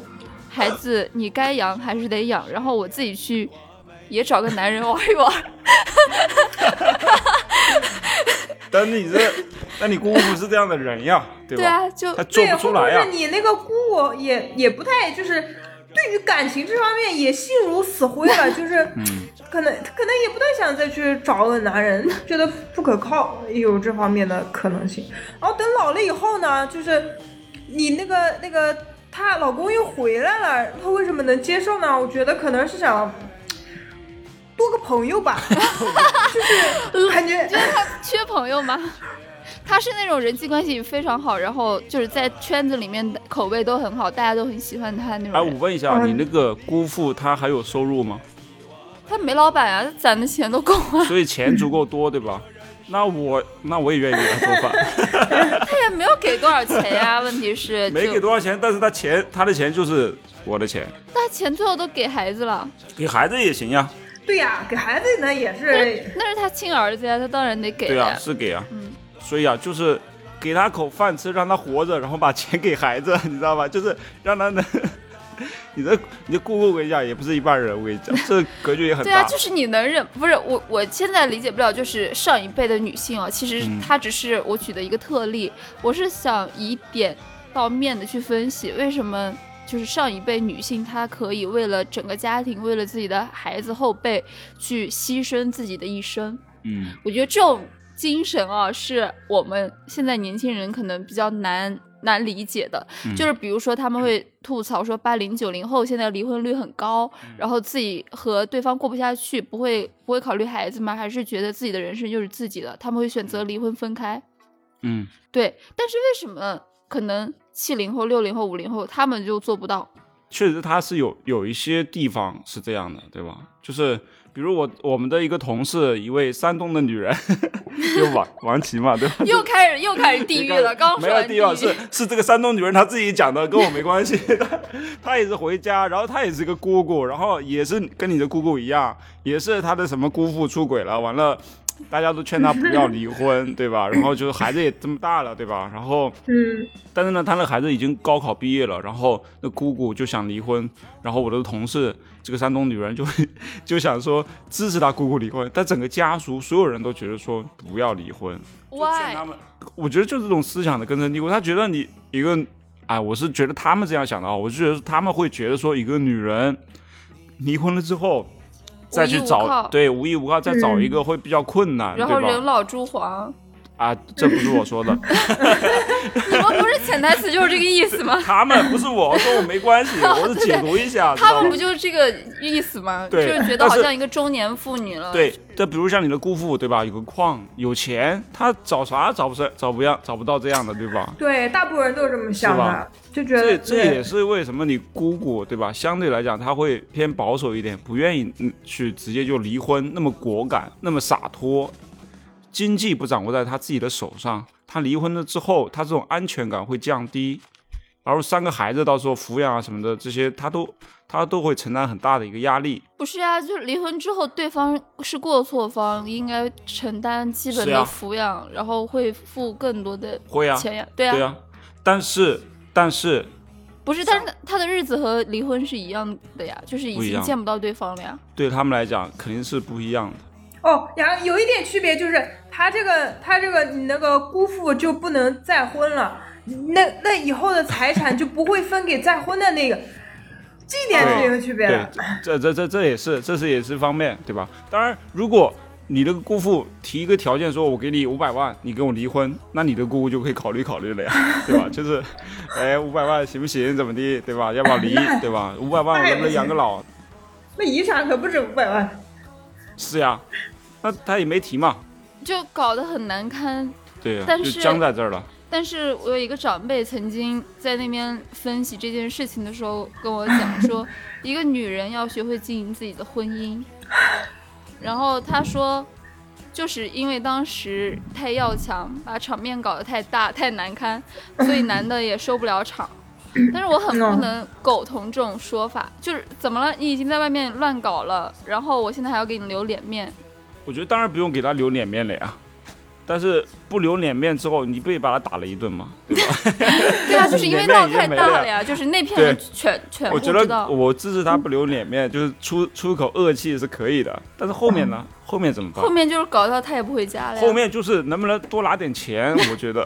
[SPEAKER 2] 孩子你该养还是得养，然后我自己去也找个男人玩一玩。
[SPEAKER 1] 但你 这，但你姑姑不是这样的人呀，对吧？
[SPEAKER 2] 对啊，就
[SPEAKER 1] 他做
[SPEAKER 3] 对，
[SPEAKER 1] 不
[SPEAKER 3] 或
[SPEAKER 1] 出
[SPEAKER 3] 者
[SPEAKER 1] 来啊呀
[SPEAKER 3] 是。你那个姑我也也不太就是对于感情这方面也心如死灰了，就是
[SPEAKER 1] 嗯
[SPEAKER 3] 可能可能也不太想再去找个男人， 觉得不可靠，有这方面的可能性。然后等老了以后呢，就是你那个那个她老公又回来了，她为什么能接受呢？我觉得可能是想。多个朋友吧， 就是感觉
[SPEAKER 2] 缺朋友吗？他是那种人际关系非常好，然后就是在圈子里面的口味都很好，大家都很喜欢他那
[SPEAKER 1] 哎，
[SPEAKER 2] 种
[SPEAKER 1] 我
[SPEAKER 2] 人。
[SPEAKER 1] 问一下，
[SPEAKER 3] 嗯
[SPEAKER 1] 你那个姑父他还有收入吗？
[SPEAKER 2] 他没老板啊，他攒的钱都够 啊。
[SPEAKER 1] 所以钱足够多，对吧？那我那我也愿意给他做 饭，
[SPEAKER 2] 他也没有给多少钱 呀，问题是
[SPEAKER 1] 没
[SPEAKER 2] 就
[SPEAKER 1] 给多少钱，但是他钱他的钱就是我的钱，
[SPEAKER 2] 但钱最后都给孩子了，
[SPEAKER 1] 给孩子也行呀，
[SPEAKER 3] 对呀、给孩子呢也是
[SPEAKER 2] 那是他亲儿子呀，他当然得给嗯
[SPEAKER 1] 对
[SPEAKER 2] 呀。
[SPEAKER 1] 啊，是给啊，所以啊，就是给 他口饭吃，让他活着，然后把钱给孩子，你知道吧？就是让他能 你的你的过过鬼甲也不是一般人，我跟你讲，这格局也很
[SPEAKER 2] 对啊，
[SPEAKER 1] 大。
[SPEAKER 2] 就是你能忍，不是我，我现在理解不了，就是上一辈的女性啊，其实
[SPEAKER 1] 嗯
[SPEAKER 2] 她只是我举的一个特例，我是想以点到面的去分析，为什么就是上一辈女性她可以为了整个家庭，为了自己的孩子后辈去牺牲自己的一生，
[SPEAKER 1] 嗯
[SPEAKER 2] 我觉得这种精神啊，是我们现在年轻人可能比较难难理解的。
[SPEAKER 1] 嗯
[SPEAKER 2] 就是比如说，他们会吐槽说，八零九零后现在离婚率很高，
[SPEAKER 1] 嗯
[SPEAKER 2] 然后自己和对方过不下去，不会不会考虑孩子吗？还是觉得自己的人生就是自己的，他们会选择离婚分开。
[SPEAKER 1] 嗯，
[SPEAKER 2] 对，但是为什么可能七零后、六零后、五零后他们就做不到？
[SPEAKER 1] 确实它是有有一些地方是这样的，对吧？就是比如我我们的一个同事，一位山东的女人， 就王王琦嘛，对吧？
[SPEAKER 2] 又开始又开始 地狱了，刚
[SPEAKER 1] 没
[SPEAKER 2] 说
[SPEAKER 1] 有
[SPEAKER 2] 完
[SPEAKER 1] 地方是是这个山东女人她自己讲的，跟我没关系。 她她也是回家，然后她也是个姑姑，然后也是跟你的姑姑一样，也是她的什么姑父出轨了，完了。大家都劝她不要离婚， 对吧？然后就是孩子也这么大了，对吧？然后
[SPEAKER 3] 嗯，
[SPEAKER 1] 但是呢，他那个孩子已经高考毕业了，然后那姑姑就想离婚，然后我的同事这个山东女人就就想说支持她姑姑离婚，但整个家属所有人都觉得说不要离婚，
[SPEAKER 2] why
[SPEAKER 1] 他们，我觉得就是这种思想的根深蒂固。他觉得你一个，哎，我是觉得他们这样想的啊，我是觉得他们会觉得说，一个女人离婚了之后，再去
[SPEAKER 2] 无
[SPEAKER 1] 找
[SPEAKER 2] 靠嗯
[SPEAKER 1] 对无依无靠，再找一个会比较困难，
[SPEAKER 2] 然后
[SPEAKER 1] 对
[SPEAKER 2] 人
[SPEAKER 1] 吧？
[SPEAKER 2] 老珠黄，
[SPEAKER 1] 啊，这不是我 说的，
[SPEAKER 2] 你们不是潜台词就是这个意思吗？
[SPEAKER 1] 他们不是我我说我没关系，我是解读一 下，知
[SPEAKER 2] 他
[SPEAKER 1] 道吗
[SPEAKER 2] 们不？就是这个意思吗？就
[SPEAKER 1] 对
[SPEAKER 2] 是觉得
[SPEAKER 1] 但是
[SPEAKER 2] 好像一个中年妇女了。，
[SPEAKER 1] 对，这比如像你的姑父，对吧？有个矿，有钱，他找啥找不上，找不样，找不到这样的，对吧？
[SPEAKER 3] 对，大部分人都是这么想
[SPEAKER 1] 是
[SPEAKER 3] 的
[SPEAKER 1] 吧，
[SPEAKER 3] 就觉
[SPEAKER 1] 这
[SPEAKER 3] 得
[SPEAKER 1] 这也是为什么你姑姑对吧？相对来讲，她会偏保守一点，不愿意嗯去直接就离婚，那么果敢，那么洒脱。经济不掌握在她自己的手上，她离婚了之后，她这种安全感会降低，然后三个孩子到时候抚养啊什么的，这些她都她都会承担很大的一个压力。
[SPEAKER 2] 不是啊，就是离婚之后，对方是过错方，应该承担基本
[SPEAKER 1] 是啊
[SPEAKER 2] 的抚养，然后会付更多的
[SPEAKER 1] 会啊，
[SPEAKER 2] 钱呀。对啊，
[SPEAKER 1] 对啊。但是但是
[SPEAKER 2] 不是，但是他的日子和离婚是一样的呀，就是已
[SPEAKER 1] 不一
[SPEAKER 2] 经
[SPEAKER 1] 样
[SPEAKER 2] 见不到对方了呀。
[SPEAKER 1] 对他们来讲肯定是不一样的。
[SPEAKER 3] 哦，然后有一点区别就是，他这个他这个你那个姑父就不能再婚了，那那以后的财产就不会分给再婚的那个，这一点是有区别
[SPEAKER 1] 对
[SPEAKER 3] 的。，
[SPEAKER 1] 这这这这也是，这是也是方面，对吧？当然，如果你这个姑父提一个条件，说我给你五百万，你跟我离婚，那你的姑姑就可以考虑考虑了呀，对吧？ 就是，哎，五百万行不行？怎么的，对吧？要不要离，对吧？五百万我能不能养个老？
[SPEAKER 3] 那遗产可不止五百万。
[SPEAKER 1] 是呀，那他也没提嘛，
[SPEAKER 2] 就搞得很难堪，
[SPEAKER 1] 对呀，
[SPEAKER 2] 但
[SPEAKER 1] 就是僵在这儿了。
[SPEAKER 2] 但是我有一个长辈曾经在那边分析这件事情的时候跟我讲 说，一个女人要学会经营自己的婚姻。然后他说，就是因为当时太要强，把场面搞得太大太难堪，所以男的也收不 了场。但是我很不能苟同这种说法，就是怎么了？你已经在外面乱搞了，然后我现在还要给你留脸面，
[SPEAKER 1] 我觉得当然不用给他留脸面了呀，但是不留脸面之后，你不也把他打了一顿吗？
[SPEAKER 2] 对啊，就是因为闹太大了呀，就是那片 人
[SPEAKER 1] 对
[SPEAKER 2] 全全部
[SPEAKER 1] 我
[SPEAKER 2] 知
[SPEAKER 1] 觉
[SPEAKER 2] 道嗯
[SPEAKER 1] 得。我支持他不留脸面，就是出出一口恶气是可以的，但是后面呢？后面怎么办
[SPEAKER 2] 嗯后？面就是搞到他也不回家了
[SPEAKER 1] 啊
[SPEAKER 2] 呀。
[SPEAKER 1] 后面就是能不能多拿点钱？我觉 得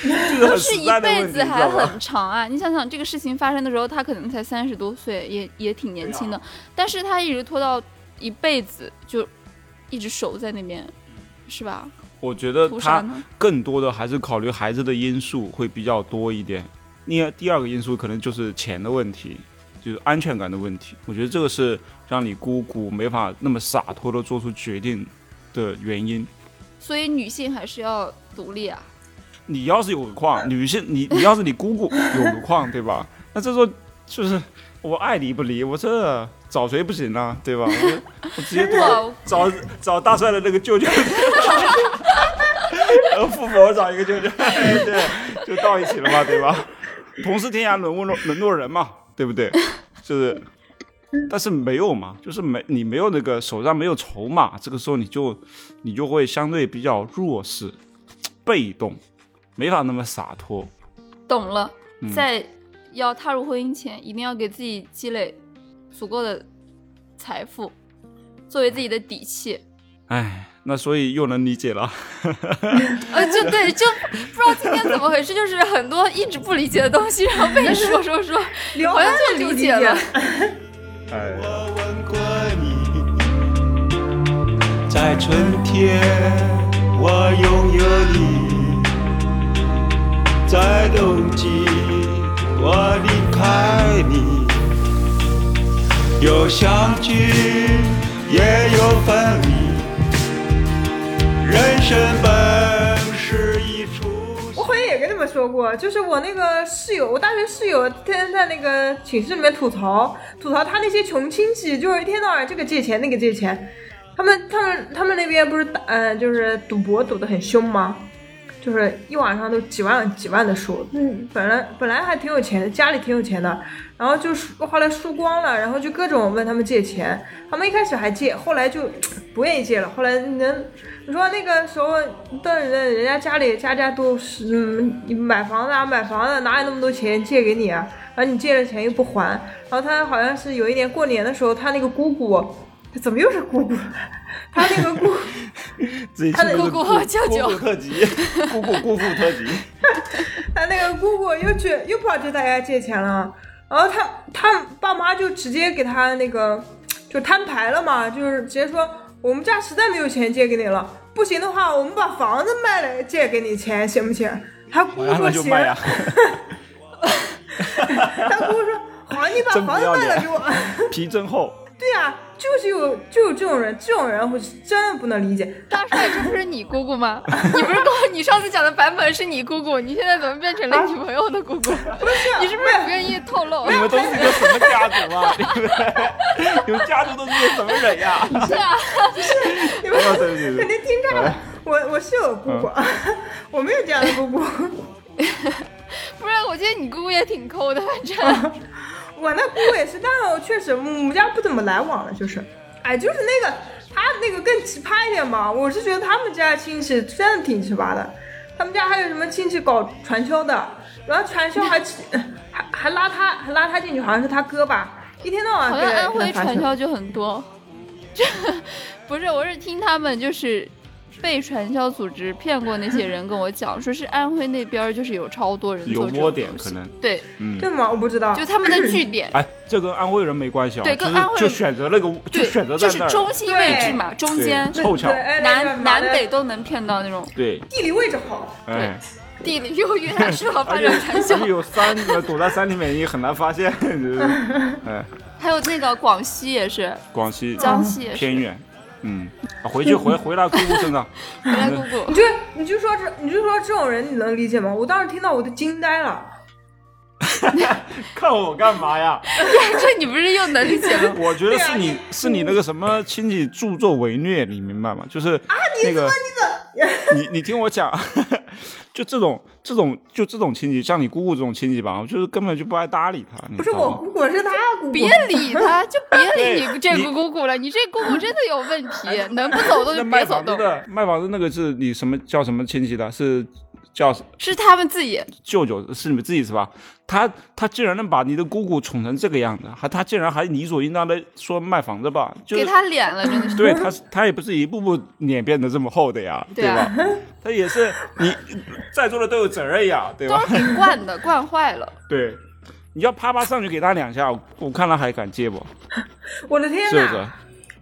[SPEAKER 1] 就是
[SPEAKER 2] 不
[SPEAKER 1] 很
[SPEAKER 2] 是
[SPEAKER 1] 实
[SPEAKER 2] 一
[SPEAKER 1] 在的
[SPEAKER 2] 辈
[SPEAKER 1] 问题，
[SPEAKER 2] 子
[SPEAKER 1] 你知
[SPEAKER 2] 还
[SPEAKER 1] 道吧？
[SPEAKER 2] 很长啊！你想想，这个事情发生的时候，他可能才三十多岁，也也挺年轻的，
[SPEAKER 1] 啊
[SPEAKER 2] 但是他一直拖到一辈子，就一直守在那边，是吧？
[SPEAKER 1] 我觉得
[SPEAKER 2] 图啥
[SPEAKER 1] 嗯呃他
[SPEAKER 2] 呢？
[SPEAKER 1] 更多的还是考虑孩子的因素会比较多一点。另第二个因素可能就是钱的问题，就是安全感的问题。我觉得这个是让你姑姑没法那么洒脱的做出决定的原因。
[SPEAKER 2] 所以女性还是要独立啊！
[SPEAKER 1] 你要是有个矿，女性你你要是你姑姑有个矿，对吧？那这时候就是我爱离不离，我这找谁不行啊，对吧？我我直接
[SPEAKER 2] 哇，
[SPEAKER 1] 找找大帅的那个舅 舅，然后富婆找一个舅舅，对，就到一起了嘛，对吧？同是天涯沦落沦落人嘛，对不对？就是，但是没有嘛，就是没你没有那个手上没有筹码，这个时候你就你就会相对比较弱势、被动，没法那么洒脱。嗯
[SPEAKER 2] 懂了，在要踏入婚姻前，一定要给自己积累足够的财富，作为自己的底气。
[SPEAKER 1] 哎，那所以又能理解了。
[SPEAKER 2] 呃，就对，就不知道今天怎么回事，就是很多一直不理解的东西，然后被你说说 说，
[SPEAKER 3] 聊
[SPEAKER 2] 好
[SPEAKER 3] 完
[SPEAKER 2] 像
[SPEAKER 3] 了就
[SPEAKER 2] 就
[SPEAKER 3] 理
[SPEAKER 2] 理
[SPEAKER 3] 解
[SPEAKER 2] 解
[SPEAKER 3] 了
[SPEAKER 2] 了。
[SPEAKER 1] 哎，
[SPEAKER 4] 我吻过你，在春天我拥有你，在冬季我离开你，有相聚也有分离，人生本是一出戏。
[SPEAKER 3] 我好像也跟你们说过，就是我那个室友，我大学室友天天在那个寝室里面吐槽，吐槽他那些穷亲戚，就是一天到晚这个借钱那个借钱。他们他们他们那边不是打呃就是赌博赌得很凶吗？就是一晚上都几万几万的输，嗯，本来本来还挺有钱的，家里挺有钱的，然后就输后来输光了，然后就各种问他们借钱，他们一开始还借，后来就不愿意借了，后来能你说那个时候到人人家家里家家都是嗯你买房子啊买房子哪有那么多钱借给你啊？然后你借了钱又不还，然后他好像是有一年过年的时候，他那个姑姑，他怎么又是姑 姑？他那个姑。
[SPEAKER 1] 自己
[SPEAKER 3] 他的
[SPEAKER 1] 是不
[SPEAKER 2] 姑
[SPEAKER 1] 是
[SPEAKER 2] 姑和舅舅
[SPEAKER 1] 姑姑特辑， 姑姑姑父特辑。
[SPEAKER 3] 他那个姑姑又去又跑去大家借钱了，然后他他爸妈就直接给他那个就摊牌了嘛，就是直接说我们家实在没有钱借给你了，不行的话我们把房子卖了借给你钱行不行？他姑姑
[SPEAKER 1] 哎那
[SPEAKER 3] 说
[SPEAKER 1] 就
[SPEAKER 3] 行，
[SPEAKER 1] 卖啊呀、
[SPEAKER 3] 他姑 姑说好，你把
[SPEAKER 1] 真不
[SPEAKER 3] 房子
[SPEAKER 1] 要
[SPEAKER 3] 卖了
[SPEAKER 1] 脸
[SPEAKER 3] 给我。
[SPEAKER 1] 皮真厚。
[SPEAKER 3] 对呀、就是有就有这种人，这种人我是真的不能理解。
[SPEAKER 2] 大帅，这不是你姑姑吗？你不是跟我你上次讲的版本是你姑姑，你现在怎么变成了女朋友的姑姑？你啊是不啊
[SPEAKER 3] 哎
[SPEAKER 2] 是不愿意透露？
[SPEAKER 1] 你们都是一个什么家族 啊？你们你们家族都是些什么人呀、
[SPEAKER 2] 是啊，
[SPEAKER 3] 你们
[SPEAKER 1] 啊，对不起，对
[SPEAKER 3] 肯
[SPEAKER 1] 不
[SPEAKER 3] 定
[SPEAKER 1] 起。
[SPEAKER 3] 听到了，我我是有姑姑，
[SPEAKER 1] 嗯
[SPEAKER 3] 我没有这样的姑姑。
[SPEAKER 2] 不然我觉得你姑姑也挺抠的，反正
[SPEAKER 3] 我那姑姑也是，但是我确实嗯我们家不怎么来往了，就是，哎，就是那个他那个更奇葩一点嘛。我是觉得他们家亲戚真的挺奇葩的，他们家还有什么亲戚搞传销的，然后传销还起 还还拉他还拉他进去，好像是他哥吧，一天到晚
[SPEAKER 2] 好
[SPEAKER 3] 跟
[SPEAKER 2] 像
[SPEAKER 3] 人
[SPEAKER 2] 安徽
[SPEAKER 3] 跟他发
[SPEAKER 2] 传
[SPEAKER 3] 球
[SPEAKER 2] 销就很多。这不是，我是听他们就是被传销组织骗过那些人跟我讲，说是安徽那边儿就是有超多人
[SPEAKER 1] 有
[SPEAKER 2] 做这种
[SPEAKER 1] 窝点
[SPEAKER 2] 东西
[SPEAKER 1] 可能
[SPEAKER 2] 对，
[SPEAKER 3] 对吗？我不知道，
[SPEAKER 2] 就他们的据点
[SPEAKER 1] 嗯。哎，这跟安徽人没关系啊，
[SPEAKER 2] 对
[SPEAKER 1] 就
[SPEAKER 2] 跟
[SPEAKER 1] 是
[SPEAKER 2] 安徽
[SPEAKER 1] 就
[SPEAKER 2] 人
[SPEAKER 1] 选择那个， 就
[SPEAKER 2] 对，
[SPEAKER 1] 选择在
[SPEAKER 2] 就是
[SPEAKER 1] 那儿，
[SPEAKER 2] 中心位置嘛，中
[SPEAKER 1] 对
[SPEAKER 2] 间
[SPEAKER 1] 凑巧，
[SPEAKER 3] 对哎那个
[SPEAKER 2] 南
[SPEAKER 3] 马
[SPEAKER 2] 南
[SPEAKER 3] 的
[SPEAKER 2] 北都能骗到那种
[SPEAKER 1] 对，
[SPEAKER 3] 地理位置好，
[SPEAKER 1] 哎，
[SPEAKER 2] 地理优越，适合发
[SPEAKER 1] 而且
[SPEAKER 2] 展传销
[SPEAKER 1] 而且。有山，躲在山里面也很难发现， 就是哎，
[SPEAKER 2] 还有那个广西也是，
[SPEAKER 1] 广西
[SPEAKER 2] 江西也
[SPEAKER 1] 偏
[SPEAKER 2] 是，
[SPEAKER 1] 远，嗯，啊回去回回来姑姑身 上，
[SPEAKER 2] 回来姑姑
[SPEAKER 3] 你。就你就说这你就说这种人你能理解吗？我当时听到我都惊呆了。
[SPEAKER 1] 看我干嘛呀？
[SPEAKER 2] 这你不是又能理解了？
[SPEAKER 1] 我觉得是
[SPEAKER 3] 对
[SPEAKER 1] 你
[SPEAKER 3] 啊
[SPEAKER 1] 是你那个什么亲戚助纣为虐，你明白吗？就是那个你你听我讲， 就这种这种就这种亲戚，像你姑姑这种亲戚吧，我就是根本就不爱搭理他。
[SPEAKER 3] 不
[SPEAKER 1] 不
[SPEAKER 3] 是我姑姑，是他姑姑。
[SPEAKER 2] 别理他，就别理你
[SPEAKER 1] 对
[SPEAKER 2] 这
[SPEAKER 1] 你
[SPEAKER 2] 个姑姑了。你这姑姑真的有问题，能不走动
[SPEAKER 1] 哎那
[SPEAKER 2] 就
[SPEAKER 1] 卖
[SPEAKER 2] 别走
[SPEAKER 1] 房子
[SPEAKER 2] 动。
[SPEAKER 1] 的卖房子那个是你什么叫什么亲戚的？是叫
[SPEAKER 2] 是他们自己，
[SPEAKER 1] 舅舅是你们自己是吧？他他竟然能把你的姑姑宠成这个样子，还他竟然还理所应当的说卖房子吧？就
[SPEAKER 2] 给
[SPEAKER 1] 是
[SPEAKER 2] 他脸了，真的是。
[SPEAKER 1] 对，他是他也不是一步步脸变得这么厚的呀，
[SPEAKER 2] 对啊
[SPEAKER 1] 吧？他也是你在座的都有责任呀，对
[SPEAKER 2] 都
[SPEAKER 1] 吧
[SPEAKER 2] 是？给惯的，惯坏了。
[SPEAKER 1] 对，你要啪啪上去给他两下，我我看他还敢接不？
[SPEAKER 3] 我的天
[SPEAKER 1] 是不
[SPEAKER 3] 哪！
[SPEAKER 1] 是？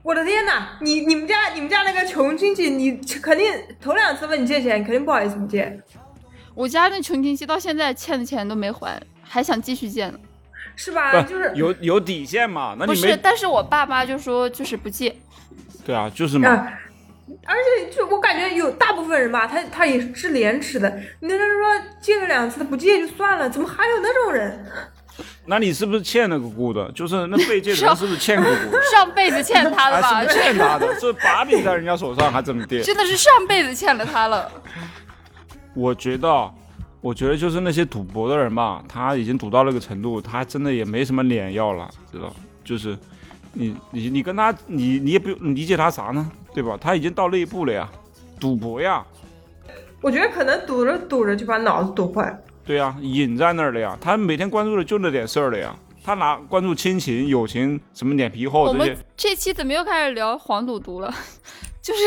[SPEAKER 3] 我的天呐，你你们家你们家那个穷亲戚，你肯定头两次问你借钱，你肯定不好意思不借，
[SPEAKER 2] 我家那穷亲戚到现在欠的钱都没还，还想继续借呢。
[SPEAKER 3] 是吧？
[SPEAKER 1] 不
[SPEAKER 3] 就是
[SPEAKER 1] 有有底线嘛？那
[SPEAKER 2] 哎不
[SPEAKER 1] 啊你
[SPEAKER 2] 是，
[SPEAKER 1] 没
[SPEAKER 2] 但是我爸妈就说就是不借，
[SPEAKER 1] 对啊，就是
[SPEAKER 2] 嗯
[SPEAKER 1] 嘛。
[SPEAKER 3] 啊，而且就我感觉有大部分人吧，他他也是廉耻的。你那人说借个两次他不借就算了，怎么还有那种人？
[SPEAKER 1] 那你是不是欠那个姑的？就是那被借的
[SPEAKER 2] 是啊
[SPEAKER 1] 人是不是欠姑 姑？
[SPEAKER 2] 上辈子欠 他的
[SPEAKER 1] 还
[SPEAKER 2] 吧
[SPEAKER 1] 是不？啊是欠他的？是把柄在人家手上还怎么地？
[SPEAKER 2] 真的是上辈子欠了他了。
[SPEAKER 1] 我觉得啊，我觉得就是那些赌博的人吧，他已经赌到那个程度，他真的也没什么脸要了，知道？就是你你你跟他，你你也不用你理解他啥呢，对吧？他已经到那一步了呀，赌博呀，
[SPEAKER 3] 我觉得可能堵着堵着就把脑子堵坏了。
[SPEAKER 1] 对呀、瘾在那儿了呀。他每天关注的就那点事儿了呀。他哪关注亲情、友情、什么脸皮厚
[SPEAKER 2] 我
[SPEAKER 1] 这些
[SPEAKER 2] 们？这期怎么又开始聊黄赌毒了？ 就是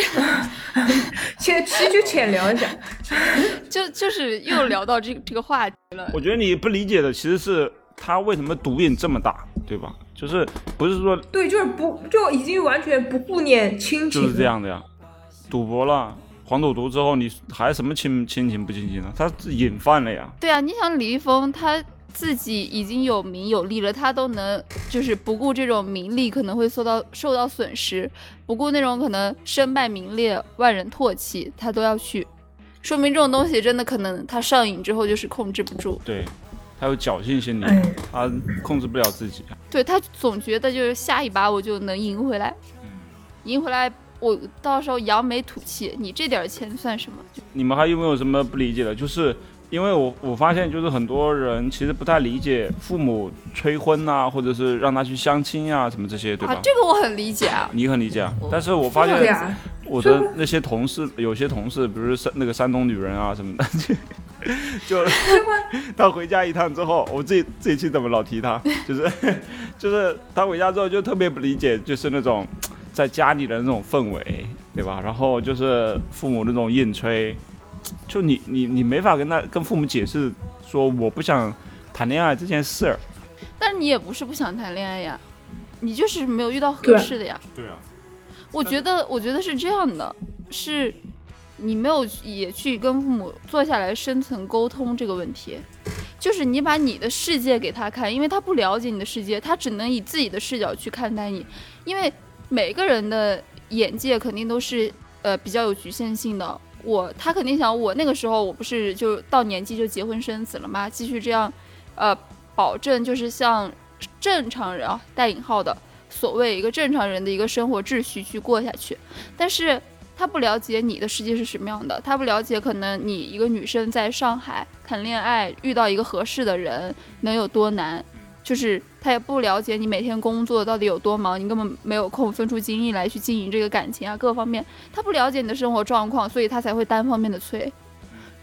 [SPEAKER 3] 浅其实就浅聊一下，
[SPEAKER 2] 就就是又聊到这个这个话题了。
[SPEAKER 1] 我觉得你不理解的其实是他为什么毒瘾这么大，对吧？就是不是说
[SPEAKER 3] 对，就是不就已经完全不顾念亲 情，
[SPEAKER 1] 就是这。样的呀？赌博了，黄赌毒之后，你还什么亲亲情不亲情呢？他是瘾犯了呀。
[SPEAKER 2] 对啊，你想李易峰他自己已经有名有利了，他都能就是不顾这种名利可能会受到受到损失，不顾那种可能身败名裂、万人唾弃，他都要去。说明这种东西真的可能他上瘾之后就是控制不住，
[SPEAKER 1] 对，他有侥幸心理啊
[SPEAKER 3] 哎，
[SPEAKER 1] 他控制不了自己。
[SPEAKER 2] 对他总觉得就是下一把我就能赢回来，
[SPEAKER 1] 嗯
[SPEAKER 2] 赢回来我到时候扬眉吐气，你这点钱算什么？
[SPEAKER 1] 你们还有没有什么不理解的？就是因为我我发现，就是很多人其实不太理解父母催婚呐、或者是让他去相亲啊什么这些，对吧？
[SPEAKER 2] 啊，这个我很理解啊，
[SPEAKER 1] 你很理解啊，但是我发
[SPEAKER 3] 对
[SPEAKER 1] 现
[SPEAKER 3] 呀，
[SPEAKER 1] 我的那些同事，有些同事，比如山那个山东女人啊什么的， 就就她回家一趟之后，我这这一期怎么老提她？就是就是她回家之后就特别不理解，就是那种在家里的那种氛围，对吧？然后就是父母那种硬催，就你你你没法跟他跟父母解释说我不想谈恋爱这件事儿。
[SPEAKER 2] 但是你也不是不想谈恋爱呀，你就是没有遇到合
[SPEAKER 3] 对
[SPEAKER 2] 适的呀。
[SPEAKER 1] 对啊，
[SPEAKER 2] 我觉得，我觉得是这样的，是你没有也去跟父母坐下来深层沟通这个问题，就是你把你的世界给他看，因为他不了解你的世界，他只能以自己的视角去看待你，因为每个人的眼界肯定都是呃比较有局限性的。我他肯定想，我那个时候我不是就到年纪就结婚生子了吗？继续这样，呃，保证就是像正常人啊带引号的所谓一个正常人的一个生活秩序去过下去，但是他不了解你的世界是什么样的，他不了解可能你一个女生在上海谈恋爱遇到一个合适的人能有多难，就是他也不了解你每天工作到底有多忙，你根本没有空分出精力来去经营这个感情啊，各方面他不了解你的生活状况，所以他才会单方面的催。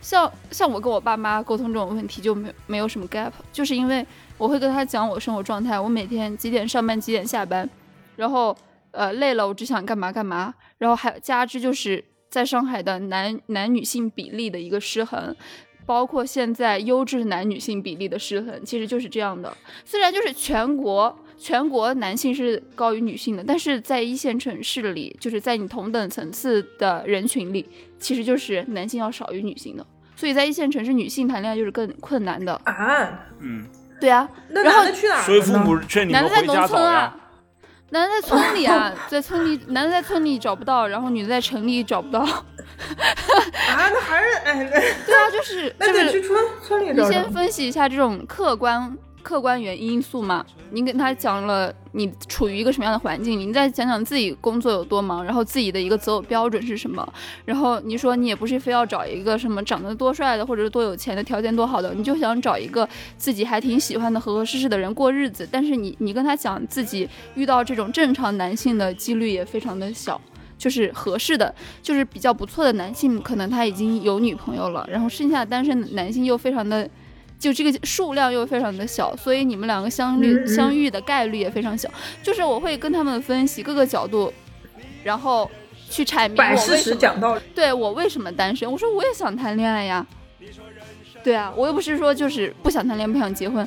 [SPEAKER 2] 像像我跟我爸妈沟通这种问题就没有没有什么 gap，就是因为我会跟他讲我生活状态，我每天几点上班，几点下班，然后呃累了我只想干嘛干嘛，然后还加之就是在上海的男男女性比例的一个失衡。包括现在优质男女性比例的失衡，其实就是这样的。虽然就是全国全国男性是高于女性的，但是在一线城市里，就是在你同等层次的人群里，其实就是男性要少于女性的。所以在一线城市，女性谈恋爱就是更困难的。
[SPEAKER 3] 啊，
[SPEAKER 1] 嗯，
[SPEAKER 2] 对啊，
[SPEAKER 3] 那
[SPEAKER 2] 然后
[SPEAKER 3] 男的去哪儿了呢？
[SPEAKER 1] 所以父母劝你
[SPEAKER 2] 男
[SPEAKER 1] 们
[SPEAKER 2] 的在
[SPEAKER 1] 回
[SPEAKER 2] 农
[SPEAKER 1] 家早
[SPEAKER 2] 村
[SPEAKER 1] 呀
[SPEAKER 2] 啊。，男的在村里啊，在村里，男的在村里找不到，然后女的在城里找 不到。
[SPEAKER 3] 啊，那还是哎，那
[SPEAKER 2] 对啊，就是
[SPEAKER 3] 那
[SPEAKER 2] 就
[SPEAKER 3] 得去
[SPEAKER 2] 是，
[SPEAKER 3] 村村里
[SPEAKER 2] 你
[SPEAKER 3] 找找
[SPEAKER 2] 先。分析一下这种客观客观原因素嘛。你跟他讲了你处于一个什么样的环境，你再讲讲自己工作有多忙，然后自己的一个择偶标准是什么。然后你说你也不是非要找一个什么长得多帅的，或者是多有钱的，条件多好的，你就想找一个自己还挺喜欢的、和和适适的人过日子。但是你你跟他讲自己遇到这种正常男性的几率也非常的小。就是合适的，就是比较不错的男性，可能他已经有女朋友了，然后剩下的单身的男性又非常的，就这个数量又非常的小，所以你们两个相
[SPEAKER 3] 嗯
[SPEAKER 2] 遇
[SPEAKER 3] 嗯
[SPEAKER 2] 相遇的概率也非常小。就是我会跟他们分析各个角度，然后去阐明
[SPEAKER 3] 摆
[SPEAKER 2] 我
[SPEAKER 3] 事
[SPEAKER 2] 为什
[SPEAKER 3] 实
[SPEAKER 2] 么
[SPEAKER 3] 讲道理，
[SPEAKER 2] 对我为什么单身？我说我也想谈恋爱呀。对啊，我又不是说就是不想谈恋爱，不想结婚，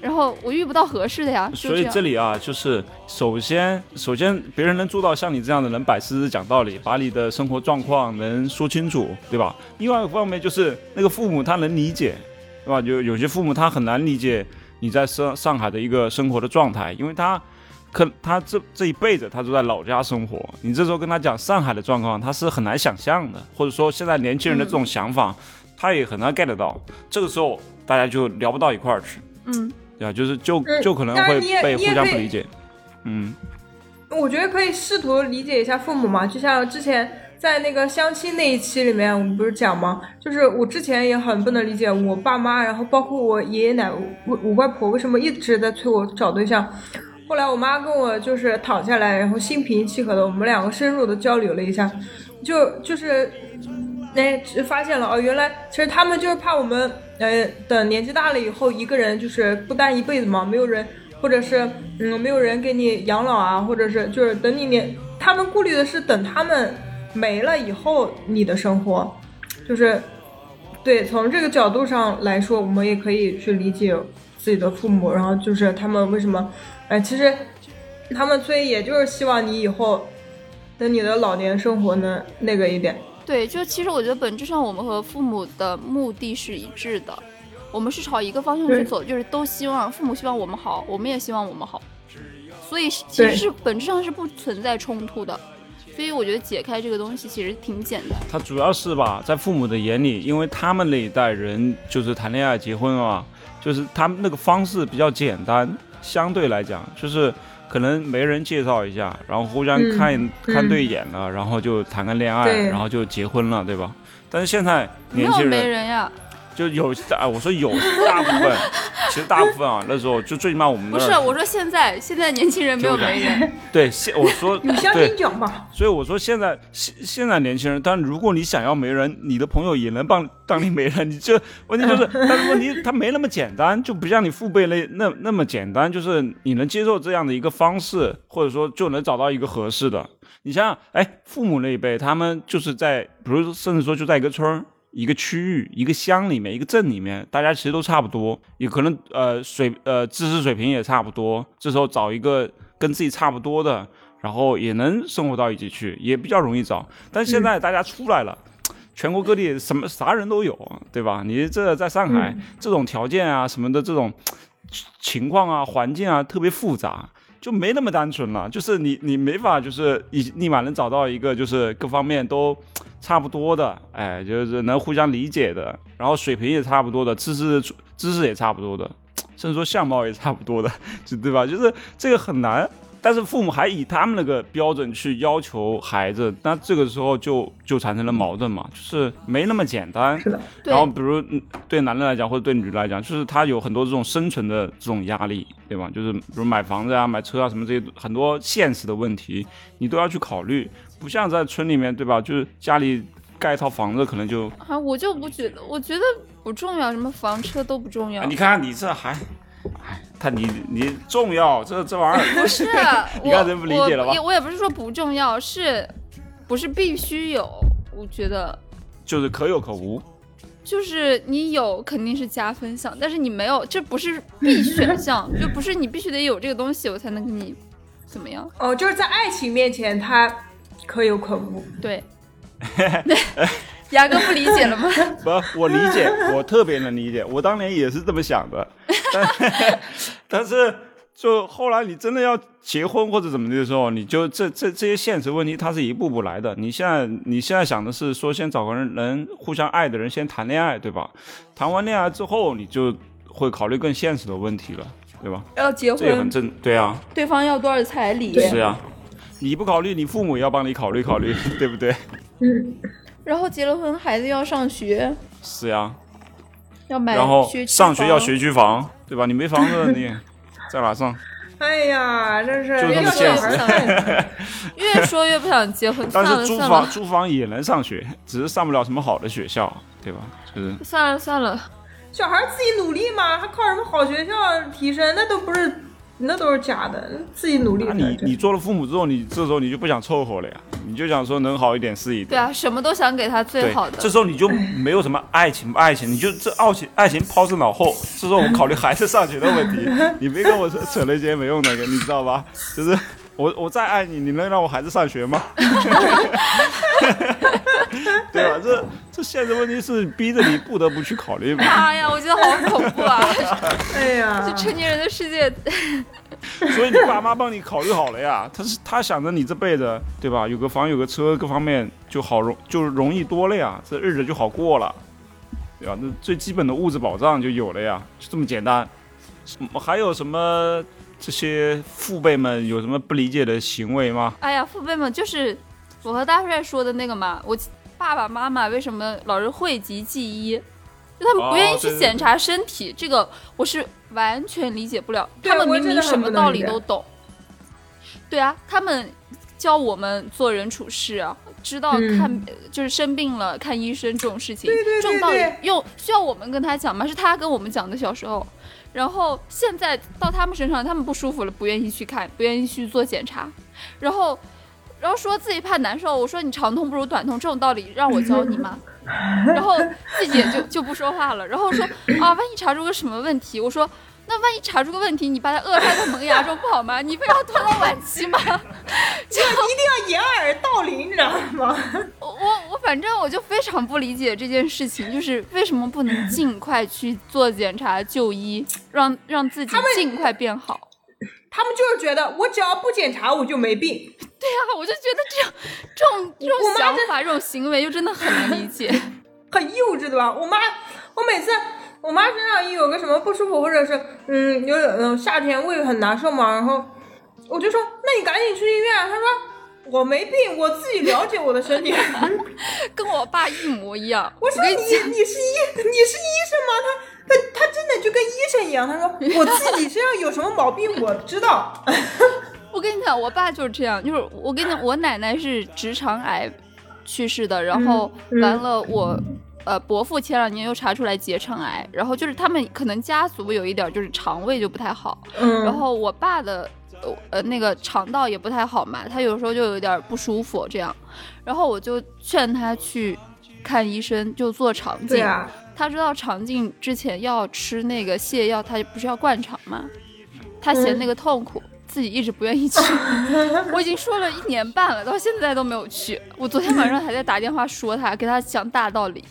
[SPEAKER 2] 然后我遇不到合适的呀，就
[SPEAKER 1] 所以
[SPEAKER 2] 样
[SPEAKER 1] 这里啊，就是首先，首先别人能做到像你这样的人摆事实讲道理，把你的生活状况能说清楚，对吧？另外一方面就是那个父母他能理解，对吧？有有些父母他很难理解你在上上海的一个生活的状态，因为他可他这这一辈子他都在老家生活，你这时候跟他讲上海的状况，他是很难想象的，或者说现在年轻人的这
[SPEAKER 3] 嗯
[SPEAKER 1] 种想法，他也很难 get 到。这个时候大家就聊不到一块儿去。
[SPEAKER 2] 嗯，
[SPEAKER 1] 对吧？就是就
[SPEAKER 3] 嗯
[SPEAKER 1] 就可能
[SPEAKER 3] 当然
[SPEAKER 1] 会
[SPEAKER 3] 你也
[SPEAKER 1] 被
[SPEAKER 3] 你也
[SPEAKER 1] 互相
[SPEAKER 3] 可
[SPEAKER 1] 不
[SPEAKER 3] 以
[SPEAKER 1] 理解。嗯，
[SPEAKER 3] 我觉得可以试图理解一下父母嘛，就像之前在那个相亲那一期里面，我们不是讲吗？就是我之前也很不能理解我爸妈，然后包括我爷爷奶奶、我我外婆为什么一直在催我找对象。后来我妈跟我就是躺下来，然后心平气和的，我们两个深入的交流了一下，就就是，哎，只发现了哦，原来其实他们就是怕我们呃，等年纪大了以后，一个人就是孤单一辈子嘛，没有人，或者是嗯，没有人给你养老啊，或者是就是等你年，他们顾虑的是等他们没了以后你的生活，就是对，从这个角度上来说，我们也可以去理解自己的父母，然后就是他们为什么，哎，其实他们催也就是希望你以后等你的老年生活呢那个一点，
[SPEAKER 2] 对，就其实我觉得本质上我们和父母的目的是一致的，我们是朝一个方向去
[SPEAKER 3] 对
[SPEAKER 2] 走，就是都希望父母希望我们好，我们也希望我们好，所以是其实
[SPEAKER 3] 对
[SPEAKER 2] 是本质上是不存在冲突的。所以我觉得解开这个东西其实挺简单。
[SPEAKER 1] 他主要是吧，在父母的眼里，因为他们那一代人就是谈恋爱、结婚啊，就是他们那个方式比较简单，相对来讲，就是可能没人介绍一下，然后互相
[SPEAKER 3] 嗯
[SPEAKER 1] 看、看
[SPEAKER 3] 嗯
[SPEAKER 1] 对眼了，然后就谈个恋爱，
[SPEAKER 3] 对
[SPEAKER 1] 然后就结婚了，对吧？但是现在
[SPEAKER 2] 没
[SPEAKER 1] 年
[SPEAKER 2] 有
[SPEAKER 1] 轻
[SPEAKER 2] 没
[SPEAKER 1] 人
[SPEAKER 2] 人呀，
[SPEAKER 1] 就有啊，我说有大部分，其实大部分啊，那时候就最起码我们那
[SPEAKER 2] 不是，
[SPEAKER 1] 儿
[SPEAKER 2] 我说现在现在年轻人没有
[SPEAKER 1] 就是
[SPEAKER 2] 没人，
[SPEAKER 1] 对现我说
[SPEAKER 3] 你相
[SPEAKER 1] 对
[SPEAKER 3] 信讲吧，
[SPEAKER 1] 所以我说现在现现在年轻人，但如果你想要媒人，你的朋友也能帮当你媒人，你这问题就是，但是问题他没那么简单，就不像你父辈那那那么简单，就是你能接受这样的一个方式，或者说就能找到一个合适的。你想想，哎，父母那一辈，他们就是在，比如说甚至说就在一个村儿。一个区域、一个乡里面、一个镇里面，大家其实都差不多，也可能呃水呃知识水平也差不多。这时候找一个跟自己差不多的，然后也能生活到一起去，也比较容易找。但现在大家出来了，全国各地什么啥人都有，对吧？你这在上海、这种条件啊什么的这种情况啊、环境啊特别复杂，就没那么单纯了。就是你你没法就是一立马能找到一个就是各方面都差不多的，哎，就是能互相理解的，然后水平也差不多的，知识知识也差不多的。甚至说相貌也差不多的，就对吧？就是这个很难，但是父母还以他们那个标准去要求孩子，那这个时候就就产生了矛盾嘛，就是没那么简单。
[SPEAKER 3] 是的，
[SPEAKER 2] 对
[SPEAKER 1] 然后比如嗯对男人来讲或者对女人来讲，就是他有很多这种生存的这种压力，对吧？就是比如买房子啊、买车啊什么这些很多现实的问题，你都要去考虑。不像在村里面，对吧？就是家里盖一套房子可能就，
[SPEAKER 2] 啊，我就不觉得，我觉得不重要，什么房车都不重要
[SPEAKER 1] 啊、。你看你这还，哎，他你你重要这这玩意儿，
[SPEAKER 2] 不是啊
[SPEAKER 1] 你
[SPEAKER 2] 我
[SPEAKER 1] 看人不理解了吧
[SPEAKER 2] 我也我也不是说不重要，是不是必须有？我觉得
[SPEAKER 1] 就是可有可无。
[SPEAKER 2] 就是你有肯定是加分项，但是你没有，这不是 必选项，就不是你必须得有这个东西我才能跟你怎么样？
[SPEAKER 3] 哦，就是在爱情面前，他可有可无，
[SPEAKER 2] 对，牙哥不理解了吗？
[SPEAKER 1] 不，我理解，我特别能理解，我当年也是这么想的，但但是就后来你真的要结婚或者怎么的时候，你就这这这些现实问题，它是一步步来的。你现在你现在想的是说，先找个人能互相爱的人先谈恋爱，对吧？谈完恋爱之后，你就会考虑更现实的问题了，对吧？
[SPEAKER 2] 要结
[SPEAKER 1] 这也很
[SPEAKER 2] 婚，
[SPEAKER 1] 正，对啊，
[SPEAKER 2] 对方要多少彩礼？
[SPEAKER 1] 是啊。你不考虑，你父母也要帮你考虑考虑，对不对？
[SPEAKER 2] 然后结了婚，孩子要上学，
[SPEAKER 1] 是啊呀、
[SPEAKER 2] 要买
[SPEAKER 1] 然后
[SPEAKER 2] 学区
[SPEAKER 1] 上学要
[SPEAKER 2] 哎房
[SPEAKER 1] 学区房，对吧？你没房子，你在哪上？
[SPEAKER 3] 哎呀，真是
[SPEAKER 1] 就这
[SPEAKER 3] 要
[SPEAKER 1] 么
[SPEAKER 3] 小
[SPEAKER 1] 现
[SPEAKER 3] 孩
[SPEAKER 1] 实
[SPEAKER 3] 儿看，
[SPEAKER 2] 越说越不想结婚，
[SPEAKER 1] 但
[SPEAKER 2] 算了
[SPEAKER 1] 是租
[SPEAKER 2] 算
[SPEAKER 1] 房
[SPEAKER 2] 了
[SPEAKER 1] 租房也能上学，只是上不了什么好的学校，对吧？就是
[SPEAKER 2] 算了算了，
[SPEAKER 3] 小孩儿自己努力嘛，还靠什么好学校提升？那都不是，那都是假的，自己努力
[SPEAKER 1] 那
[SPEAKER 3] 才
[SPEAKER 1] 你
[SPEAKER 3] 是
[SPEAKER 1] 你做了父母之后，你这时候你就不想凑合了呀，你就想说能好一点是一
[SPEAKER 2] 对
[SPEAKER 1] 点。
[SPEAKER 2] 啊，什么都想给他最
[SPEAKER 1] 对
[SPEAKER 2] 好的，。
[SPEAKER 1] 这时候你就没有什么爱情不爱情，你就这爱情爱情抛之脑后。这时候我考虑孩子上学的问 题，你别跟我扯扯那些没用的，你知道吧？就是我我再爱你，你能让我孩子上学 吗？ 对吧？这这现实问题是逼着你不得不去考虑嘛。
[SPEAKER 2] 妈哎呀，我觉得好恐怖啊！
[SPEAKER 3] 哎呀，
[SPEAKER 2] 成年人的世界，
[SPEAKER 1] 所以你爸妈帮你考虑好了呀，他是他想着你这辈子，对吧？有个房，有个车，各方面就好容就容易多了呀，这日子就好过了，对吧？那最基本的物质保障就有了呀，就这么简单。什么还有什么这些父辈们有什么不理解的行为吗？
[SPEAKER 2] 哎呀，父辈们，就是我和大帅说的那个嘛，我爸爸妈妈为什么老是讳疾忌医？就他们不愿意
[SPEAKER 1] 哦对
[SPEAKER 2] 去检查身体，这个我是完全理解不了。
[SPEAKER 3] 对
[SPEAKER 2] 他们
[SPEAKER 3] 我
[SPEAKER 2] 明
[SPEAKER 3] 真的
[SPEAKER 2] 明
[SPEAKER 3] 很
[SPEAKER 2] 什
[SPEAKER 3] 不
[SPEAKER 2] 么
[SPEAKER 3] 能
[SPEAKER 2] 道
[SPEAKER 3] 理
[SPEAKER 2] 理
[SPEAKER 3] 解
[SPEAKER 2] 都懂，对啊，他们教我们做人处事啊，知道
[SPEAKER 3] 嗯
[SPEAKER 2] 看、呃就是生病了看医生这种事情，
[SPEAKER 3] 对对对
[SPEAKER 2] 这种道
[SPEAKER 3] 对
[SPEAKER 2] 理又需要我们跟他讲吗？是他跟我们讲的小时候，然后现在到他们身上，他们不舒服了，不愿意去看，不愿意去做检查，然后然后说自己怕难受，我说你长痛不如短痛，这种道理让我教你 吗？然后自己也就就不说话了，然后说啊，万一查出个什么问题，我说。那万一查出个问题，你把它扼杀在萌芽中不好吗？你非要拖到晚期吗？就
[SPEAKER 3] 一定要掩耳盗铃，你知道吗？
[SPEAKER 2] 我我我反正我就非常不理解这件事情，就是为什么不能尽快去做检查就医，让让自己尽快变好？
[SPEAKER 3] 他们就是觉得我只要不检查我就没病。
[SPEAKER 2] 对啊，我就觉得这种这种这
[SPEAKER 3] 我
[SPEAKER 2] 种
[SPEAKER 3] 妈
[SPEAKER 2] 想法、这种行为就真的很难理解。
[SPEAKER 3] 很幼稚，对吧？我妈，我每次我妈身上一有个什么不舒服，或者是嗯有嗯夏天胃很难受嘛，然后我就说那你赶紧去医院啊。她说我没病，我自己了解我的身体。
[SPEAKER 2] 跟我爸一模一样。
[SPEAKER 3] 我说
[SPEAKER 2] 跟
[SPEAKER 3] 你
[SPEAKER 2] 你讲，
[SPEAKER 3] 你是医你是医生吗？她她她真的就跟医生一样，她说我自己身上有什么毛病我知道。
[SPEAKER 2] 我跟你讲，我爸就是这样，就是我跟你讲，我奶奶是直肠癌去世的，然后
[SPEAKER 3] 嗯嗯
[SPEAKER 2] 完了我。呃，伯父前两年又查出来结肠癌，然后就是他们可能家族有一点儿就是肠胃就不太好，
[SPEAKER 3] 嗯，
[SPEAKER 2] 然后我爸的呃呃那个肠道也不太好嘛，他有时候就有点儿不舒服这样，然后我就劝他去看医生，就做肠镜。
[SPEAKER 3] 对啊，
[SPEAKER 2] 他知道肠镜之前要吃那个泻药，他不是要灌肠吗？他嫌那个痛苦，自己一直不愿意去。我已经说了一年半了，到现在都没有去。我昨天晚上还在打电话说他，给他讲大道理，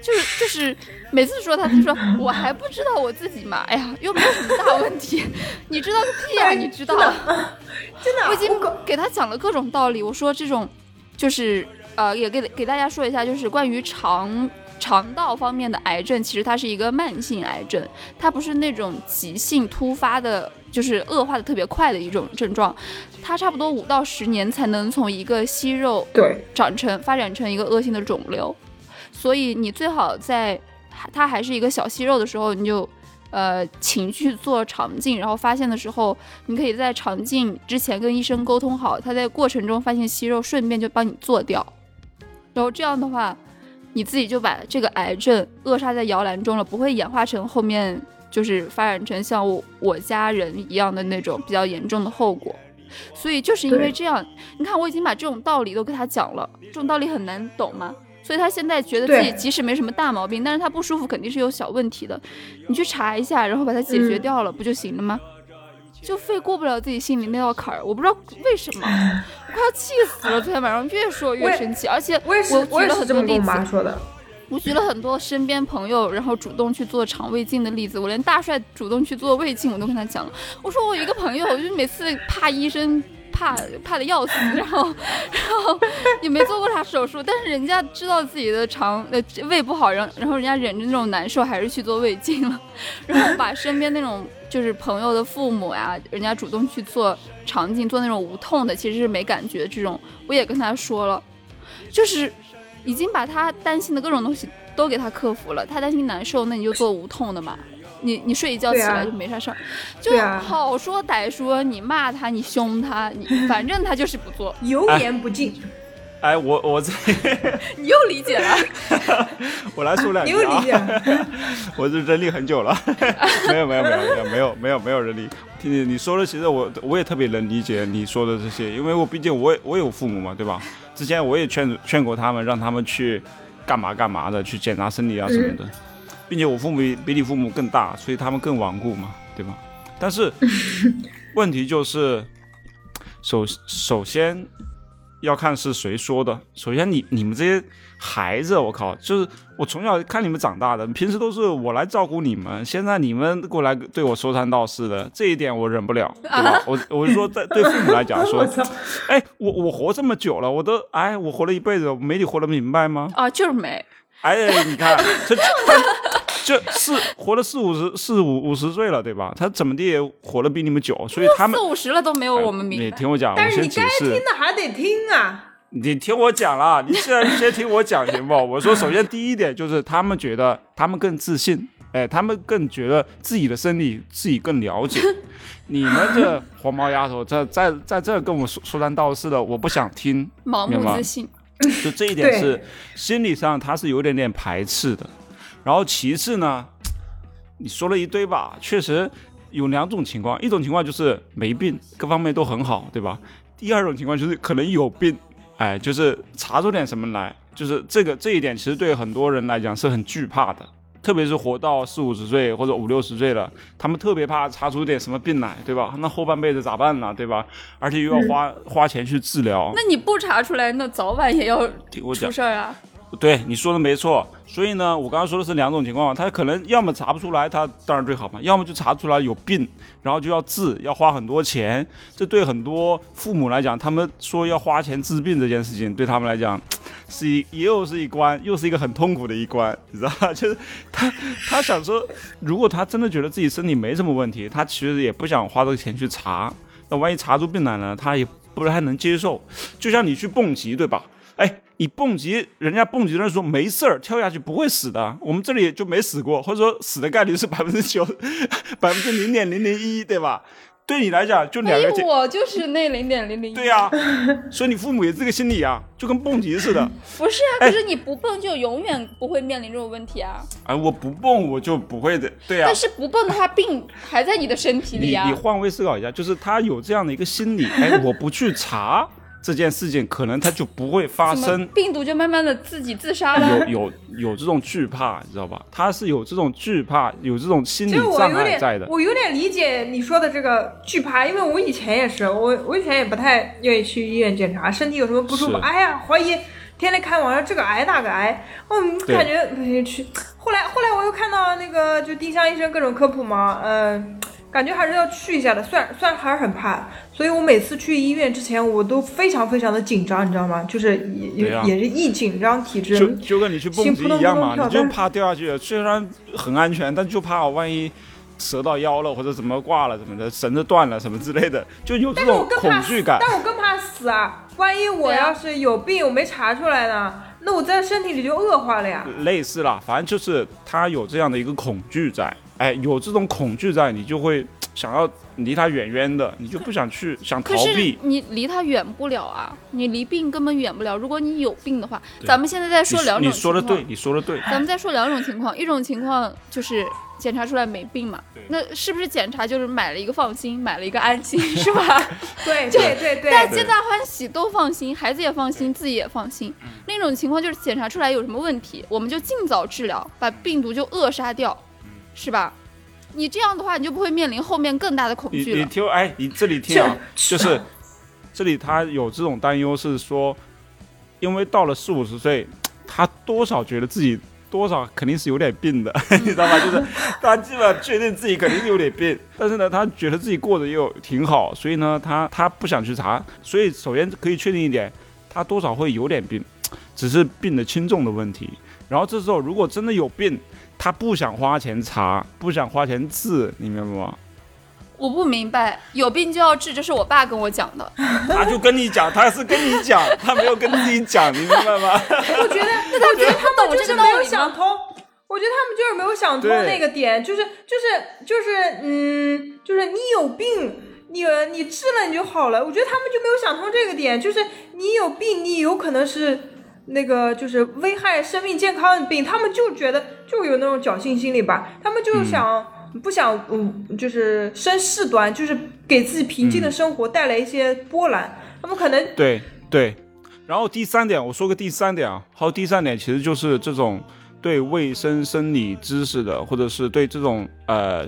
[SPEAKER 2] 就是就是每次说他，他说我还不知道我自己嘛，哎呀，又没有什么大问题，你知道个屁呀、
[SPEAKER 3] 哎
[SPEAKER 2] 你知道
[SPEAKER 3] 真？的真的，啊
[SPEAKER 2] 我已经
[SPEAKER 3] 搞
[SPEAKER 2] 给他讲了各种道理。我说这种，就是呃，也给给大家说一下，就是关于肠肠道方面的癌症，其实它是一个慢性癌症，它不是那种急性突发的，就是恶化的特别快的一种症状，它差不多五到十年才能从一个息肉
[SPEAKER 3] 对，
[SPEAKER 2] 长成发展成一个恶性的肿瘤，所以你最好在它还是一个小息肉的时候，你就呃请去做肠镜，然后发现的时候，你可以在肠镜之前跟医生沟通好，他在过程中发现息肉，顺便就帮你做掉，然后这样的话，你自己就把这个癌症扼杀在摇篮中了，不会演化成后面就是发展成像我我家人一样的那种比较严重的后果。所以就是因为
[SPEAKER 3] 对
[SPEAKER 2] 这样，你看我已经把这种道理都跟他讲了，这种道理很难懂嘛。所以他现在觉得自己
[SPEAKER 3] 对
[SPEAKER 2] 即使没什么大毛病，但是他不舒服肯定是有小问题的，你去查一下，然后把它解决
[SPEAKER 3] 嗯
[SPEAKER 2] 掉了，不就行了吗？就非过不了自己心里那道坎儿，我不知道为什么，我快要气死了。昨天晚上越说
[SPEAKER 3] 我
[SPEAKER 2] 越
[SPEAKER 3] 也
[SPEAKER 2] 生气，而且
[SPEAKER 3] 我也是
[SPEAKER 2] 我举
[SPEAKER 3] 也
[SPEAKER 2] 了
[SPEAKER 3] 是
[SPEAKER 2] 很
[SPEAKER 3] 这
[SPEAKER 2] 多
[SPEAKER 3] 么跟
[SPEAKER 2] 例
[SPEAKER 3] 我
[SPEAKER 2] 子，
[SPEAKER 3] 妈说的。
[SPEAKER 2] 我举了很多身边朋友，然后主动去做肠胃镜的例子，我连大帅主动去做胃镜我都跟他讲了。我说我有一个朋友，我就每次怕医生。怕怕的要死，然后， 然后也没做过啥手术，但是人家知道自己的肠呃胃不好，然后然后人家忍着那种难受，还是去做胃镜了。 然后把身边那种就是朋友的父母呀、人家主动去做肠镜，做那种无痛的，其实是没感觉这种，我也跟他说了，就是已经把他担心的各种东西都给他克服了。他担心难受，那你就做无痛的嘛。你你睡一觉起
[SPEAKER 3] 对啊
[SPEAKER 2] 来就没啥事儿，就
[SPEAKER 3] 对啊
[SPEAKER 2] 好说歹说，你骂他，你凶他， 你反正他就是不做，
[SPEAKER 3] 油盐不进，
[SPEAKER 1] 哎，我我再
[SPEAKER 2] 你又理解了。
[SPEAKER 1] 我来说两
[SPEAKER 3] 你
[SPEAKER 1] 句
[SPEAKER 3] 有
[SPEAKER 1] 啊
[SPEAKER 3] 理，解？
[SPEAKER 1] 我是人力很久了， 没有没有没有没有没有没有没有人力。听你你说的，其实我我也特别能理解你说的这些，因为我毕竟我也我有父母嘛，对吧？之前我也劝劝过他们，让他们去干嘛干嘛的，去检查身体啊什么
[SPEAKER 3] 嗯
[SPEAKER 1] 的，并且我父母比比你父母更大，所以他们更顽固嘛，对吧？但 是问题就是，首首先要看是谁说的。首先你你们这些孩子，我靠，就是我从小看你们长大的，平时都是我来照顾你们，现在你们过来对我说三道四的，这一点我忍不了，对 吧？我我是说在对父母来讲说
[SPEAKER 3] 我，操！
[SPEAKER 1] 哎，我我活这么久了，我都哎，我活了一辈子，我没你活得明白吗？
[SPEAKER 2] 啊，就是没，
[SPEAKER 1] 哎，你看，这他这四活了四五十四五五十岁了，对吧？他怎么地也活得比你们久，所以他们啊
[SPEAKER 2] 四五十了都没有我们明
[SPEAKER 1] 你
[SPEAKER 2] 白。
[SPEAKER 1] 听我讲，我
[SPEAKER 3] 但是
[SPEAKER 1] 先
[SPEAKER 3] 你
[SPEAKER 1] 解
[SPEAKER 3] 该听
[SPEAKER 1] 释。
[SPEAKER 3] 的还得听啊。
[SPEAKER 1] 你听我讲啦，你现在先听我讲行不？我说，首先第一点就是他们觉得他们更自信，哎，他们更觉得自己的身体自己更了解。你们这黄毛丫头在在在这跟我说说三道四的，我不想听，
[SPEAKER 2] 盲
[SPEAKER 1] 明白哦
[SPEAKER 2] 目
[SPEAKER 1] 吗
[SPEAKER 2] 自信，
[SPEAKER 1] 就这一点
[SPEAKER 3] 对
[SPEAKER 1] 是心理上他是有点点排斥的。然后其次呢，你说了一堆吧，确实有两种情况，一种情况就是没病，各方面都很好，对吧？第二种情况就是可能有病，哎，就是查出点什么来，就是这个这一点，其实对很多人来讲是很惧怕的，特别是活到四五十岁或者五六十岁了，他们特别怕查出点什么病来，对吧？那后半辈子咋办呢，对吧？而且又要花、花钱去治疗。
[SPEAKER 2] 那你不查出来，那早晚也要
[SPEAKER 1] 听我讲
[SPEAKER 2] 出，事儿啊！
[SPEAKER 1] 对你说的没错。所以呢，我刚刚说的是两种情况，他可能要么查不出来，他当然最好嘛；要么就查出来有病，然后就要治，要花很多钱。这对很多父母来讲，他们说要花钱治病这件事情，对他们来讲是一又是一关，又是一个很痛苦的一关，你知道吧？ 就是他他想说，如果他真的觉得自己身体没什么问题，他其实也不想花这个钱去查。那万一查出病来呢，他也不太能接受。就像你去蹦极，对吧？哎，你蹦极，人家蹦极的人说没事儿，跳下去不会死的，我们这里就没死过，或者说死的概率是百分之九， 百分之零点零零一，对吧？对你来讲，就两
[SPEAKER 2] 哎
[SPEAKER 1] 个，结，
[SPEAKER 2] 我就是那零点零零一。
[SPEAKER 1] 对呀、所以你父母也是这个心理啊，就跟蹦极似的。
[SPEAKER 2] 不是啊，可是你不蹦就永远不会面临这种问题啊。
[SPEAKER 1] 哎，我不蹦我就不会的，对呀、啊
[SPEAKER 2] 但是不蹦的话，病还在你的身体里
[SPEAKER 1] 你
[SPEAKER 2] 啊
[SPEAKER 1] 你。换位思考一下，就是他有这样的一个心 理，哎，我不去查这件事情，可能他就不会发
[SPEAKER 2] 怎么
[SPEAKER 1] 生。
[SPEAKER 2] 病毒就慢慢的自己自杀了？
[SPEAKER 1] 有有有这种惧怕，你知道吧？他是有这种惧怕，有这种心理
[SPEAKER 3] 就我
[SPEAKER 1] 障
[SPEAKER 3] 有
[SPEAKER 1] 碍在
[SPEAKER 3] 点
[SPEAKER 1] 的，。
[SPEAKER 3] 我有点理解你说的这个惧怕，因为我以前也是，我我以前也不太愿意去医院检查，身体有什么不舒服，
[SPEAKER 1] 是
[SPEAKER 3] 哎呀，怀疑，天天看网上这个癌那个癌，嗯，
[SPEAKER 1] 对
[SPEAKER 3] 感觉不行去。后来后来我又看到那个就丁香医生各种科普嘛，嗯、感觉还是要去一下的，虽然虽然还是很怕，所以我每次去医院之前，我都非常非常的紧张，你知道吗？就是也
[SPEAKER 1] 对
[SPEAKER 3] 也、
[SPEAKER 1] 啊
[SPEAKER 3] 也是一紧张体质，
[SPEAKER 1] 就就跟你去蹦
[SPEAKER 3] 心
[SPEAKER 1] 极
[SPEAKER 3] 扑通
[SPEAKER 1] 一样嘛，
[SPEAKER 3] 扑通
[SPEAKER 1] 你
[SPEAKER 3] 跳
[SPEAKER 1] 就怕掉下去，虽然很安全，但就怕万一折到腰了或者怎么挂了什么的，绳子断了什么之类的，就有这
[SPEAKER 3] 但是我
[SPEAKER 1] 种
[SPEAKER 3] 更
[SPEAKER 1] 恐
[SPEAKER 3] 怕
[SPEAKER 1] 惧
[SPEAKER 3] 死，
[SPEAKER 1] 感。
[SPEAKER 3] 但我更怕死啊！万一我
[SPEAKER 2] 对啊
[SPEAKER 3] 要是有病，我没查出来呢，那我在身体里就恶化了呀。
[SPEAKER 1] 类似啦，反正就是他有这样的一个恐惧在，哎，有这种恐惧在，你就会想要离他远远的，你就不想去，想逃
[SPEAKER 2] 可是
[SPEAKER 1] 避。
[SPEAKER 2] 你离它远不了啊，你离病根本远不了。如果你有病的话，
[SPEAKER 1] 对
[SPEAKER 2] 咱们现在在
[SPEAKER 1] 你
[SPEAKER 2] 说两种
[SPEAKER 1] 你说的
[SPEAKER 2] 情况
[SPEAKER 1] 对，你说的对，
[SPEAKER 2] 咱们再说两种情况，一种情况就是检查出来没病嘛
[SPEAKER 1] 对，
[SPEAKER 2] 那是不是检查就是买了一个放心，买了一个安心， 是吧？
[SPEAKER 3] 对对对对，
[SPEAKER 2] 大家皆大欢喜，都放心，孩子也放心，自己也放心。
[SPEAKER 1] 嗯
[SPEAKER 2] 另一种情况就是检查出来有什么问题，我们就尽早治疗，把病毒就扼杀掉，
[SPEAKER 1] 嗯
[SPEAKER 2] 是吧？你这样的话，你就不会面临后面更大的恐
[SPEAKER 1] 你
[SPEAKER 2] 惧
[SPEAKER 1] 你
[SPEAKER 2] 了。
[SPEAKER 1] 听，哎，你这里听啊，就是这里他有这种担忧，是说，因为到了四五十岁，他多少觉得自己多少肯定是有点病 的，你知道吗？就是他基本上确定自己肯定是有点病，但是呢，他觉得自己过得又挺好，所以呢，他他不想去查，所以首先可以确定一点，他多少会有点病，只是病的轻重的问题。然后这时候如果真的有病，他不想花钱查，不想花钱治，你明白吗？
[SPEAKER 2] 我不明白，有病就要治，这是我爸跟我讲的。
[SPEAKER 1] 他就跟你讲，他是跟你 讲，他没有跟自己讲，你明白吗？
[SPEAKER 3] 我觉得，我觉 得他
[SPEAKER 2] 懂
[SPEAKER 3] 们就
[SPEAKER 2] 这
[SPEAKER 3] 是
[SPEAKER 2] 个
[SPEAKER 3] 没
[SPEAKER 2] 道
[SPEAKER 3] 有
[SPEAKER 2] 理
[SPEAKER 3] 想
[SPEAKER 2] 吗？
[SPEAKER 3] 通。我觉得他们就是没有想通
[SPEAKER 1] 对
[SPEAKER 3] 那个点，就是就是就是，嗯，就是你有病，你你治了你就好了。我觉得他们就没有想通这个点，就是你有病，你有可能是那个就是危害生命健康的病，他们就觉得就有那种侥幸心理吧，他们就想、不想嗯，就是生事端，就是给自己平静的生活带来一些波澜。他们可能
[SPEAKER 1] 对对。然后第三点，我说个第三点啊，还有第三点其实就是这种对卫生生理知识的，或者是对这种呃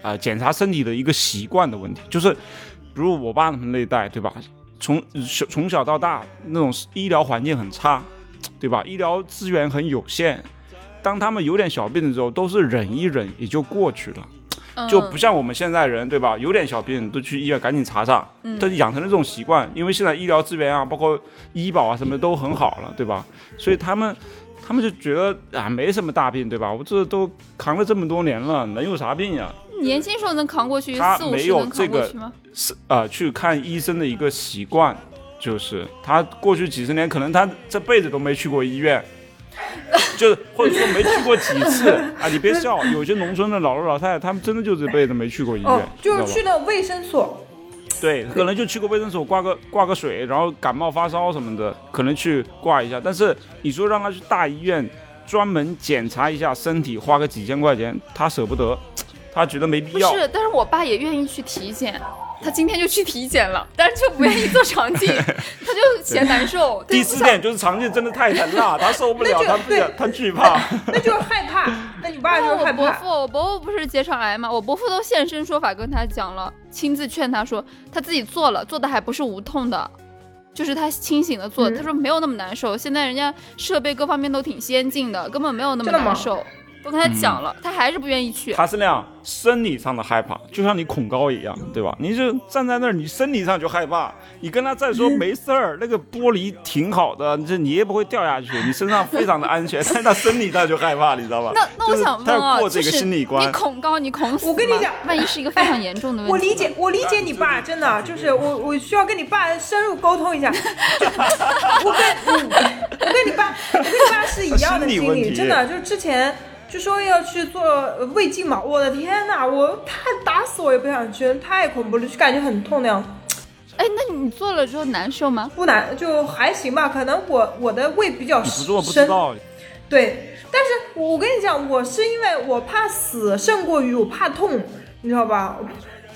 [SPEAKER 1] 呃检查身体的一个习惯的问题，就是比如我爸他们那一代，对吧？从小从小到大那种医疗环境很差，对吧？医疗资源很有限。当他们有点小病的时候，都是忍一忍也就过去了。就
[SPEAKER 2] 嗯
[SPEAKER 1] 不像我们现在人，对吧？有点小病都去医院赶紧查查，他就养成了这种习惯。因为现在医疗资源啊，包括医保啊什么都很好了，对吧？所以他们他们就觉得啊，没什么大病，对吧？我这都扛了这么多年了，能有啥病呀、
[SPEAKER 2] 嗯年轻时候能扛过去，
[SPEAKER 1] 他
[SPEAKER 2] 四五
[SPEAKER 1] 没
[SPEAKER 2] 十
[SPEAKER 1] 有
[SPEAKER 2] 能
[SPEAKER 1] 这
[SPEAKER 2] 扛
[SPEAKER 1] 个
[SPEAKER 2] 过去吗？
[SPEAKER 1] 是呃，去看医生的一个习惯，就是他过去几十年可能他这辈子都没去过医院，就是或者说没去过几次啊。你别笑，有些农村的老头老太太，他们真的就这辈子没去过医院，
[SPEAKER 3] 哦，
[SPEAKER 1] 你知
[SPEAKER 3] 就
[SPEAKER 1] 道
[SPEAKER 3] 是
[SPEAKER 1] 吧？
[SPEAKER 3] 去了卫生所，
[SPEAKER 1] 对，可能就去个卫生所挂个挂个水，然后感冒发烧什么的，可能去挂一下。但是你说让他去大医院专门检查一下身体，花个几千块钱，他舍不得，他觉得没必
[SPEAKER 2] 不
[SPEAKER 1] 要。
[SPEAKER 2] 是，但是我爸也愿意去体检，他今天就去体检了， 但是就不愿意做肠 镜，他就嫌难受。他
[SPEAKER 1] 第
[SPEAKER 2] 就不
[SPEAKER 1] 四
[SPEAKER 2] 想
[SPEAKER 1] 点就是肠镜真的太疼了，他受不了，
[SPEAKER 3] 那就
[SPEAKER 1] 他不想
[SPEAKER 3] 对，
[SPEAKER 1] 他惧怕。
[SPEAKER 3] 那就是害怕。那你爸就是
[SPEAKER 2] 我
[SPEAKER 3] 害
[SPEAKER 2] 伯
[SPEAKER 3] 怕
[SPEAKER 2] 父，。我伯父不是结肠癌吗？我伯父都现身说法跟他讲了，亲自劝他说，他自己做了，做的还不是无痛的，就是他清醒的做，
[SPEAKER 3] 嗯
[SPEAKER 2] 他说没有那么难受。现在人家设备各方面都挺先进的，根本没有那么
[SPEAKER 3] 真的吗
[SPEAKER 2] 难受。都跟他讲了，他还是不愿意去。
[SPEAKER 1] 嗯他是那样生理上的害怕，就像你恐高一样，对吧？你就站在那儿，你生理上就害怕。你跟他再说没事 儿，那个玻璃挺好的，这你也不会掉下去，你身上非常的安 全。但是他生理上就害怕，你知道吧？
[SPEAKER 2] 那那
[SPEAKER 1] 就
[SPEAKER 2] 我
[SPEAKER 1] 是
[SPEAKER 2] 想
[SPEAKER 1] 他
[SPEAKER 2] 问
[SPEAKER 1] 要
[SPEAKER 2] 啊，
[SPEAKER 1] 过
[SPEAKER 2] 就
[SPEAKER 1] 这个
[SPEAKER 2] 是
[SPEAKER 1] 心理关
[SPEAKER 2] 你。恐高，你恐死吗？
[SPEAKER 3] 我跟你讲
[SPEAKER 2] 万一是一个
[SPEAKER 1] 哎
[SPEAKER 2] 非常严重的问题，
[SPEAKER 3] 我理解，我理解你爸，真的就是我，我需要跟你爸深入沟通一下。 我跟嗯我跟你爸，我跟你爸是一样
[SPEAKER 1] 啊
[SPEAKER 3] 的
[SPEAKER 1] 心理
[SPEAKER 3] 经
[SPEAKER 1] 问
[SPEAKER 3] 历，
[SPEAKER 1] 题
[SPEAKER 3] 真的，就是之前就说要去做呃胃镜嘛，我的天呐，我太打死我也不想去，太恐怖了，就感觉很痛那样。
[SPEAKER 2] 哎，那你做了之后难受 吗？
[SPEAKER 3] 不难，就还行吧。可能我我的胃比较
[SPEAKER 1] 你不
[SPEAKER 3] 深，
[SPEAKER 1] 做不知道，
[SPEAKER 3] 对，但是我跟你讲，我是因为我怕死胜过于我怕痛，你知道吧？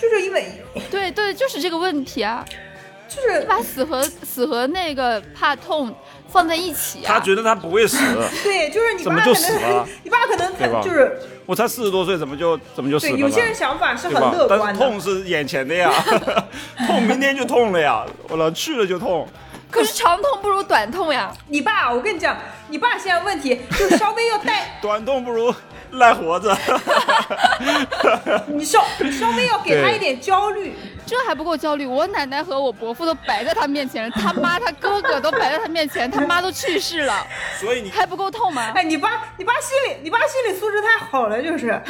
[SPEAKER 3] 就是因为
[SPEAKER 2] 对对，就是这个问题啊。
[SPEAKER 3] 就是
[SPEAKER 2] 把死和死和那个怕痛放在一起、啊。
[SPEAKER 1] 他觉得他不会死，
[SPEAKER 3] 对，就是你
[SPEAKER 1] 怎么
[SPEAKER 3] 爸
[SPEAKER 1] 就
[SPEAKER 3] 可
[SPEAKER 1] 死了
[SPEAKER 3] 能 你爸可能
[SPEAKER 1] 对吧
[SPEAKER 3] 他就是
[SPEAKER 1] 我才四十多岁，怎么就怎么就死
[SPEAKER 3] 对
[SPEAKER 1] 了呢？
[SPEAKER 3] 有些人想法是
[SPEAKER 1] 对
[SPEAKER 3] 很
[SPEAKER 1] 吧？
[SPEAKER 3] 乐
[SPEAKER 1] 但
[SPEAKER 3] 观
[SPEAKER 1] 是
[SPEAKER 3] 的
[SPEAKER 1] 痛。是眼前的呀， 痛明天就痛了呀，我老去了就痛。
[SPEAKER 2] 可是长痛不如短痛呀。
[SPEAKER 3] 你爸，我跟你讲，你爸现在问题就是稍微要带
[SPEAKER 1] 短痛不如赖活 着。
[SPEAKER 3] 你稍稍微要给他
[SPEAKER 1] 对
[SPEAKER 3] 一点焦虑，
[SPEAKER 2] 这还不够焦虑，我奶奶和我伯父都摆在他面前了，他妈他哥哥都摆在他面前，他妈都去世了，
[SPEAKER 1] 所以你
[SPEAKER 2] 还不够痛吗？
[SPEAKER 3] 哎，你爸你爸心理你爸心理素质太好了，就是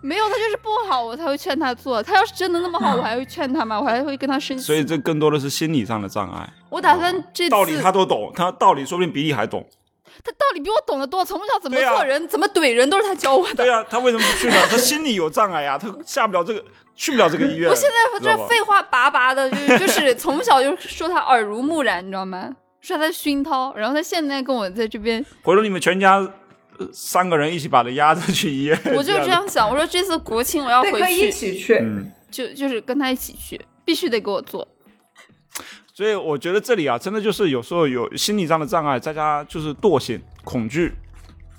[SPEAKER 2] 没有，他就是不好，我才会劝他做。他要是真的那么好，我还会劝他吗？我还会跟他生
[SPEAKER 1] 嗯所
[SPEAKER 2] 气。
[SPEAKER 1] 以这更多的是心理上的障碍。
[SPEAKER 2] 我打算这次
[SPEAKER 1] 道理他都懂，他道理说不定比你还懂。
[SPEAKER 2] 他道理比我懂得多，从小怎么
[SPEAKER 1] 对啊
[SPEAKER 2] 做人、怎么怼人都是他教我的。
[SPEAKER 1] 对啊，他为什么不去呢？他心理有障碍呀、他下不了这个，去不了这个医院。
[SPEAKER 2] 我现在
[SPEAKER 1] 知道
[SPEAKER 2] 这
[SPEAKER 1] 吧
[SPEAKER 2] 废话巴巴的， 就是就是从小就说他耳濡目染，你知道吗？说他熏陶，然后他现在跟我在 这边，
[SPEAKER 1] 回头你们全家、呃三个人一起把他压着去医院。
[SPEAKER 2] 我就
[SPEAKER 1] 这
[SPEAKER 2] 这样想，我说这次国庆我要
[SPEAKER 3] 对，
[SPEAKER 2] 回
[SPEAKER 3] 可以一
[SPEAKER 2] 去，
[SPEAKER 3] 起
[SPEAKER 1] 嗯
[SPEAKER 3] 去。
[SPEAKER 2] 就就是跟他一起去，必须得给我做。
[SPEAKER 1] 所以我觉得这里啊，真的就是有时候有心理上的障碍，再加就是惰性、恐惧，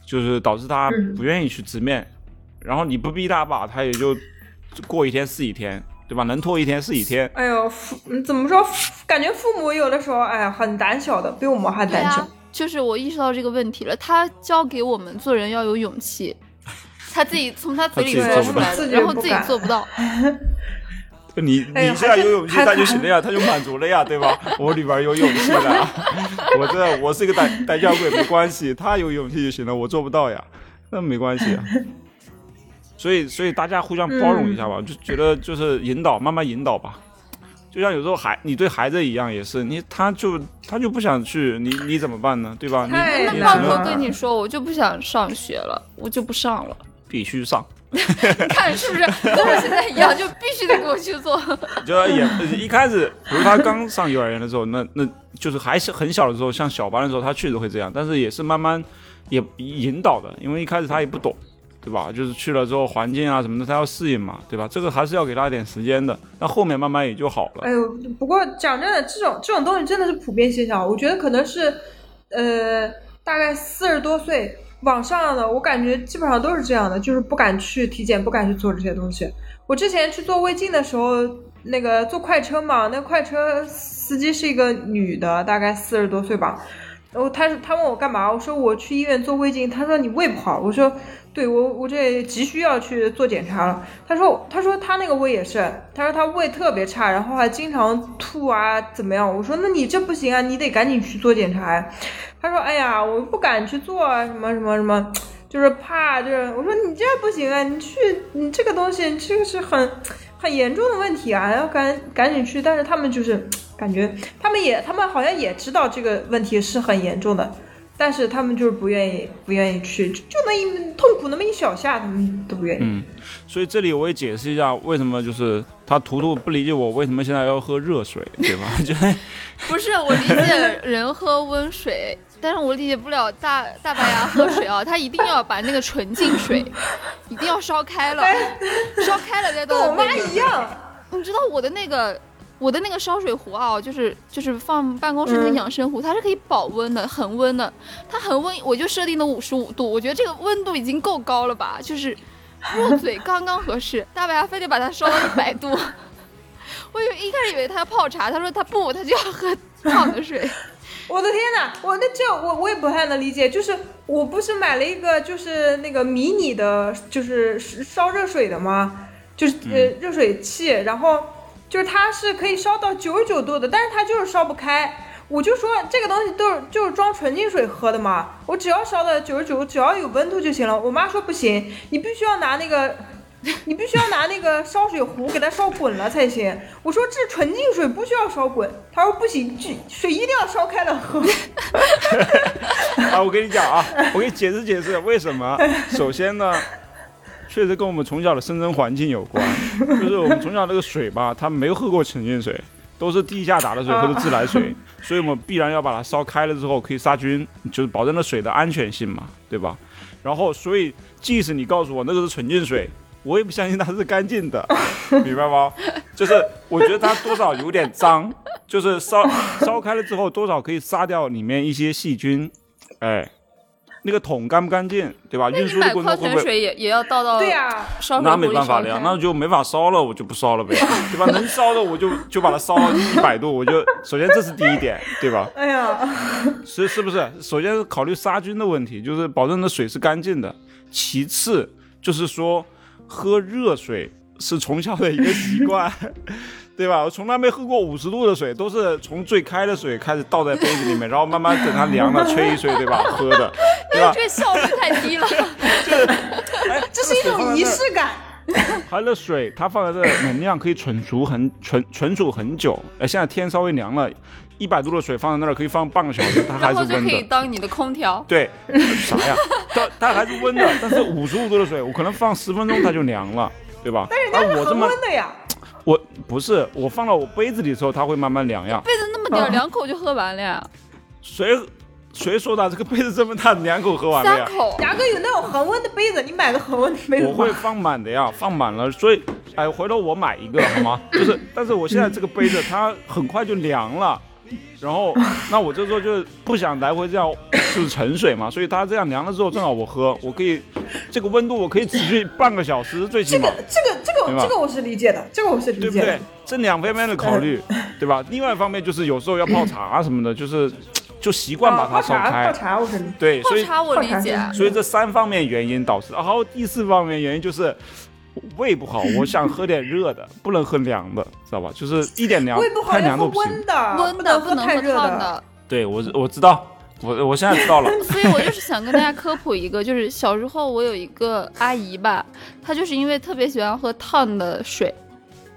[SPEAKER 1] 就是导致他
[SPEAKER 2] 嗯
[SPEAKER 1] 不愿意去直面。然后你不逼他吧，他也就过一天是一天，对吧？能拖一天是一天。
[SPEAKER 3] 哎呦，父嗯怎么说？父感觉父母有的时候，哎呀，很胆小的，比我们还
[SPEAKER 2] 对
[SPEAKER 3] 胆小。
[SPEAKER 2] 啊，就是我意识到这个问题了，他教给我们做人要有 勇气。他自己从他嘴里
[SPEAKER 1] 他自己做
[SPEAKER 2] 说出
[SPEAKER 1] 不
[SPEAKER 2] 来
[SPEAKER 3] 到
[SPEAKER 2] 的，
[SPEAKER 3] 自己
[SPEAKER 2] 然后
[SPEAKER 3] 不
[SPEAKER 2] 自己
[SPEAKER 3] 敢
[SPEAKER 2] 做不到。
[SPEAKER 1] 你
[SPEAKER 3] 哎呀
[SPEAKER 1] 你现在
[SPEAKER 3] 还是
[SPEAKER 1] 有勇气，
[SPEAKER 3] 还
[SPEAKER 1] 他就行了呀，他就满足了呀，对 吧？我里边有勇气了， 我这我是一个胆胆小鬼，没关系，他有勇气就行了，我做不到呀，那没关 系啊。所以，所以大家互相包容一下吧，就觉得就是引导，慢慢引导吧。就像有时候孩你对孩子一样，也是你他就他就不想去，你你怎么办呢？对吧？
[SPEAKER 3] 太
[SPEAKER 1] 你
[SPEAKER 2] 那
[SPEAKER 1] 你
[SPEAKER 2] 包
[SPEAKER 1] 只
[SPEAKER 3] 难了
[SPEAKER 2] 括
[SPEAKER 1] 能
[SPEAKER 2] 跟你说，我就不想上学了，我就不上了。
[SPEAKER 1] 必须上。
[SPEAKER 2] 你看是不是跟我现在一样，就必须得给我去做。
[SPEAKER 1] 就也一开始，比如他刚上幼儿园的时候，那那就是还是很小的时候，像小班的时候，他确实会这样，但是也是慢慢也引导的，因为一开始他也不懂，对吧？就是去了之后环境啊什么的，他要适应嘛，对吧？这个还是要给他一点时间的，那后面慢慢也就好了
[SPEAKER 3] 哎。呦，不过讲真的，这种这种东西真的是普遍现象。我觉得可能是，呃，大概四十多岁往上的，我感觉基本上都是这样的，就是不敢去体检，不敢去做这些东西。我之前去做胃镜的时候，那个坐快车嘛，那快车司机是一个女的，大概四十多岁吧。然后她她问我干嘛，我说我去医院做胃镜。她说你胃不好，我说对我我这急需要去做检查了。她说她说她那个胃也是，她说她胃特别差，然后还经常吐啊怎么样？我说那你这不行啊，你得赶紧去做检查呀。她说哎呀，我不敢去做啊，什么什么什么。就是怕，就是我说你这不行啊，你去你这个东西，这个是很很严重的问题啊，要赶赶紧去。但是他们就是感觉他们也他们好像也知道这个问题是很严重的，但是他们就是不愿意，不愿意去，就就那一痛苦那么一小下，他们都不愿意。
[SPEAKER 1] 嗯，所以这里我也解释一下，为什么就是他图图不理解我为什么现在要喝热水，对吧？就是
[SPEAKER 2] 不是我理解人喝温水，但是我理解不了大大白牙喝水啊，他一定要把那个纯净水，一定要烧开 了，烧开了再
[SPEAKER 3] 跟
[SPEAKER 2] 倒。
[SPEAKER 3] 哎我妈一样，
[SPEAKER 2] 你知道我的那个我的那个烧水壶啊，就是就是放办公室那
[SPEAKER 3] 嗯
[SPEAKER 2] 养生壶，它是可以保温的，恒温的。它恒温我就设定的五十五度，我觉得这个温度已经够高了吧，就是入嘴刚刚合适。大白牙非得把它烧到一百度， 我以为一开始以为他要泡茶，他说他不，他就要喝烫 的水。
[SPEAKER 3] 我的天哪！我那这我我也不太能理解，就是我不是买了一个就是那个迷你的，就是烧热水的吗？就是呃热水器，然后就是它是可以烧到九十九度的，但是它就是烧不开。我就说这个东西都是就是装纯净水喝的嘛，我只要烧到九十九，只要有温度就行了。我妈说不行，你必须要拿那个，你必须要拿那个烧水壶给它烧滚了才行。我说这纯净水不需要烧滚，她说不行，这水一定要烧开了喝。
[SPEAKER 1] 啊，我跟你讲啊，我给你解释解释为什么。首先呢，确实跟我们从小的生存环境有 关，就是我们从小那个水吧，他没有喝过纯净水，都是地下打的水或者自来水， 所以我们必然要把它烧开了之后可以杀菌，就是保证了水的安全性嘛，对吧？然后，所以即使你告诉我那个是纯净水。我也不相信它是干净 的，明白吗？就是我觉得它多少有点脏， 就是烧烧开了之后，多少可以杀掉里面一些细菌，哎，那个桶干不干净，对吧？运
[SPEAKER 2] 你
[SPEAKER 1] 输的
[SPEAKER 2] 买
[SPEAKER 1] 过程
[SPEAKER 2] 矿
[SPEAKER 1] 中会
[SPEAKER 2] 泉
[SPEAKER 1] 不会？
[SPEAKER 2] 水也也要倒到
[SPEAKER 3] 对呀、
[SPEAKER 2] 烧水
[SPEAKER 1] 那
[SPEAKER 2] 壶
[SPEAKER 1] 没
[SPEAKER 2] 里
[SPEAKER 1] 办法
[SPEAKER 2] 烧
[SPEAKER 1] 了呀
[SPEAKER 2] 开，
[SPEAKER 1] 那就没法烧了，我就不烧了呗，对吧？能烧的我就就把它烧到一百度，我就首先这是第一点，对吧？
[SPEAKER 3] 哎 呀，
[SPEAKER 1] 是是不是？首先是考虑杀菌的问题，就是保证的水是干净的。其次就是说，喝热水是从小的一个习惯， 对吧？我从来没喝过五十度的水，都是从最开的水开始倒在杯子里面，然后慢慢等它凉了吹一吹，对吧？喝的，对吧
[SPEAKER 2] 这？个效率太低了。
[SPEAKER 3] 这是一
[SPEAKER 1] 哎
[SPEAKER 3] 种仪式感。
[SPEAKER 1] 啊还有那水，它放在这儿能量可以存储很 存存储很久。哎，现在天稍微凉了，一百度的水放在那儿可以放半个小时，它还
[SPEAKER 2] 然
[SPEAKER 1] 是
[SPEAKER 2] 后就
[SPEAKER 1] 温
[SPEAKER 2] 可以
[SPEAKER 1] 的。
[SPEAKER 2] 当你的空调，
[SPEAKER 1] 对，啥呀？它它还是温 的，但是五十五度的水，我可能放十分钟它就凉了，对吧？
[SPEAKER 3] 但人
[SPEAKER 1] 啊
[SPEAKER 3] 家是
[SPEAKER 1] 我这
[SPEAKER 3] 恒
[SPEAKER 1] 么
[SPEAKER 3] 温的呀，
[SPEAKER 1] 我不是我放到我杯子里的时候，它会慢慢凉呀。
[SPEAKER 2] 杯子那么
[SPEAKER 1] 啊
[SPEAKER 2] 点儿，两口就喝完了呀，
[SPEAKER 1] 谁谁说的？这个杯子这么大，两口喝完了
[SPEAKER 2] 三
[SPEAKER 1] 呀？
[SPEAKER 2] 口。
[SPEAKER 3] 牙哥有那种恒温的杯子，你买个恒温的杯子
[SPEAKER 1] 我会
[SPEAKER 3] 吧。
[SPEAKER 1] 放满的呀，放满了，所以，哎，回头我买 一个好吗？就是，但是我现在这个杯子它很快就凉了，然后， 那我这时候就是不想来回这样就是盛水嘛，所以它这样凉了之后正好我喝，我可以这个温度我可以持续半个小时最起
[SPEAKER 3] 这
[SPEAKER 1] 码
[SPEAKER 3] 个，这个这
[SPEAKER 1] 明
[SPEAKER 3] 个
[SPEAKER 1] 白
[SPEAKER 3] 这个我是理解的，这个我是
[SPEAKER 1] 对
[SPEAKER 3] 理
[SPEAKER 1] 不
[SPEAKER 3] 解的
[SPEAKER 1] 对。？这两方面的考 虑，对吧？另外一方面就是有时候要泡茶啊什么的，就是就习惯把
[SPEAKER 3] 啊
[SPEAKER 1] 它
[SPEAKER 3] 泡
[SPEAKER 1] 烧
[SPEAKER 3] 茶泡
[SPEAKER 1] 开，
[SPEAKER 3] 茶我是理解。
[SPEAKER 1] 对，
[SPEAKER 2] 泡
[SPEAKER 1] 所以
[SPEAKER 2] 茶我理解，
[SPEAKER 3] 泡茶
[SPEAKER 1] 所以这三方面原因导致，然后第四方面原因就是胃不好，我想喝点热的，不能喝凉的，知道吧？就是一点凉
[SPEAKER 3] 胃不好
[SPEAKER 1] 太
[SPEAKER 3] 要
[SPEAKER 1] 凉
[SPEAKER 3] 喝
[SPEAKER 1] 都不行
[SPEAKER 3] 温。的，
[SPEAKER 2] 温
[SPEAKER 3] 的
[SPEAKER 2] 的啊不能
[SPEAKER 3] 太
[SPEAKER 2] 喝
[SPEAKER 3] 热
[SPEAKER 2] 烫
[SPEAKER 3] 的。
[SPEAKER 2] 的。
[SPEAKER 1] 对我我知道，我我现在知 道了。
[SPEAKER 2] 所以我就是想跟大家科普一个，就是小时候我有一个阿姨吧，她就是因为特别喜欢喝烫的水，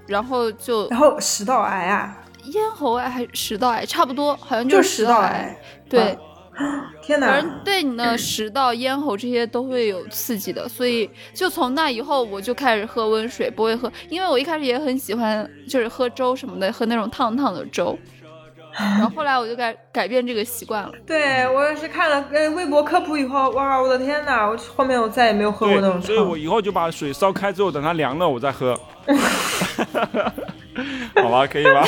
[SPEAKER 2] 然后就
[SPEAKER 3] 然后食道癌啊，
[SPEAKER 2] 咽喉癌还是食道癌，差不多，好像
[SPEAKER 3] 就是食
[SPEAKER 2] 道
[SPEAKER 3] 道
[SPEAKER 2] 癌。
[SPEAKER 3] 癌。
[SPEAKER 2] 对，
[SPEAKER 3] 天
[SPEAKER 2] 反
[SPEAKER 3] 哪！
[SPEAKER 2] 正对你的食道、咽喉这些都会有刺激的，所以就从那以后我就开始喝温水，不会喝，因为我一开始也很喜欢就是喝粥什么的，喝那种烫烫的粥，然后后来我就改改变这个习惯了。
[SPEAKER 3] 对我也是看了呃微博科普以后，哇，我的天哪！我后面我再也没有喝过那种
[SPEAKER 1] 对，
[SPEAKER 3] 汤。
[SPEAKER 1] 所以我以后就把水烧开之后，等它凉了我再 喝。好吧，可以 吧？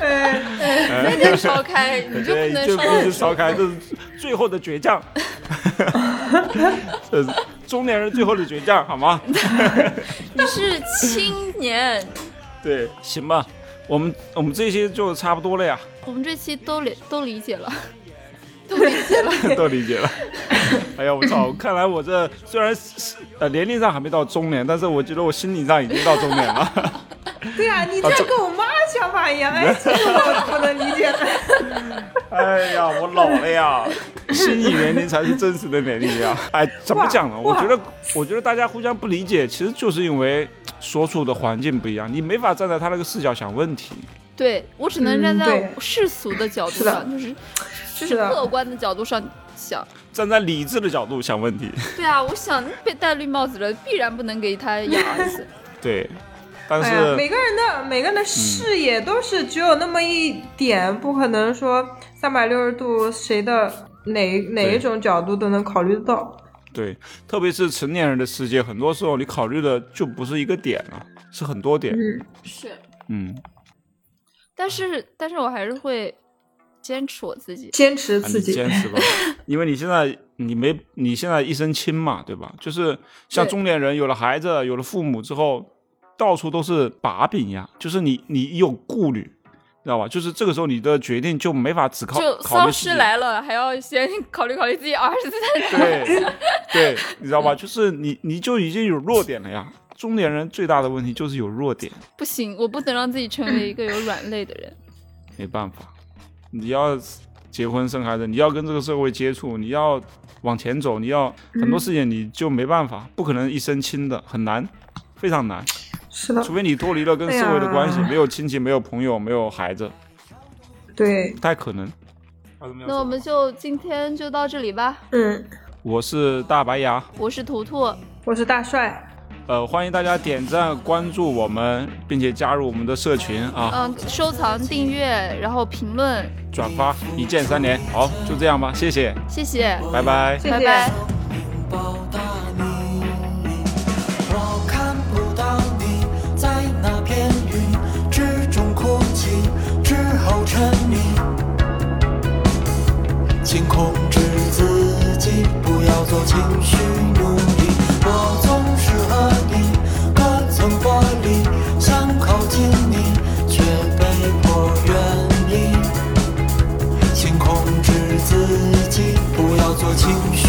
[SPEAKER 3] 哎
[SPEAKER 2] 非得烧开，你就不
[SPEAKER 1] 对，
[SPEAKER 2] 能
[SPEAKER 1] 就
[SPEAKER 2] 烧
[SPEAKER 1] 必
[SPEAKER 2] 开
[SPEAKER 1] 须烧开，这是最后的倔强。 这是中年人最后的倔强，好吗？
[SPEAKER 2] 你是青年。
[SPEAKER 1] 对，行吧，我们我们这些就差不多了呀，
[SPEAKER 2] 我们这期都理都理解了，都理解了。
[SPEAKER 1] 都理解了。哎呀，我操！看来我这虽然是呃年龄上还没到中年，但是我觉得我心理上已经到中年了。
[SPEAKER 3] 对啊，你这
[SPEAKER 1] 啊这
[SPEAKER 3] 跟我妈想法一样，哎，这个我不能理 解的。
[SPEAKER 1] 哎呀，我老了呀， 心理年龄才是真实的年龄呀。哎，怎么讲呢？
[SPEAKER 3] 哇
[SPEAKER 1] 我
[SPEAKER 3] 哇
[SPEAKER 1] 觉得，我觉得大家互相不理解，其实就是因为所处的环境不一样，你没法站在他那个视角想问题。
[SPEAKER 2] 对我只能站
[SPEAKER 3] 嗯
[SPEAKER 2] 在
[SPEAKER 3] 对
[SPEAKER 2] 世俗的角度
[SPEAKER 3] 是的
[SPEAKER 2] 上，就是就是
[SPEAKER 3] 的
[SPEAKER 2] 客观的角度上想，
[SPEAKER 1] 站在理智的角度想问题。
[SPEAKER 2] 对啊，我想被戴绿帽子了，必然不能给他养儿子。
[SPEAKER 1] 对，但
[SPEAKER 3] 哎呀，
[SPEAKER 1] 是
[SPEAKER 3] 每个人的每个人的视野都是只有那么一点，不可能说三百六十度谁的哪哪一种角度都能考虑得到。
[SPEAKER 1] 对，特别是成年人的世界，很多时候你考虑的就不是一个点了，是很多点。
[SPEAKER 3] 嗯，
[SPEAKER 2] 是，
[SPEAKER 1] 嗯，
[SPEAKER 2] 但是但是我还是会坚持我自己。
[SPEAKER 3] 坚持
[SPEAKER 1] 啊
[SPEAKER 3] 自
[SPEAKER 1] 你
[SPEAKER 3] 己。
[SPEAKER 1] 坚 持吧，因为你现在你没你现在一身轻嘛，对吧？就是像
[SPEAKER 2] 对
[SPEAKER 1] 中年人有了孩子，有了父母之后，到处都是把柄呀，就是你你有顾虑，知道吧？就是这个时候你的决定就没法只靠
[SPEAKER 2] 就
[SPEAKER 1] 考虑自
[SPEAKER 2] 丧
[SPEAKER 1] 己
[SPEAKER 2] 尸来了，还要先考虑考虑自己儿子 在哪。
[SPEAKER 1] 对对，你知道吧？就是你你就已经有弱点了呀。中年人最大的问题就是有弱点，
[SPEAKER 2] 不行，我不能让自己成为一个有软肋的人。
[SPEAKER 1] 没办法，你要结婚生孩子，你要跟这个社会接触，你要往前走，你要很多事情你就没办法，不可能一身轻的，很 难，非常难，
[SPEAKER 3] 是的，
[SPEAKER 1] 除非你脱离了跟社会的关系，
[SPEAKER 3] 哎呀
[SPEAKER 1] 没有亲戚，没有朋友，没有孩子，
[SPEAKER 3] 对
[SPEAKER 1] 不，太可能。
[SPEAKER 2] 那我们就今天就到这里吧。
[SPEAKER 3] 嗯，
[SPEAKER 1] 我是大白牙，
[SPEAKER 2] 我是图图，
[SPEAKER 3] 我是大帅，
[SPEAKER 1] 呃，欢迎大家点赞关注我们，并且加入我们的社群啊。
[SPEAKER 2] 嗯，收藏、订阅，然后评论，
[SPEAKER 1] 转发，一键三连。好，就这样吧，谢谢，
[SPEAKER 2] 谢谢，
[SPEAKER 1] 拜拜。
[SPEAKER 3] 谢
[SPEAKER 2] 拜
[SPEAKER 3] 谢。
[SPEAKER 2] 拜。
[SPEAKER 5] 抱到你，我看不到你在那片云之中哭泣，之后沉迷。请控制自己，不要做情绪奴隶。我总是和你隔层玻璃，想靠近你，却被迫远离。请控制自己，不要做情绪